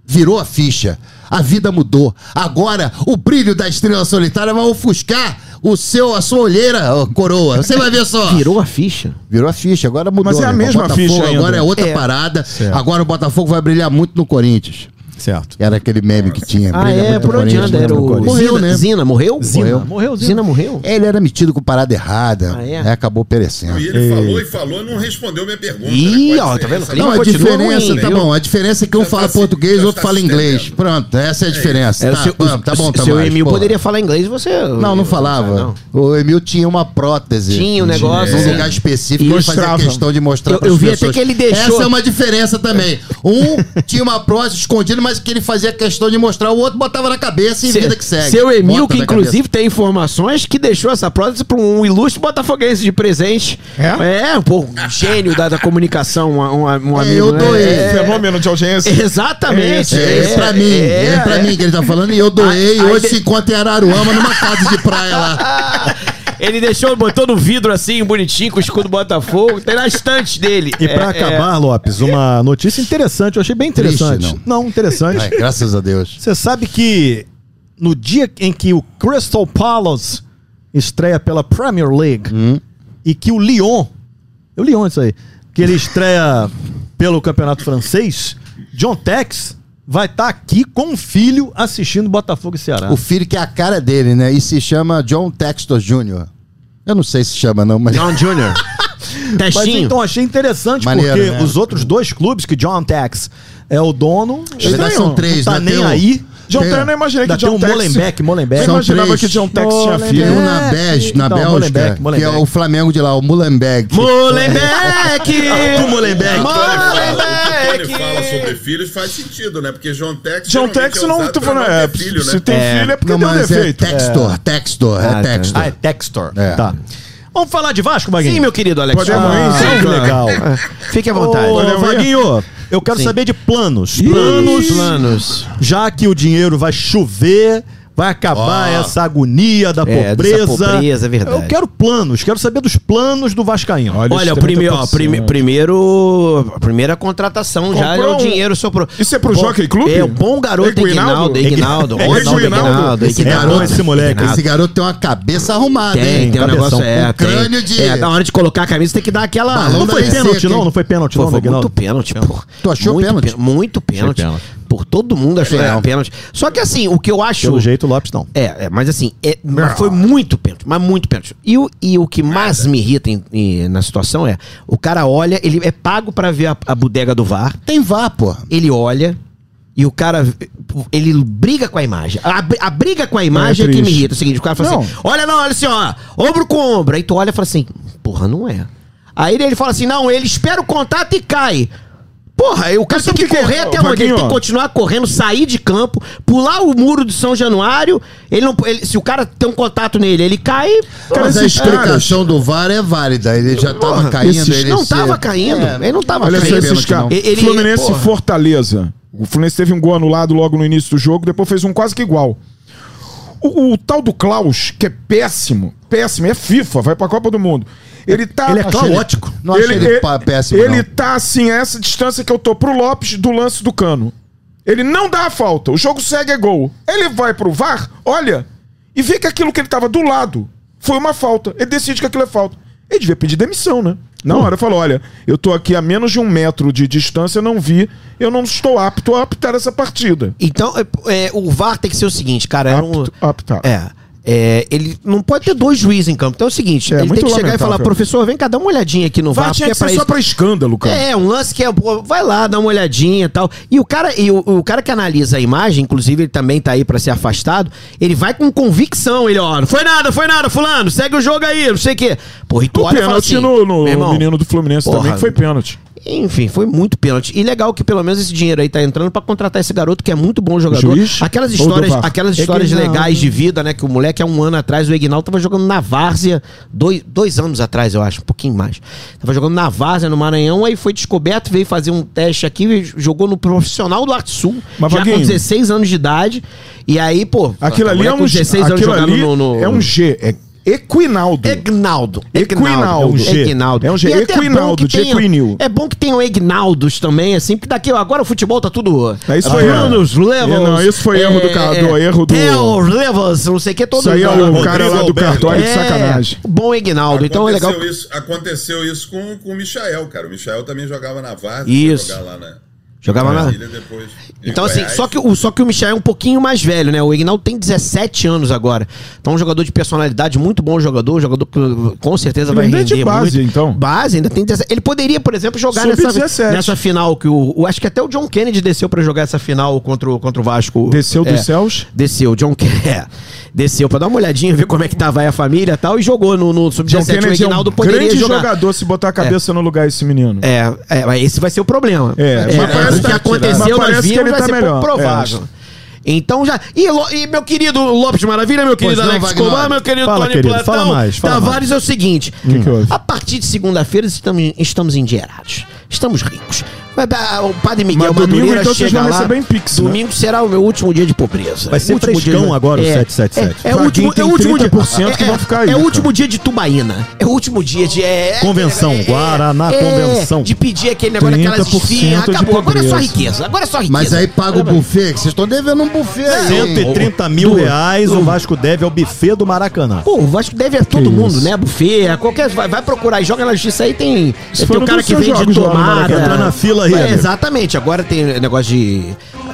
Speaker 3: virou a ficha. A vida mudou. Agora, o brilho da estrela solitária vai ofuscar o seu, a sua olheira, ô, coroa. Você vai ver só.
Speaker 5: Virou a ficha.
Speaker 3: Virou a ficha, agora mudou.
Speaker 6: Mas é a
Speaker 3: né?
Speaker 6: mesma
Speaker 3: o Botafogo
Speaker 6: ficha ainda. né?
Speaker 3: agora é outra
Speaker 5: É.
Speaker 3: parada. Agora o Botafogo vai brilhar muito no Corinthians.
Speaker 2: Certo.
Speaker 3: Era aquele meme que tinha.
Speaker 5: Ah,
Speaker 3: brilha
Speaker 5: é,
Speaker 3: muito no
Speaker 5: por onde
Speaker 3: Corinthians,
Speaker 5: anda? Era
Speaker 3: brilha
Speaker 5: o
Speaker 3: muito no Corinthians.
Speaker 5: Zina,
Speaker 3: Morreu, né?
Speaker 5: Zina morreu?
Speaker 3: Morreu.
Speaker 2: Morreu, Zina.
Speaker 5: Zina morreu?
Speaker 3: Ele era metido com parada errada.
Speaker 5: Ah, é?
Speaker 3: Aí acabou perecendo.
Speaker 4: E ele falou e falou, não respondeu minha pergunta.
Speaker 5: Ih,
Speaker 4: né? Qual a
Speaker 5: ó, tá
Speaker 4: diferença?
Speaker 5: vendo?
Speaker 3: Não, a
Speaker 5: continua
Speaker 3: diferença,
Speaker 5: ruim,
Speaker 3: tá
Speaker 5: viu?
Speaker 3: bom. A diferença é que um
Speaker 4: Já tá
Speaker 3: fala
Speaker 4: se-
Speaker 3: português,
Speaker 4: já
Speaker 3: outro
Speaker 4: tá
Speaker 3: fala
Speaker 4: se
Speaker 3: inglês.
Speaker 4: entendendo.
Speaker 3: Pronto, essa é a diferença.
Speaker 5: Era
Speaker 3: tá,
Speaker 5: seu-
Speaker 3: bom, tá bom,
Speaker 5: seu
Speaker 3: Tavares,
Speaker 5: Emil
Speaker 3: pô.
Speaker 5: poderia falar inglês e você.
Speaker 3: Não, não falava. O Emil tinha uma prótese.
Speaker 5: Tinha um
Speaker 3: de-
Speaker 5: negócio,
Speaker 3: Num
Speaker 5: é.
Speaker 3: lugar específico, ele fazia
Speaker 6: Mostrava.
Speaker 3: questão de mostrar
Speaker 5: Eu-
Speaker 3: pras
Speaker 5: eu vi até
Speaker 3: pessoas.
Speaker 5: que ele deixou-
Speaker 3: Essa é uma diferença também. Um tinha uma prótese escondida, mas que ele fazia questão de mostrar, o outro botava na cabeça e vida que segue.
Speaker 5: Seu Emil,
Speaker 3: Bota
Speaker 5: que
Speaker 3: na cabeça.
Speaker 5: inclusive tem informações que deixou essa prótese para um ilustre botafoguense de presente.
Speaker 6: É?
Speaker 5: É, pô, um gênio da, da comunicação, um, um- um amigo.
Speaker 3: eu
Speaker 5: né?
Speaker 3: doei.
Speaker 5: É,
Speaker 6: Fenômeno de audiência.
Speaker 5: Exatamente.
Speaker 3: É, é, pra mim, é, pra mim que ele tá falando, e eu doei,
Speaker 5: Aí- aí
Speaker 3: hoje
Speaker 5: de-
Speaker 3: se encontra em Araruama numa casa de praia lá.
Speaker 5: Ele deixou, botou no vidro assim, bonitinho, com o escudo do Botafogo. Tem na estante dele.
Speaker 2: E pra
Speaker 5: É,
Speaker 2: acabar, Lopes, uma notícia interessante, eu achei bem interessante.
Speaker 3: Triste,
Speaker 2: não. interessante.
Speaker 3: Ai, graças a Deus.
Speaker 2: Você sabe que no dia em que o Crystal Palace estreia pela Premier League e que o Lyon, é o Lyon isso aí, que ele estreia pelo Campeonato Francês, John Tex vai estar aqui com o filho assistindo Botafogo e Ceará.
Speaker 3: O filho que é a cara dele, né? E se chama John Textor Jr. Eu não sei se chama, não, mas.
Speaker 5: John Jr.
Speaker 2: Mas
Speaker 5: é. Testinho.
Speaker 2: então achei interessante
Speaker 3: Maneiro,
Speaker 2: porque
Speaker 3: né?
Speaker 2: os outros dois clubes que John Tex é o dono,
Speaker 3: Na verdade, são
Speaker 2: não
Speaker 3: três,
Speaker 2: tá
Speaker 3: né?
Speaker 2: nem
Speaker 3: Tem um-
Speaker 2: aí.
Speaker 6: John
Speaker 3: Tem-
Speaker 6: Tex, eu não imaginei que
Speaker 2: Ainda tem
Speaker 6: John
Speaker 2: o
Speaker 6: Tex...
Speaker 2: Molenbeek, Molenbeek.
Speaker 6: Eu imaginava
Speaker 3: três.
Speaker 6: que John Tex tinha
Speaker 2: Molenbeek.
Speaker 6: filho.
Speaker 3: Tem um na, Bélgica, na
Speaker 2: Então,
Speaker 3: Bélgica,
Speaker 2: Molenbeek, Molenbeek.
Speaker 3: que é o Flamengo de lá, o Mullenberg.
Speaker 5: Molenbeek!
Speaker 2: Do Molenbeek. Ah,
Speaker 4: Quando ele fala- quando
Speaker 5: Molenbeek!
Speaker 4: ele fala sobre filhos, faz sentido, né? Porque John Tex.
Speaker 6: John
Speaker 4: geralmente
Speaker 6: Tex
Speaker 4: é
Speaker 6: não...
Speaker 4: usado
Speaker 6: tu
Speaker 4: pra
Speaker 6: falando,
Speaker 4: não
Speaker 6: é,
Speaker 4: ter filho, né?
Speaker 6: se tem filho é porque
Speaker 3: não,
Speaker 6: deu
Speaker 3: mas é
Speaker 6: defeito.
Speaker 3: Textor, Textor, é Textor.
Speaker 2: Ah, é Textor.
Speaker 3: É.
Speaker 2: Tá. Vamos falar de Vasco, Vaguinho?
Speaker 5: Sim, meu querido Alex.
Speaker 6: Podemos
Speaker 5: Chaves.
Speaker 6: ir,
Speaker 2: Ah,
Speaker 6: sim,
Speaker 2: que
Speaker 6: claro.
Speaker 2: legal.
Speaker 5: Fique à vontade.
Speaker 2: Ô,
Speaker 6: Podemos ir?
Speaker 2: Vaguinho, eu quero
Speaker 5: Sim.
Speaker 2: saber de planos.
Speaker 5: Planos, planos.
Speaker 2: Já que o dinheiro vai chover, vai acabar
Speaker 3: Ó.
Speaker 2: essa agonia da
Speaker 5: É, dessa
Speaker 2: pobreza.
Speaker 5: pobreza, é verdade.
Speaker 2: Eu quero planos, quero saber dos planos do Vascaíno.
Speaker 5: Olha, o primeiro, ó, prime- primeiro, a primeira contratação já
Speaker 6: Comprou
Speaker 5: é o
Speaker 6: um-
Speaker 5: dinheiro soprou.
Speaker 6: Isso é pro
Speaker 5: Bom,
Speaker 6: Jockey Club?
Speaker 5: É, o bom garoto é
Speaker 6: Eguinaldo?
Speaker 5: Ignaldo, Ignaldo,
Speaker 6: Egu- Eguinaldo.
Speaker 3: Esse garoto,
Speaker 2: esse moleque.
Speaker 3: Esse garoto tem uma cabeça arrumada,
Speaker 5: é né? Tem,
Speaker 3: hein?
Speaker 5: tem um
Speaker 2: cabeção,
Speaker 5: negócio, é,
Speaker 3: um
Speaker 5: tem.
Speaker 3: crânio de-
Speaker 5: É, na hora de colocar a camisa tem que dar aquela...
Speaker 3: Balão
Speaker 2: Não
Speaker 3: da
Speaker 2: foi
Speaker 3: Receita,
Speaker 5: assim,
Speaker 2: pênalti, não?
Speaker 3: hein?
Speaker 2: Não foi pênalti,
Speaker 5: Pô,
Speaker 2: não,
Speaker 5: foi muito
Speaker 2: Vaguinaldo?
Speaker 5: pênalti, pô.
Speaker 3: Tu achou
Speaker 5: muito
Speaker 3: pênalti?
Speaker 5: pê- Muito pênalti.
Speaker 2: pênalti.
Speaker 5: por todo mundo achou que era
Speaker 3: Não.
Speaker 5: pênalti. Só que assim, o que eu acho.
Speaker 2: Pelo jeito, o Lopes não.
Speaker 5: É, é, mas assim, é, mas foi muito pênalti, mas muito pênalti. E o, e o que mais me irrita em- em- na situação é, o cara olha, ele é pago pra ver a, a bodega do VAR,
Speaker 3: Tem vá, porra.
Speaker 5: ele olha e o cara, ele briga com a imagem. A, br- a briga com a imagem é, que me
Speaker 6: triste.
Speaker 5: irrita. É o seguinte, o cara fala assim, olha não, olha assim, ó, ombro com ombro. Aí tu olha e fala assim, porra, não é. Aí ele fala assim, não, ele espera o contato e cai. Porra, aí o cara tem
Speaker 6: sabe
Speaker 5: que,
Speaker 6: o que que é,
Speaker 5: correr até onde?
Speaker 6: ô,
Speaker 5: Ele
Speaker 6: Vaguinho?
Speaker 5: tem que continuar correndo, sair de campo, pular o muro de São Januário. Ele não, ele- se o cara tem um contato nele, ele cai.
Speaker 6: Cara,
Speaker 3: Mas a
Speaker 6: esses
Speaker 3: explicação do VAR é válida. Ele já tava caindo.
Speaker 5: esses-
Speaker 3: Ele
Speaker 5: não
Speaker 3: se-
Speaker 5: tava caindo, ele não tava
Speaker 3: olha
Speaker 6: Olha
Speaker 5: caindo.
Speaker 6: só
Speaker 3: esse
Speaker 6: esses
Speaker 3: pênalti, não.
Speaker 6: caras.
Speaker 5: E- ele-
Speaker 6: Fluminense e
Speaker 5: porra.
Speaker 6: Fortaleza. O Fluminense teve um gol anulado logo no início do jogo, depois fez um quase que igual. O, o tal do Klaus, que é péssimo, péssimo, é FIFA, vai pra Copa do Mundo. Ele tá.
Speaker 2: Ele é caótico.
Speaker 3: Não achei ele pá- péssimo,
Speaker 6: Ele
Speaker 3: não.
Speaker 6: tá assim, a essa distância que eu tô pro Lopes do lance do cano. Ele não dá a falta, o jogo segue é gol. Ele vai pro VAR, olha, e vê que aquilo que ele tava do lado foi uma falta. Ele decide que aquilo é falta. Ele devia pedir demissão, né? Na hora falou: olha, eu tô aqui a menos de um metro de distância, não vi, eu não estou apto a apitar essa partida.
Speaker 5: Então, é, é, o VAR tem que ser o seguinte, cara. é um-
Speaker 6: Apto a apitar.
Speaker 5: É. É, ele não pode ter dois juízes em campo. Então é o seguinte,
Speaker 6: É,
Speaker 5: ele tem
Speaker 6: muito
Speaker 5: que chegar e
Speaker 6: lamentável.
Speaker 5: falar, professor, vem cá, dá uma olhadinha aqui no VAR,
Speaker 6: VAR tinha
Speaker 5: porque é
Speaker 6: que
Speaker 5: pra
Speaker 6: ser só
Speaker 5: isso.
Speaker 6: pra escândalo, cara.
Speaker 5: É, um lance que é. pô, Vai lá, dá uma olhadinha e tal. E o cara, e o, o cara que analisa a imagem, inclusive, ele também tá aí pra ser afastado, ele vai com convicção. Ele, ó, não foi nada, foi nada, fulano, segue o jogo aí, não sei o quê. Porra, e tu
Speaker 6: O
Speaker 5: olha e fala
Speaker 6: pênalti
Speaker 5: assim,
Speaker 6: no, no
Speaker 5: meu irmão,
Speaker 6: menino do Fluminense também,
Speaker 5: porra.
Speaker 6: que foi pênalti.
Speaker 5: enfim, foi muito pênalti. E legal que pelo menos esse dinheiro aí tá entrando pra contratar esse garoto que é muito bom jogador.
Speaker 6: Juiz?
Speaker 5: Aquelas
Speaker 6: Ou
Speaker 5: histórias,
Speaker 6: do VAR?
Speaker 5: aquelas histórias
Speaker 6: Egnaldo.
Speaker 5: legais de vida, né? Que o moleque há um ano atrás, o Egnal tava jogando na Várzea, dois, dois anos atrás, eu acho, um pouquinho mais. Tava jogando na Várzea, no Maranhão, aí foi descoberto, veio fazer um teste aqui, jogou no profissional do Arte Sul,
Speaker 6: Mas,
Speaker 5: já com
Speaker 6: Vaguinho,
Speaker 5: 16 anos de idade. E aí, pô,
Speaker 6: Aquilo ali é
Speaker 5: moleque
Speaker 6: um
Speaker 5: com 16 anos
Speaker 6: aquilo
Speaker 5: jogando
Speaker 6: ali
Speaker 5: no, no-
Speaker 6: é um G, é Equinaldo.
Speaker 5: Egnaldo.
Speaker 6: Equinaldo.
Speaker 5: É um G. Egnaldo.
Speaker 6: É um G.
Speaker 5: E até
Speaker 6: Equinaldo,
Speaker 5: bom que
Speaker 6: de
Speaker 5: tenham-
Speaker 6: Equinil.
Speaker 5: É bom que tenham Egnaldos também, assim, porque daqui agora o futebol tá tudo.
Speaker 6: É, isso foi erro.
Speaker 5: Brunos, levels.
Speaker 6: É, não, isso foi erro do cara- do erro do-
Speaker 5: Tails, é, levels, não sei o que, todo
Speaker 6: Isso aí é o
Speaker 5: mundo.
Speaker 6: cara lá do
Speaker 4: Rodrigo
Speaker 6: cartório de
Speaker 5: É,
Speaker 6: sacanagem.
Speaker 5: Bom Egnaldo, então é legal.
Speaker 4: Isso, aconteceu isso com, com o Michael, cara. O Michael também jogava na Varsa.
Speaker 5: Isso.
Speaker 4: Jogava lá né? na,
Speaker 5: Jogava na-
Speaker 4: Brasília, Depois, em
Speaker 5: Então, assim,
Speaker 4: Goiás.
Speaker 5: só que, o, só que o Michel é um pouquinho mais velho, né? O Ignaldo tem 17 anos agora. Então, é um jogador de personalidade, muito bom jogador, um jogador que com certeza
Speaker 6: Ele
Speaker 5: vai
Speaker 6: ainda é
Speaker 5: render
Speaker 6: de base,
Speaker 5: muito.
Speaker 6: então.
Speaker 5: Base, ainda tem 17. Ele poderia, por exemplo, jogar nessa,
Speaker 6: Sub-17.
Speaker 5: nessa final que o, o- Acho que até o John Kennedy desceu pra jogar essa final contra o, contra o Vasco.
Speaker 6: Desceu dos
Speaker 5: É,
Speaker 6: céus.
Speaker 5: Desceu, John Kennedy. É, desceu pra dar uma olhadinha, ver como é que tava aí a família e tal, e jogou no, no
Speaker 6: John
Speaker 5: Sub-17. O
Speaker 6: Kennedy é um
Speaker 5: Ignaldo poderia
Speaker 6: grande
Speaker 5: jogar.
Speaker 6: jogador se botar a cabeça no lugar esse menino.
Speaker 3: né?
Speaker 5: É, é, mas esse vai ser o problema.
Speaker 6: É, mas parece
Speaker 5: o que
Speaker 6: que- mas
Speaker 5: aconteceu na
Speaker 6: parece que
Speaker 5: vida
Speaker 6: ele
Speaker 5: vai
Speaker 6: tá
Speaker 5: ser
Speaker 6: melhor. é.
Speaker 5: provável. Então já. E, Lo- e meu querido Lopes Maravilha, meu querido
Speaker 3: Pois não,
Speaker 5: Alex
Speaker 3: Wagner.
Speaker 5: Cobar, meu querido
Speaker 2: Fala,
Speaker 5: Tony
Speaker 2: querido,
Speaker 5: Platão.
Speaker 2: fala mais, fala
Speaker 5: Tavares é o seguinte:
Speaker 6: Que que houve?
Speaker 5: a partir de segunda-feira estamos, estamos endinheirados. Estamos ricos. Vai dar- O padre Miguel
Speaker 6: Mas domingo,
Speaker 5: Madureira
Speaker 6: então, vocês
Speaker 5: chega
Speaker 6: vão
Speaker 5: lá.
Speaker 6: receber em Pix, né?
Speaker 5: domingo será o meu último dia de pobreza.
Speaker 2: Vai ser
Speaker 5: último
Speaker 2: frescão
Speaker 5: de-
Speaker 2: agora o
Speaker 5: É,
Speaker 2: 777.
Speaker 5: É, é o
Speaker 6: Pra
Speaker 5: último,
Speaker 6: quem tem
Speaker 5: é o último dia.
Speaker 6: 30% que
Speaker 5: é-
Speaker 6: vão ficar aí, né,
Speaker 5: É o
Speaker 6: cara.
Speaker 5: último dia de Tubaína. É o último dia de. é-
Speaker 2: Convenção, Guaraná, convenção.
Speaker 5: De pedir aquele negócio daquelas
Speaker 6: 30%
Speaker 5: esfinhas.
Speaker 6: de
Speaker 5: Acabou, agora é só
Speaker 6: pobreza.
Speaker 5: riqueza. Agora é só riqueza.
Speaker 3: Mas aí paga o buffet, que vocês estão devendo um buffet
Speaker 5: É,
Speaker 3: aí.
Speaker 2: 130 mil
Speaker 5: Duas.
Speaker 2: reais o Vasco deve ao buffet do Maracanã.
Speaker 5: Pô, o Vasco deve a todo mundo, né? Buffet, a qualquer. Vai, vai procurar e joga na justiça aí, tem. tem
Speaker 6: Isso foi
Speaker 5: o
Speaker 6: um
Speaker 5: cara
Speaker 6: dos
Speaker 5: que
Speaker 6: seus
Speaker 5: vende
Speaker 6: jogos lá no
Speaker 5: tomada.
Speaker 6: Maracanã.
Speaker 2: Tá na fila aí,
Speaker 5: É,
Speaker 2: amigo.
Speaker 5: exatamente. Agora tem negócio de.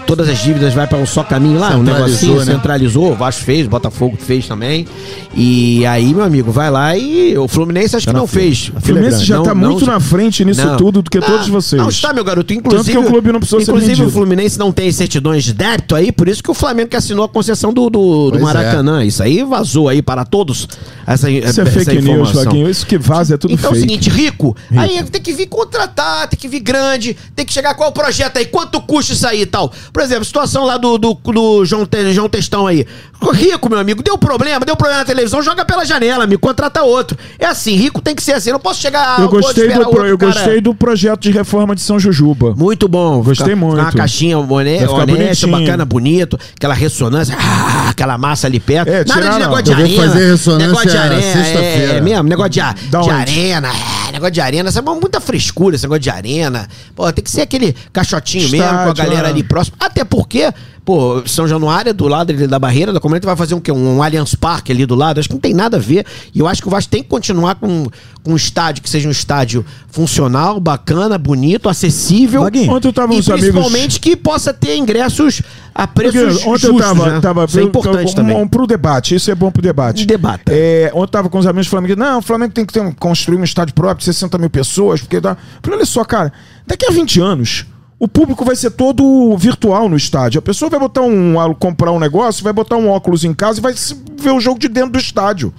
Speaker 5: Todas as dívidas vai pra um só caminho lá, um
Speaker 3: Centralizou,
Speaker 5: negocinho,
Speaker 3: né?
Speaker 5: centralizou, o Vasco fez, o Botafogo fez também. E aí, meu amigo, vai lá e o Fluminense
Speaker 6: Tá
Speaker 5: acho que
Speaker 2: na
Speaker 5: não
Speaker 2: fila.
Speaker 5: fez.
Speaker 6: O Fluminense já
Speaker 5: Não-
Speaker 6: tá
Speaker 5: não-
Speaker 6: muito na frente nisso
Speaker 5: Não.
Speaker 6: tudo do que
Speaker 5: Ah,
Speaker 6: todos vocês.
Speaker 5: Não está, meu garoto. Inclusive,
Speaker 6: Tanto que o clube não precisou ser
Speaker 5: inclusive
Speaker 6: vendido.
Speaker 5: o Fluminense não tem certidões de débito aí, por isso que o Flamengo que assinou a concessão do, do, do
Speaker 3: Pois é.
Speaker 5: Maracanã. Isso aí vazou aí para todos essa,
Speaker 6: Isso é
Speaker 5: essa
Speaker 6: fake news,
Speaker 5: informação.
Speaker 6: Vaguinho. Isso que vaza é tudo
Speaker 5: então é o
Speaker 6: fake.
Speaker 5: seguinte, rico, aí tem que vir contratar, tem que vir grande, tem que chegar qual o projeto aí, quanto custa isso aí e tal. Por exemplo, situação lá do, do, do João, Te- João Testão aí. Rico, meu amigo, deu problema, deu problema na televisão, joga pela janela, me contrata outro. É assim, rico tem que ser assim, eu não posso chegar...
Speaker 6: ah, eu
Speaker 5: vou
Speaker 6: gostei,
Speaker 5: esperar
Speaker 6: do, pro-
Speaker 5: outro
Speaker 6: eu
Speaker 5: cara-
Speaker 6: gostei do projeto de reforma de São Jujuba.
Speaker 5: muito bom.
Speaker 6: Gostei
Speaker 5: Fica-
Speaker 6: muito.
Speaker 5: Uma caixinha bone-
Speaker 6: Vai ficar
Speaker 5: honesta,
Speaker 6: bonitinho.
Speaker 5: bacana, bonito. Aquela ressonância, ah, aquela massa ali perto. Nada
Speaker 6: É,
Speaker 5: de
Speaker 6: tiraram.
Speaker 5: negócio de
Speaker 3: Eu vou
Speaker 5: arena.
Speaker 3: fazer ressonância
Speaker 5: negócio de arena,
Speaker 3: sexta-feira.
Speaker 5: é, é mesmo. Negócio de, a-
Speaker 6: Da
Speaker 5: de
Speaker 6: onde?
Speaker 5: arena, é, negócio de arena. Sabe, muita frescura esse negócio de arena. Pô, tem que ser aquele caixotinho mesmo, com a
Speaker 6: Estádio,
Speaker 5: galera
Speaker 6: é.
Speaker 5: ali próximo. Até porque... Pô, São Januário é do lado ali da barreira da comunidade, vai fazer um quê? Um Allianz Parque ali do lado? Acho que não tem nada a ver. E eu acho que o Vasco tem que continuar com, com um estádio que seja um estádio funcional, bacana, bonito, acessível.
Speaker 2: Vaguinho,
Speaker 6: ontem eu tava
Speaker 5: e
Speaker 6: com uns amigos-
Speaker 5: principalmente que possa ter ingressos a preços
Speaker 6: Porque
Speaker 5: justos,
Speaker 6: ontem eu tava,
Speaker 5: né?
Speaker 6: tava
Speaker 5: Isso é importante
Speaker 6: um,
Speaker 5: também.
Speaker 6: Um, pro debate, isso é bom pro debate.
Speaker 5: Debata.
Speaker 6: É, ontem eu tava com os amigos do Flamengo, não, o Flamengo tem que ter um- construir um estádio próprio, 60 mil pessoas, porque dá. Eu Falei, olha só, cara, daqui a 20 anos. O público vai ser todo virtual no estádio. A pessoa vai botar um, a- comprar um negócio, vai botar um óculos em casa e vai se- ver o jogo de dentro do estádio.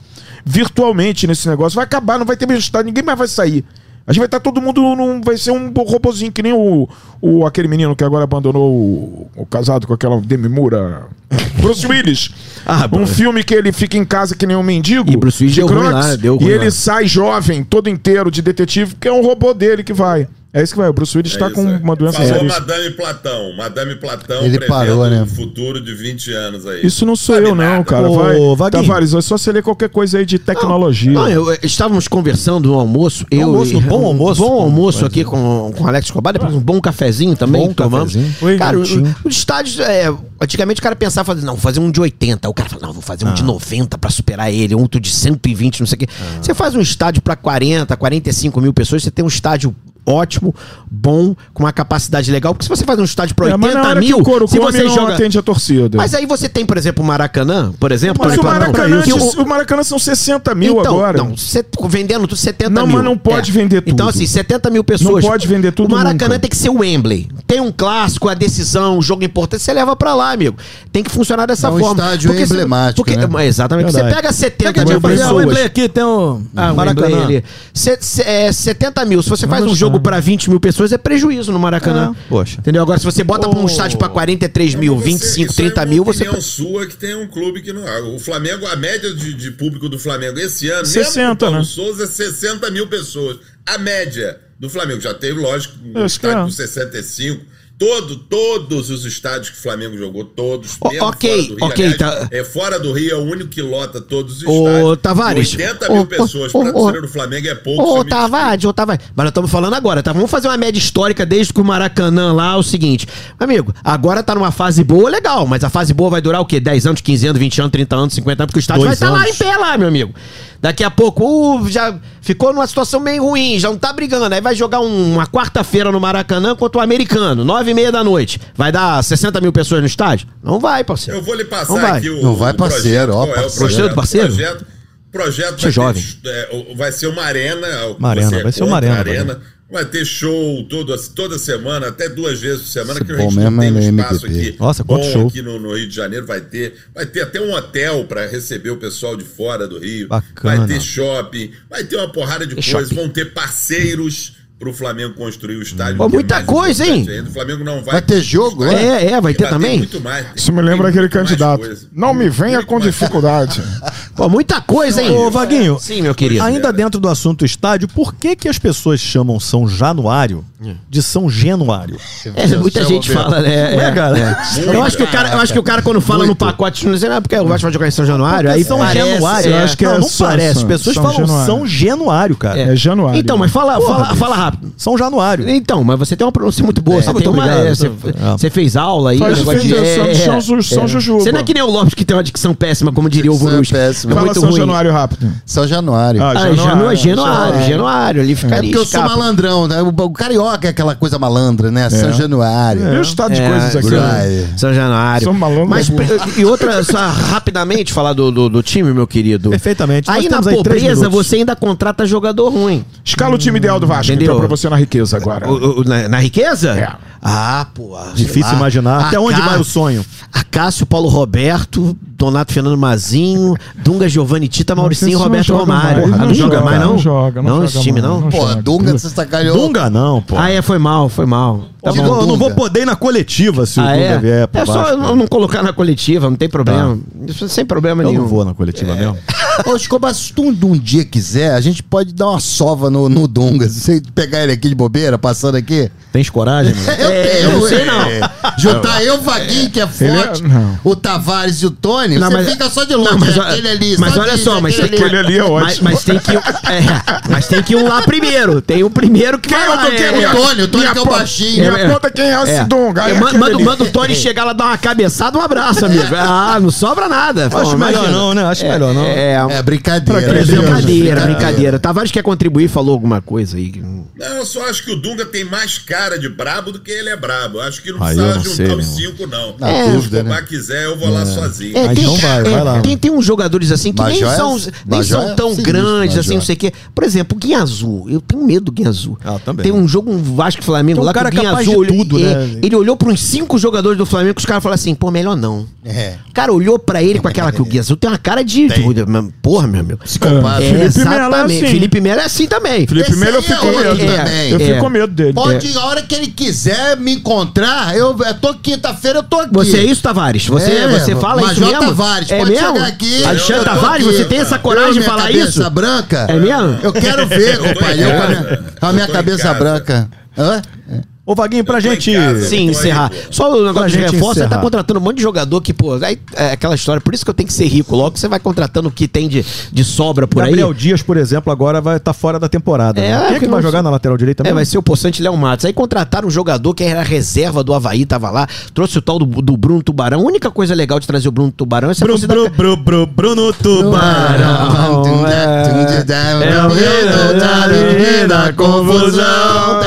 Speaker 6: Virtualmente nesse negócio. Vai acabar, não vai ter mais estádio, ninguém mais vai sair. A gente vai estar todo mundo num. Vai ser um robozinho, que nem o, o aquele menino que agora abandonou o, o casado com aquela Demi Moura. Bruce Willis.
Speaker 5: Ah,
Speaker 6: um
Speaker 5: bom.
Speaker 6: filme que ele fica em casa que nem um mendigo.
Speaker 5: E Bruce Willis
Speaker 6: de
Speaker 5: deu ruim
Speaker 6: Crocs,
Speaker 5: lá, deu ruim
Speaker 6: E
Speaker 5: lá.
Speaker 6: ele sai jovem, todo inteiro, de detetive, porque é um robô dele que vai. É isso que vai. O Bruce Willis está
Speaker 4: É
Speaker 6: com
Speaker 4: isso aí.
Speaker 6: uma doença
Speaker 4: Falou
Speaker 6: séria.
Speaker 4: Madame Platão. Madame Platão
Speaker 3: Ele
Speaker 4: prevendo
Speaker 3: parou, né?
Speaker 4: um futuro de 20 anos aí.
Speaker 6: Isso não sou
Speaker 4: Sabe
Speaker 6: eu, não,
Speaker 4: nada.
Speaker 6: cara.
Speaker 2: Ô,
Speaker 6: vai.
Speaker 2: Vaguinho.
Speaker 6: Tavares, é só você ler qualquer coisa aí de tecnologia.
Speaker 5: Não, eu- eu- estávamos conversando no almoço. Eu
Speaker 2: Almoço,
Speaker 5: e-
Speaker 2: bom
Speaker 5: um
Speaker 2: almoço.
Speaker 5: Bom almoço
Speaker 6: é.
Speaker 5: aqui com, com o Alex Escobar, depois um bom cafezinho também
Speaker 2: Bom
Speaker 5: tomamos.
Speaker 2: cafezinho.
Speaker 6: Oi,
Speaker 5: cara, o-
Speaker 6: Miltinho.
Speaker 5: os estádios. é, antigamente o cara pensava fazer, não, vou fazer um de 80. O cara fala, não, vou fazer um
Speaker 6: Ah.
Speaker 5: de 90 pra superar ele, outro de 120, não sei o quê. Você faz um estádio pra 40, 45 mil pessoas, você tem um estádio. Ótimo, bom, com uma capacidade legal. Porque se você faz um estádio pra
Speaker 6: É,
Speaker 5: 80
Speaker 6: mas na hora
Speaker 5: mil,
Speaker 6: que o couro
Speaker 5: se
Speaker 6: come,
Speaker 5: você
Speaker 6: não
Speaker 5: joga.
Speaker 6: atende a torcida.
Speaker 5: Mas é aí você tem, por exemplo, o Maracanã, por exemplo.
Speaker 6: Mas
Speaker 5: né,
Speaker 6: o
Speaker 5: Platão?
Speaker 6: Maracanã,
Speaker 5: Que o-
Speaker 6: o Maracanã são 60 mil
Speaker 5: então,
Speaker 6: agora.
Speaker 5: Não, cê- vendendo tudo 70
Speaker 6: Não,
Speaker 5: mil.
Speaker 6: mas não pode vender tudo.
Speaker 5: Então, assim, 70 mil pessoas.
Speaker 6: Não pode vender tudo
Speaker 5: O Maracanã
Speaker 6: nunca.
Speaker 5: tem que ser o Wembley. Tem um clássico, a decisão, um jogo importante, você leva pra lá, amigo. Tem que funcionar dessa
Speaker 3: É um
Speaker 5: forma.
Speaker 3: estádio
Speaker 5: se-
Speaker 3: emblemático, né?
Speaker 5: é, Exatamente. Você
Speaker 2: Verdade.
Speaker 5: pega 70
Speaker 2: Pega
Speaker 5: mil
Speaker 2: de fazer a
Speaker 5: pessoas.
Speaker 2: Wembley aqui, tem um
Speaker 5: Ah, o Maracanã.
Speaker 2: Maracanã.
Speaker 5: Ali. Se- se- é, 70 mil. Se você faz um
Speaker 2: gostando.
Speaker 5: jogo pra 20 mil pessoas, é prejuízo no Maracanã.
Speaker 2: É, poxa.
Speaker 5: Entendeu? Agora, se você bota pra um estádio pra 43 mil,
Speaker 4: Você-
Speaker 5: 25,
Speaker 4: isso
Speaker 5: 30
Speaker 4: é uma
Speaker 5: mil, você.
Speaker 4: opinião sua que tem um clube que não. O Flamengo, a média de, de público do Flamengo esse ano,
Speaker 6: 60,
Speaker 4: mesmo com o Paulo
Speaker 6: né?
Speaker 4: Souza, é 60 mil pessoas. A média do Flamengo. Já teve, lógico, um
Speaker 6: Eu acho que
Speaker 4: estádio
Speaker 6: é.
Speaker 4: com 65. Todo, todos os estádios que o Flamengo jogou, todos.
Speaker 5: O-
Speaker 4: mesmo
Speaker 5: ok,
Speaker 4: fora do Rio,
Speaker 5: ok, tá-
Speaker 4: É fora do Rio, é o único que lota todos os
Speaker 5: Ô,
Speaker 4: estádios.
Speaker 5: Tavares,
Speaker 4: 80 mil
Speaker 5: ô,
Speaker 4: pessoas
Speaker 5: ô,
Speaker 4: para
Speaker 5: ô,
Speaker 4: torcida do Flamengo é pouco. você
Speaker 5: Ô,
Speaker 4: me
Speaker 5: Tavares, ô, Tavares. Mas nós estamos falando agora, tá? Vamos fazer uma média histórica desde que o Maracanã lá, é o seguinte. Amigo, agora tá numa fase boa, legal, mas a fase boa vai durar o quê? 10 anos, 15 anos, 20 anos, 30 anos, 50 anos, porque o estádio vai
Speaker 2: Dois
Speaker 5: estar lá em
Speaker 2: anos.
Speaker 5: pé lá, meu amigo. Daqui a pouco, uh, já ficou numa situação meio ruim, já não tá brigando. Aí vai jogar um- uma quarta-feira no Maracanã contra o americano, 9 e meia da noite. Vai dar 60 mil pessoas no estádio? Não vai, parceiro.
Speaker 4: Eu vou lhe
Speaker 5: Não
Speaker 4: passar
Speaker 5: vai.
Speaker 4: aqui o.
Speaker 3: Não vai,
Speaker 4: o projeto.
Speaker 3: parceiro, ó,
Speaker 4: Qual é o
Speaker 3: parceiro.
Speaker 5: Gostou do parceiro?
Speaker 4: Projeto, projeto vai,
Speaker 5: Você é jovem.
Speaker 4: Ter, é, o- vai ser uma arena. o que
Speaker 2: Uma arena,
Speaker 4: você é
Speaker 2: vai ser uma
Speaker 4: contra,
Speaker 2: arena,
Speaker 4: Vai ter show todo, assim, toda semana, até duas vezes por semana,
Speaker 3: Isso
Speaker 4: que
Speaker 3: é
Speaker 4: a gente
Speaker 3: bom
Speaker 4: não
Speaker 3: mesmo,
Speaker 4: tem um
Speaker 3: é no
Speaker 4: espaço
Speaker 3: MPB.
Speaker 4: aqui.
Speaker 2: Nossa,
Speaker 4: bom
Speaker 2: quanto show.
Speaker 4: Aqui no, no Rio de Janeiro vai ter. Vai ter até um hotel para receber o pessoal de fora do Rio.
Speaker 2: Bacana.
Speaker 4: Vai ter shopping, vai ter uma porrada de
Speaker 5: E
Speaker 4: coisas.
Speaker 5: shopping.
Speaker 4: Vão ter parceiros pro Flamengo construir o estádio.
Speaker 5: Pô,
Speaker 4: que é
Speaker 5: muita
Speaker 4: mais
Speaker 5: coisa, hein?
Speaker 4: importante ainda. O Flamengo não vai.
Speaker 3: Vai ter jogo,
Speaker 4: Vai-
Speaker 3: é?
Speaker 5: É, é, vai ter também?
Speaker 4: muito mais.
Speaker 6: Isso me
Speaker 4: Tem
Speaker 6: lembra aquele
Speaker 4: muito mais
Speaker 6: candidato.
Speaker 4: coisa.
Speaker 6: Não me venha com dificuldade.
Speaker 5: Pô, muita coisa, hein?
Speaker 2: Ô, Vaguinho.
Speaker 5: Sim, meu querido.
Speaker 2: Ainda dentro do assunto estádio, por que, que as pessoas chamam São Januário de São Genuário?
Speaker 5: É, muita gente fala, né?
Speaker 2: Não é, cara?
Speaker 5: Eu acho que o cara, eu acho que o cara quando fala no pacote, não sei, ah, porque o Vasco vai jogar em São Januário, aí
Speaker 2: São
Speaker 5: parece,
Speaker 2: Januário.
Speaker 5: é.
Speaker 6: Eu acho que
Speaker 2: não,
Speaker 6: é
Speaker 2: não
Speaker 6: só
Speaker 2: parece. As
Speaker 6: São-
Speaker 2: pessoas
Speaker 6: São
Speaker 2: falam
Speaker 6: Januário.
Speaker 2: São Genuário, cara.
Speaker 6: É januário.
Speaker 5: Então, mas fala,
Speaker 2: Porra,
Speaker 5: fala,
Speaker 2: bicho.
Speaker 5: fala rápido.
Speaker 2: São Januário.
Speaker 5: Então, mas você tem uma pronúncia muito boa. você,
Speaker 2: muito
Speaker 5: tem uma-
Speaker 2: obrigado.
Speaker 5: é, você,
Speaker 2: É.
Speaker 5: você fez aula aí. um
Speaker 6: Faz
Speaker 5: negócio de-
Speaker 6: diferença, São- São- São Jujuba.
Speaker 5: Você não é que nem o Lopes que tem uma dicção péssima, como diria o
Speaker 3: Dicção
Speaker 5: Borussia.
Speaker 3: péssima.
Speaker 5: É
Speaker 6: Fala
Speaker 5: muito
Speaker 6: São
Speaker 5: ruim.
Speaker 6: Januário rápido.
Speaker 3: São Januário.
Speaker 6: Ah,
Speaker 5: Ah, Januário,
Speaker 6: Januário,
Speaker 5: Januário, Januário, ali ficaria.
Speaker 3: É porque eu sou
Speaker 5: escapa.
Speaker 3: malandrão, né? O, o carioca é aquela coisa malandra, né? São Januário.
Speaker 6: Meu um estado de
Speaker 5: É,
Speaker 6: coisas aqui.
Speaker 5: São-
Speaker 6: né?
Speaker 3: Vai.
Speaker 5: São Januário.
Speaker 6: Sou malandro.
Speaker 5: Mas, e outra, só rapidamente falar do, do, do time, meu querido.
Speaker 2: Perfeitamente. Nós
Speaker 5: Aí na
Speaker 2: temos aí três
Speaker 5: pobreza
Speaker 2: minutos.
Speaker 5: você ainda contrata jogador ruim.
Speaker 6: Escala o time ideal do Vasco,
Speaker 5: Entendeu? É,
Speaker 6: então, pra você na riqueza agora.
Speaker 5: O- o- na, na riqueza?
Speaker 6: É.
Speaker 5: Ah, pô. sei
Speaker 2: Difícil
Speaker 5: lá.
Speaker 2: imaginar. Até onde
Speaker 5: Acá-
Speaker 2: vai o sonho?
Speaker 5: Acácio, Paulo Roberto, Donato Fernando Mazinho, Dunga Giovanni Tita, Mauricinho,
Speaker 6: Não,
Speaker 5: Roberto
Speaker 6: esse não joga
Speaker 5: Romário.
Speaker 6: mais.
Speaker 5: Ah,
Speaker 6: Não
Speaker 5: não joga
Speaker 6: joga,
Speaker 5: mais, não?
Speaker 6: não joga, não
Speaker 5: esse
Speaker 6: joga
Speaker 5: time,
Speaker 6: mais,
Speaker 5: não?
Speaker 6: não
Speaker 3: Pô,
Speaker 6: Januário.
Speaker 3: Dunga, você sacaneou.
Speaker 2: Dunga não, pô.
Speaker 5: Ah, é, foi mal, foi mal. Tá
Speaker 2: eu,
Speaker 5: bom.
Speaker 2: vou- eu não vou
Speaker 3: Dunga.
Speaker 2: poder ir na coletiva se o
Speaker 5: Ah,
Speaker 2: Dunga
Speaker 5: é?
Speaker 2: vier pro
Speaker 5: é só
Speaker 2: Vasco.
Speaker 5: eu não, não colocar na coletiva, não tem problema. Isso sem problema
Speaker 2: Eu
Speaker 5: nenhum.
Speaker 2: não vou na coletiva mesmo.
Speaker 3: Ô, Escobar, se tu um, um dia quiser, a gente pode dar uma sova no, no Dunga. Se você pegar ele aqui de bobeira, passando aqui.
Speaker 2: Tens coragem, mano?
Speaker 3: Eu
Speaker 5: É, eu não sei não.
Speaker 3: Juntar eu, o Vaguinho, que é forte,
Speaker 6: não.
Speaker 3: o Tavares e o Tony,
Speaker 5: Não,
Speaker 3: você
Speaker 5: mas-
Speaker 3: fica só de longe.
Speaker 5: Não, mas
Speaker 3: é
Speaker 5: olha-
Speaker 3: aquele ali,
Speaker 5: mas olha
Speaker 3: diz,
Speaker 5: só,
Speaker 3: é
Speaker 5: mas
Speaker 3: aquele
Speaker 5: tem-
Speaker 6: Aquele ali é
Speaker 5: Mas,
Speaker 6: ótimo.
Speaker 5: mas tem que é, mas tem que um lá primeiro. Tem o primeiro que vai
Speaker 6: Fala
Speaker 5: lá.
Speaker 6: do que,
Speaker 5: é,
Speaker 6: minha-
Speaker 3: Ah, O Tony, o Tony
Speaker 6: minha
Speaker 3: que é o
Speaker 6: apo-
Speaker 3: baixinho.
Speaker 6: Minha
Speaker 5: É.
Speaker 6: conta quem é esse
Speaker 5: é.
Speaker 6: Dunga. Aí
Speaker 5: Eu
Speaker 6: aquele
Speaker 5: ma- manda,
Speaker 6: ali.
Speaker 5: manda o Tony chegar lá, dar uma cabeçada, um abraço, amigo. Ah, não sobra nada. Pô,
Speaker 2: Acho melhor
Speaker 5: imagina.
Speaker 2: não, né? Acho melhor não.
Speaker 5: É,
Speaker 3: É brincadeira. É.
Speaker 6: Pra que
Speaker 5: brincadeira, brincadeira,
Speaker 3: Brincadeira.
Speaker 5: Tavares quer contribuir, falou alguma coisa aí.
Speaker 4: Não, eu só acho que o Dunga tem mais cara de brabo do que ele é brabo. Eu Acho que não
Speaker 2: Ah, eu
Speaker 4: precisava
Speaker 2: não
Speaker 4: juntar
Speaker 2: sei,
Speaker 4: os
Speaker 2: não.
Speaker 4: cinco, não.
Speaker 3: Na
Speaker 4: Se o
Speaker 3: dúvida,
Speaker 4: Escobar
Speaker 3: né?
Speaker 4: quiser, eu vou lá sozinho.
Speaker 5: É,
Speaker 2: Mas não vai, vai lá.
Speaker 5: Tem, tem uns jogadores assim que nem
Speaker 3: Major é-
Speaker 5: são, nem
Speaker 3: Major
Speaker 5: são
Speaker 3: é
Speaker 5: tão
Speaker 3: sinistro,
Speaker 5: grandes, assim,
Speaker 3: Major.
Speaker 5: não sei o quê. Por exemplo, o Guinha Azul. Eu tenho medo do Guinha Azul.
Speaker 2: Ah, também.
Speaker 5: Tem um jogo, um Vasco e Flamengo
Speaker 2: Tem um
Speaker 5: lá
Speaker 2: cara
Speaker 5: que o Guinha
Speaker 2: capaz
Speaker 5: Azul.
Speaker 2: de tudo,
Speaker 5: ele,
Speaker 2: né?
Speaker 5: ele olhou para uns cinco jogadores do Flamengo que os caras falaram assim: pô, melhor não.
Speaker 3: É.
Speaker 5: O cara olhou pra ele com aquela que o Guia Azul tem uma cara de. Porra, meu amigo.
Speaker 3: Psicopata.
Speaker 5: É,
Speaker 6: Felipe Melo é
Speaker 5: exatamente.
Speaker 6: assim.
Speaker 5: Felipe Melo é assim também.
Speaker 6: Felipe
Speaker 3: Esse
Speaker 6: Melo eu
Speaker 3: aí é
Speaker 6: fico com
Speaker 3: outro
Speaker 6: medo.
Speaker 3: também.
Speaker 6: Eu
Speaker 5: É.
Speaker 6: fico com medo dele.
Speaker 3: Pode, ir a hora que ele quiser me encontrar, eu, eu tô quinta-feira, eu tô aqui.
Speaker 5: Você é isso, Tavares? Você,
Speaker 3: É mesmo.
Speaker 5: você fala isso
Speaker 3: Major
Speaker 5: mesmo?
Speaker 3: Tavares,
Speaker 5: é
Speaker 3: pode
Speaker 5: mesmo?
Speaker 3: chegar aqui, eu
Speaker 5: Alexandre
Speaker 3: tô
Speaker 5: Tavares,
Speaker 3: aqui.
Speaker 5: você tem essa
Speaker 3: Eu,
Speaker 5: coragem de
Speaker 3: minha
Speaker 5: falar
Speaker 3: cabeça
Speaker 5: isso?
Speaker 3: branca?
Speaker 5: É mesmo? É.
Speaker 3: Eu quero ver,
Speaker 4: Eu tô
Speaker 3: compadre,
Speaker 4: em
Speaker 3: eu com a
Speaker 4: casa.
Speaker 3: minha, com a minha
Speaker 4: Eu tô em
Speaker 3: cabeça
Speaker 4: casa.
Speaker 3: branca. Hã?
Speaker 2: Ô, Vaguinho, pra
Speaker 5: É
Speaker 4: Eu tô em
Speaker 2: gente.
Speaker 4: casa.
Speaker 5: Sim, encerrar. Só o
Speaker 2: Pra
Speaker 5: negócio de
Speaker 2: gente
Speaker 5: reforço, você
Speaker 2: encerrar.
Speaker 5: tá contratando um monte de jogador que, pô, aí, é aquela história. Por isso que eu tenho que ser rico logo, você vai contratando o que tem de, de sobra por
Speaker 2: Gabriel
Speaker 5: aí.
Speaker 2: Dias, por exemplo, agora vai estar fora da temporada. né?
Speaker 5: É,
Speaker 2: Quem é que
Speaker 5: que
Speaker 2: vai
Speaker 5: não-
Speaker 2: jogar na lateral direita
Speaker 5: É,
Speaker 2: mesmo?
Speaker 5: vai ser o Poçante Léo Matos. Aí contrataram um jogador que era reserva do Havaí, tava lá, trouxe o tal do, do Bruno Tubarão. A única coisa legal de trazer o Bruno Tubarão é essa
Speaker 2: Bru,
Speaker 5: torcida-
Speaker 2: bru, bru, bru, Bruno
Speaker 5: é-
Speaker 2: Tubarão. É o reino da menina confusão.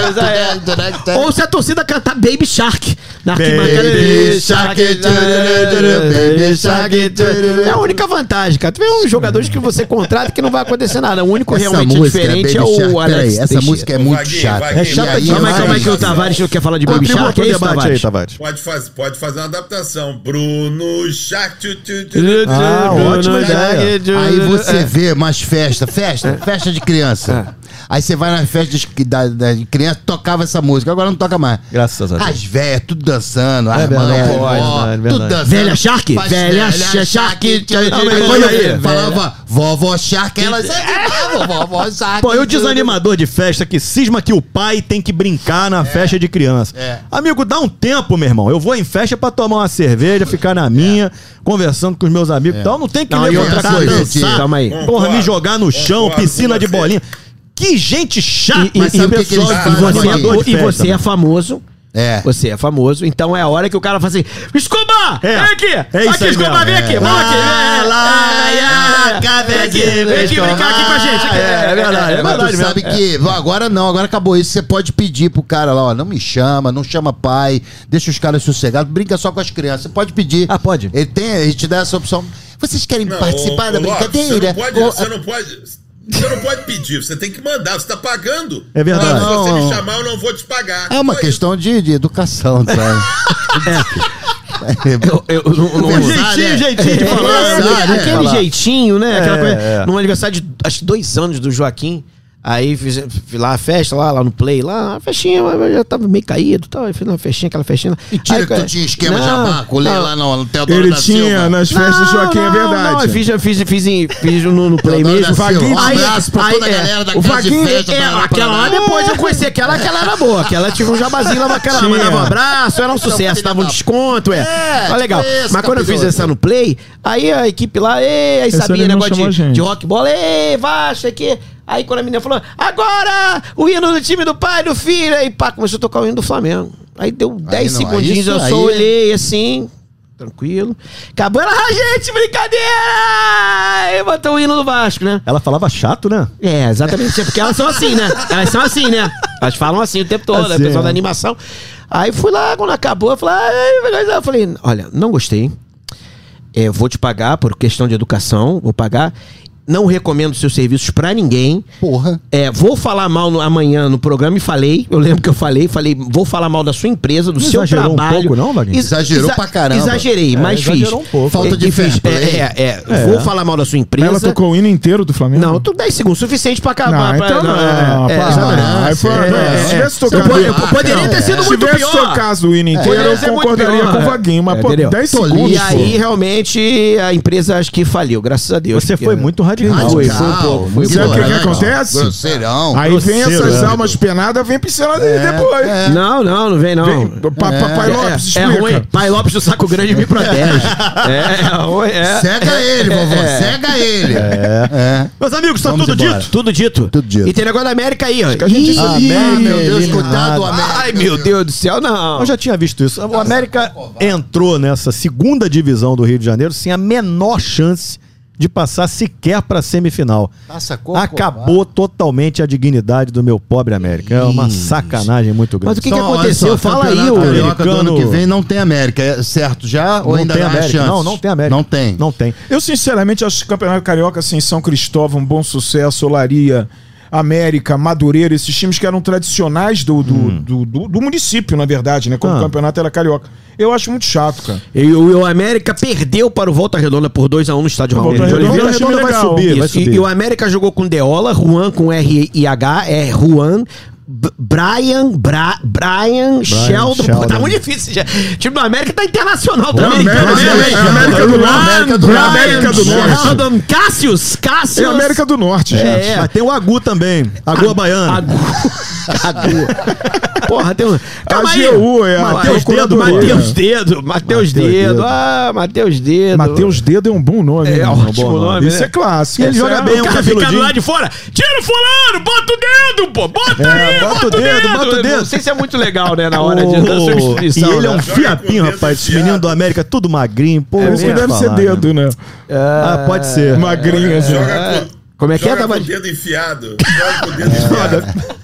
Speaker 5: é. Ou se a torcida cantar Baby Shark na arquibancada.
Speaker 2: Baby Shark, turururu, Baby Shark, turururu.
Speaker 5: É a única vantagem, cara. Tu vê uns jogadores que você contrata que não vai acontecer nada. O único
Speaker 3: Essa
Speaker 5: realmente
Speaker 3: música
Speaker 5: diferente é,
Speaker 3: Baby Shark.
Speaker 5: o
Speaker 3: Peraí,
Speaker 5: Alex.
Speaker 3: Essa
Speaker 5: Teixeira.
Speaker 3: música é muito
Speaker 4: Vaguinho,
Speaker 3: chata.
Speaker 4: Vaguinho,
Speaker 2: É chata
Speaker 3: E aí
Speaker 5: Calma aí,
Speaker 3: vai-
Speaker 5: calma aí que o Tavares não quer falar de Baby
Speaker 2: Contribua
Speaker 5: Shark.
Speaker 2: pro
Speaker 5: É isso,
Speaker 2: debate aí,
Speaker 5: Tavares?
Speaker 2: Tavares.
Speaker 4: Pode, faz, pode fazer uma adaptação. Bruno Shark. tu, tu, tu.
Speaker 2: Ah, ótima ideia.
Speaker 3: Aí você vê mais festa, festa,
Speaker 2: É.
Speaker 3: festa de criança. Aí você vai nas festas de, da, da- de criança, tocava essa música, agora não toca mais.
Speaker 2: Graças a Deus. É
Speaker 3: As velhas, tudo dançando, as
Speaker 2: verdade,
Speaker 3: mães,
Speaker 2: pode,
Speaker 3: vó,
Speaker 2: verdade,
Speaker 3: tudo
Speaker 2: verdade.
Speaker 3: dançando.
Speaker 5: Velha Shark?
Speaker 3: Faz-
Speaker 5: Velha Shark.
Speaker 3: Aí
Speaker 5: Não, mas
Speaker 3: quando
Speaker 5: aí,
Speaker 3: eu falava vovó Shark, elas "Ah, vovó Shark.
Speaker 2: Pô, e o desanimador de festa que cisma que o pai tem que brincar na festa de criança.
Speaker 3: É.
Speaker 2: Amigo, dá um tempo, meu irmão. Eu vou em festa pra tomar uma cerveja, ficar na minha, conversando com os meus amigos e tal. Não tem que
Speaker 5: Não,
Speaker 2: me
Speaker 5: e
Speaker 3: outra
Speaker 2: botar a
Speaker 3: coisa,
Speaker 2: dançar,
Speaker 5: calma aí.
Speaker 2: Porra,
Speaker 4: Concordo,
Speaker 2: me jogar no chão,
Speaker 4: concordo
Speaker 2: piscina
Speaker 4: com
Speaker 2: de
Speaker 4: você.
Speaker 2: bolinha. Que gente chata,
Speaker 5: E- e-
Speaker 3: Mas sabe o que que
Speaker 2: pessoal
Speaker 3: eles
Speaker 2: de
Speaker 3: falam,
Speaker 5: E você,
Speaker 3: Vaguinho?
Speaker 2: desanimador de
Speaker 5: e
Speaker 2: festa,
Speaker 5: você é
Speaker 2: mano.
Speaker 5: famoso.
Speaker 3: É.
Speaker 5: Você é famoso, então é a hora que o cara fala assim: Escobar!
Speaker 2: É.
Speaker 5: Vem aqui!
Speaker 2: É isso
Speaker 5: aqui,
Speaker 2: aí mesmo.
Speaker 5: Escobar, vem aqui!
Speaker 2: É.
Speaker 5: Vamos aqui!
Speaker 2: Lá,
Speaker 5: É,
Speaker 2: lá,
Speaker 5: é,
Speaker 2: iaca, vem
Speaker 5: é,
Speaker 2: aqui,
Speaker 5: é,
Speaker 2: vem
Speaker 5: Vem aqui
Speaker 2: Escobar.
Speaker 5: brincar aqui com a gente! aqui.
Speaker 2: É, é verdade, é
Speaker 3: Mas
Speaker 2: verdade
Speaker 3: tu
Speaker 2: mesmo.
Speaker 3: sabe que bom, agora não, agora acabou isso. Você pode pedir pro cara lá, ó, não me chama, não chama pai, deixa os caras sossegados, brinca só com as crianças. Você pode pedir.
Speaker 2: Ah, pode?
Speaker 3: Ele, tem, ele te dá essa opção. Vocês querem
Speaker 4: Não,
Speaker 3: Hum, participar
Speaker 4: ô,
Speaker 3: da
Speaker 4: ô, Lopes,
Speaker 3: brincadeira?
Speaker 4: Você não, pode,
Speaker 3: Ô,
Speaker 4: você, não pode, você não pode pedir, você tem que mandar, você tá pagando.
Speaker 2: É verdade.
Speaker 4: Ah, se você
Speaker 3: Não,
Speaker 4: me
Speaker 3: não.
Speaker 4: chamar, eu não vou te pagar.
Speaker 3: é uma
Speaker 4: Só
Speaker 3: questão de, de educação, tá? É. sabe?
Speaker 5: Eu, eu, eu não- não-
Speaker 3: Vem
Speaker 5: não-
Speaker 2: Jeitinho,
Speaker 3: né?
Speaker 2: jeitinho de
Speaker 5: É,
Speaker 2: falar.
Speaker 3: é,
Speaker 5: aquele-
Speaker 3: né?
Speaker 5: aquele jeitinho, né? Aquela
Speaker 2: É,
Speaker 5: coisa.
Speaker 2: é.
Speaker 5: Num aniversário de acho que dois anos do Joaquim. Aí fiz, fiz lá a festa, lá, lá no Play, lá, a festinha, eu já tava meio caído e tal. Aí fiz uma festinha, aquela festinha.
Speaker 3: Mentira
Speaker 5: Aí,
Speaker 3: que tu tinha esquema de
Speaker 5: Não,
Speaker 3: abaculê
Speaker 5: não.
Speaker 3: lá no Teodoro
Speaker 6: Ele
Speaker 3: da
Speaker 6: tinha né?
Speaker 3: Silva.
Speaker 6: nas festas de Joaquim, é
Speaker 5: Não,
Speaker 6: verdade.
Speaker 5: eu fiz, eu fiz, fiz, em- fiz no, no Play
Speaker 3: Teodoro
Speaker 5: mesmo.
Speaker 3: da Silva.
Speaker 5: Vaguinho.
Speaker 3: Um abraço pra toda a galera da
Speaker 5: é, o
Speaker 3: Casa de
Speaker 5: Vaguinho,
Speaker 3: Festa,
Speaker 5: é,
Speaker 3: Paraná,
Speaker 5: aquela lá
Speaker 3: Paraná.
Speaker 5: depois eu conheci aquela, aquela era boa. Aquela tinha um jabazinho lá bacana,
Speaker 6: Tinha.
Speaker 5: mandava um abraço, era um sucesso,
Speaker 3: filho
Speaker 5: dava
Speaker 3: Então,
Speaker 5: um
Speaker 3: da-
Speaker 5: desconto, é.
Speaker 3: É,
Speaker 5: Mas legal.
Speaker 3: tipo esse,
Speaker 5: Mas quando eu fiz
Speaker 3: capiroto.
Speaker 5: essa no Play, aí a equipe lá, ei, aí
Speaker 6: Esse
Speaker 5: sabia
Speaker 6: ele não
Speaker 5: negócio
Speaker 6: chamou a
Speaker 5: de,
Speaker 6: gente.
Speaker 5: de rock bola, ei, Vasco, sei que. Aí quando a menina falou, agora o hino do time do pai, do filho, aí pá, começou a tocar o hino do Flamengo. Aí é deu 10
Speaker 3: não, aí
Speaker 5: segundinhos,
Speaker 3: isso
Speaker 5: eu
Speaker 3: aí-
Speaker 5: só olhei. Ei, assim, tranquilo. Acabou ela, ah, gente, brincadeira! Aí botou o hino do Vasco, né?
Speaker 2: Ela falava chato, né?
Speaker 5: É, exatamente, é porque elas são assim, né? Elas são assim, né? Elas falam assim o tempo todo,
Speaker 2: Assim,
Speaker 5: né? o pessoal
Speaker 2: é.
Speaker 5: da animação. Aí fui lá, quando acabou, eu falei, "Ah, "Ai, meu Deus", eu falei, olha, não gostei. É, vou te pagar por questão de educação, vou pagar. Não recomendo seus serviços pra ninguém.
Speaker 3: Porra.
Speaker 5: É, vou falar mal no- amanhã no programa e falei. Eu lembro que eu falei, falei, vou falar mal da sua empresa, do
Speaker 2: Não
Speaker 5: seu
Speaker 2: exagerou um
Speaker 5: trabalho.
Speaker 2: pouco, não, Wagner?
Speaker 5: Ex-
Speaker 3: Exagerou pra caramba.
Speaker 5: Exagerei, mas fiz.
Speaker 2: exagerou um pouco.
Speaker 3: Falta de
Speaker 5: E fiz,
Speaker 3: fair play.
Speaker 5: é, é, é, Vou falar mal da sua empresa.
Speaker 6: Ela tocou o hino inteiro do Flamengo?
Speaker 5: Não, tu 10 segundos, suficiente pra acabar.
Speaker 6: Não,
Speaker 5: pra-
Speaker 6: então não.
Speaker 5: é, é,
Speaker 6: pá,
Speaker 5: exatamente.
Speaker 6: aí foi-
Speaker 3: É,
Speaker 6: não,
Speaker 5: é,
Speaker 6: Se tivesse
Speaker 5: Eu,
Speaker 6: tocado.
Speaker 5: po- eu poderia ter sido
Speaker 6: Se
Speaker 5: muito
Speaker 6: tivesse
Speaker 5: pior. É.
Speaker 6: tocado o hino inteiro,
Speaker 5: Poderia
Speaker 6: eu
Speaker 5: ser muito
Speaker 6: concordaria
Speaker 5: pior,
Speaker 6: com o
Speaker 5: é.
Speaker 6: Vaguinho, mas
Speaker 5: É,
Speaker 6: pô,
Speaker 5: entendeu?
Speaker 6: 10
Speaker 3: Tô
Speaker 6: segundos.
Speaker 5: E
Speaker 6: pô.
Speaker 5: aí, realmente, a empresa acho que faliu, graças a Deus.
Speaker 2: Você
Speaker 5: porque-
Speaker 2: foi muito
Speaker 6: radical.
Speaker 5: Foi,
Speaker 3: Radical,
Speaker 5: foi um pouco, foi um
Speaker 6: Sabe o que,
Speaker 5: pouco.
Speaker 6: que
Speaker 3: Ah, Não,
Speaker 6: acontece?
Speaker 3: Grosseirão.
Speaker 6: Aí vem
Speaker 2: grosseiro,
Speaker 6: essas
Speaker 2: né?
Speaker 6: almas penadas, vem pincelada depois.
Speaker 5: Não, não, não vem não.
Speaker 6: Vem, pa- pa- Pai Lopes,
Speaker 5: É. é, é
Speaker 6: explica.
Speaker 5: ruim. Pai Lopes do Saco Grande me protege. É, é ruim. É.
Speaker 3: Cega ele, vovô, cega ele. É.
Speaker 2: Meus amigos, tá
Speaker 3: Vamos
Speaker 2: tudo
Speaker 3: embora.
Speaker 2: dito?
Speaker 5: Tudo dito.
Speaker 3: Tudo dito.
Speaker 5: E tem negócio da América aí, ó.
Speaker 6: a gente-
Speaker 5: Ih,
Speaker 6: Ah,
Speaker 3: meu Deus,
Speaker 2: eliminado.
Speaker 3: coitado do América.
Speaker 5: Ai, meu Deus do céu, não.
Speaker 2: Eu já tinha visto isso. O América entrou nessa segunda divisão do Rio de Janeiro sem a menor chance de passar sequer pra semifinal.
Speaker 3: Nossa, Corcovado.
Speaker 2: Acabou totalmente a dignidade do meu pobre América. É uma sacanagem muito grande.
Speaker 5: Mas o que, que
Speaker 3: Então, olha só,
Speaker 5: aconteceu? Fala aí,
Speaker 3: Campeonato
Speaker 5: ô.
Speaker 3: Carioca do ano
Speaker 2: americano.
Speaker 3: que vem não tem América, é certo já? ou
Speaker 2: não
Speaker 3: ainda
Speaker 2: tem
Speaker 3: há
Speaker 2: América.
Speaker 3: chance?
Speaker 2: Não, não tem América.
Speaker 3: Não tem.
Speaker 2: Não tem.
Speaker 6: Eu, sinceramente, acho que o Campeonato Carioca, assim, São Cristóvão, Bom Sucesso, Olaria, América, Madureira, esses times que eram tradicionais do, do, do, do- do município, na verdade, né? Quando
Speaker 2: Ah.
Speaker 6: o campeonato era carioca. Eu acho muito chato, cara.
Speaker 5: E o, e o América perdeu para o Volta Redonda por 2x1 no estádio
Speaker 6: Volta
Speaker 5: Raul.
Speaker 6: Redonda,
Speaker 5: Oliveira.
Speaker 6: é time
Speaker 2: vai
Speaker 6: legal.
Speaker 2: subir, vai
Speaker 5: Isso,
Speaker 2: subir.
Speaker 5: E, e o América jogou com Deola, Juan com R e H, é Juan. B- Brian, Bra, Brian, Sheldon. Pô, Tá
Speaker 2: Sheldon.
Speaker 5: muito difícil. Já. O time do América tá internacional também.
Speaker 6: América,
Speaker 5: cara.
Speaker 6: é, é, é, é, América do
Speaker 5: Brian,
Speaker 6: Norte,
Speaker 3: América do
Speaker 5: Brian,
Speaker 3: Norte.
Speaker 6: América do Norte.
Speaker 5: Sheldon, Cassius,
Speaker 6: É
Speaker 5: Cassius.
Speaker 6: a América do Norte, gente.
Speaker 5: É.
Speaker 2: Mas tem o Agu também. Agu é Baiana.
Speaker 5: Agu. Agu. Porra, tem um. Calma aí.
Speaker 6: AGU é a
Speaker 5: Mateus Dedo,
Speaker 6: procuradoria.
Speaker 5: Mateus Dedo, Mateus Dedo. Ah, Mateus Dedo.
Speaker 6: Mateus Dedo é um bom nome.
Speaker 5: É
Speaker 6: né?
Speaker 5: ótimo
Speaker 6: um bom
Speaker 5: nome,
Speaker 6: Isso
Speaker 5: né?
Speaker 6: é clássico.
Speaker 2: Ele
Speaker 6: Isso
Speaker 2: joga
Speaker 6: é-
Speaker 2: bem,
Speaker 5: O
Speaker 2: um
Speaker 5: cara
Speaker 2: cabelo
Speaker 5: fica do
Speaker 2: de-
Speaker 5: lado de fora. Tira o fulano, bota o dedo, pô. Bota
Speaker 2: É,
Speaker 5: aí, bota, o dedo, bota o dedo. Não sei se é muito legal, né, na hora de da
Speaker 2: e
Speaker 5: substituição.
Speaker 2: ele é um
Speaker 5: né?
Speaker 2: fiapinho, rapaz. Esse menino do América, é tudo magrinho. Pô,
Speaker 6: É,
Speaker 2: não
Speaker 6: isso
Speaker 2: sei
Speaker 6: deve ser
Speaker 2: falar,
Speaker 6: dedo, né?
Speaker 2: Ah, pode ser.
Speaker 6: Magrinho, assim.
Speaker 4: Joga com,
Speaker 5: Como é que é,
Speaker 4: joga com o
Speaker 5: Tabati?
Speaker 4: dedo enfiado. Joga com o dedo enfiado.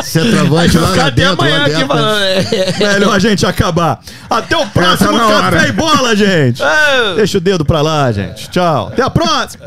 Speaker 3: Centroavante lá
Speaker 5: Ficar
Speaker 3: na
Speaker 5: até
Speaker 3: dentro,
Speaker 5: amanhã
Speaker 3: lá
Speaker 5: aqui
Speaker 3: dentro.
Speaker 5: falando. é.
Speaker 2: Melhor a gente acabar. Até o próximo
Speaker 6: é na
Speaker 2: Café
Speaker 6: hora. É.
Speaker 5: Ah,
Speaker 2: e Bola, gente. Deixa o dedo pra lá, gente. Tchau. Até a próxima.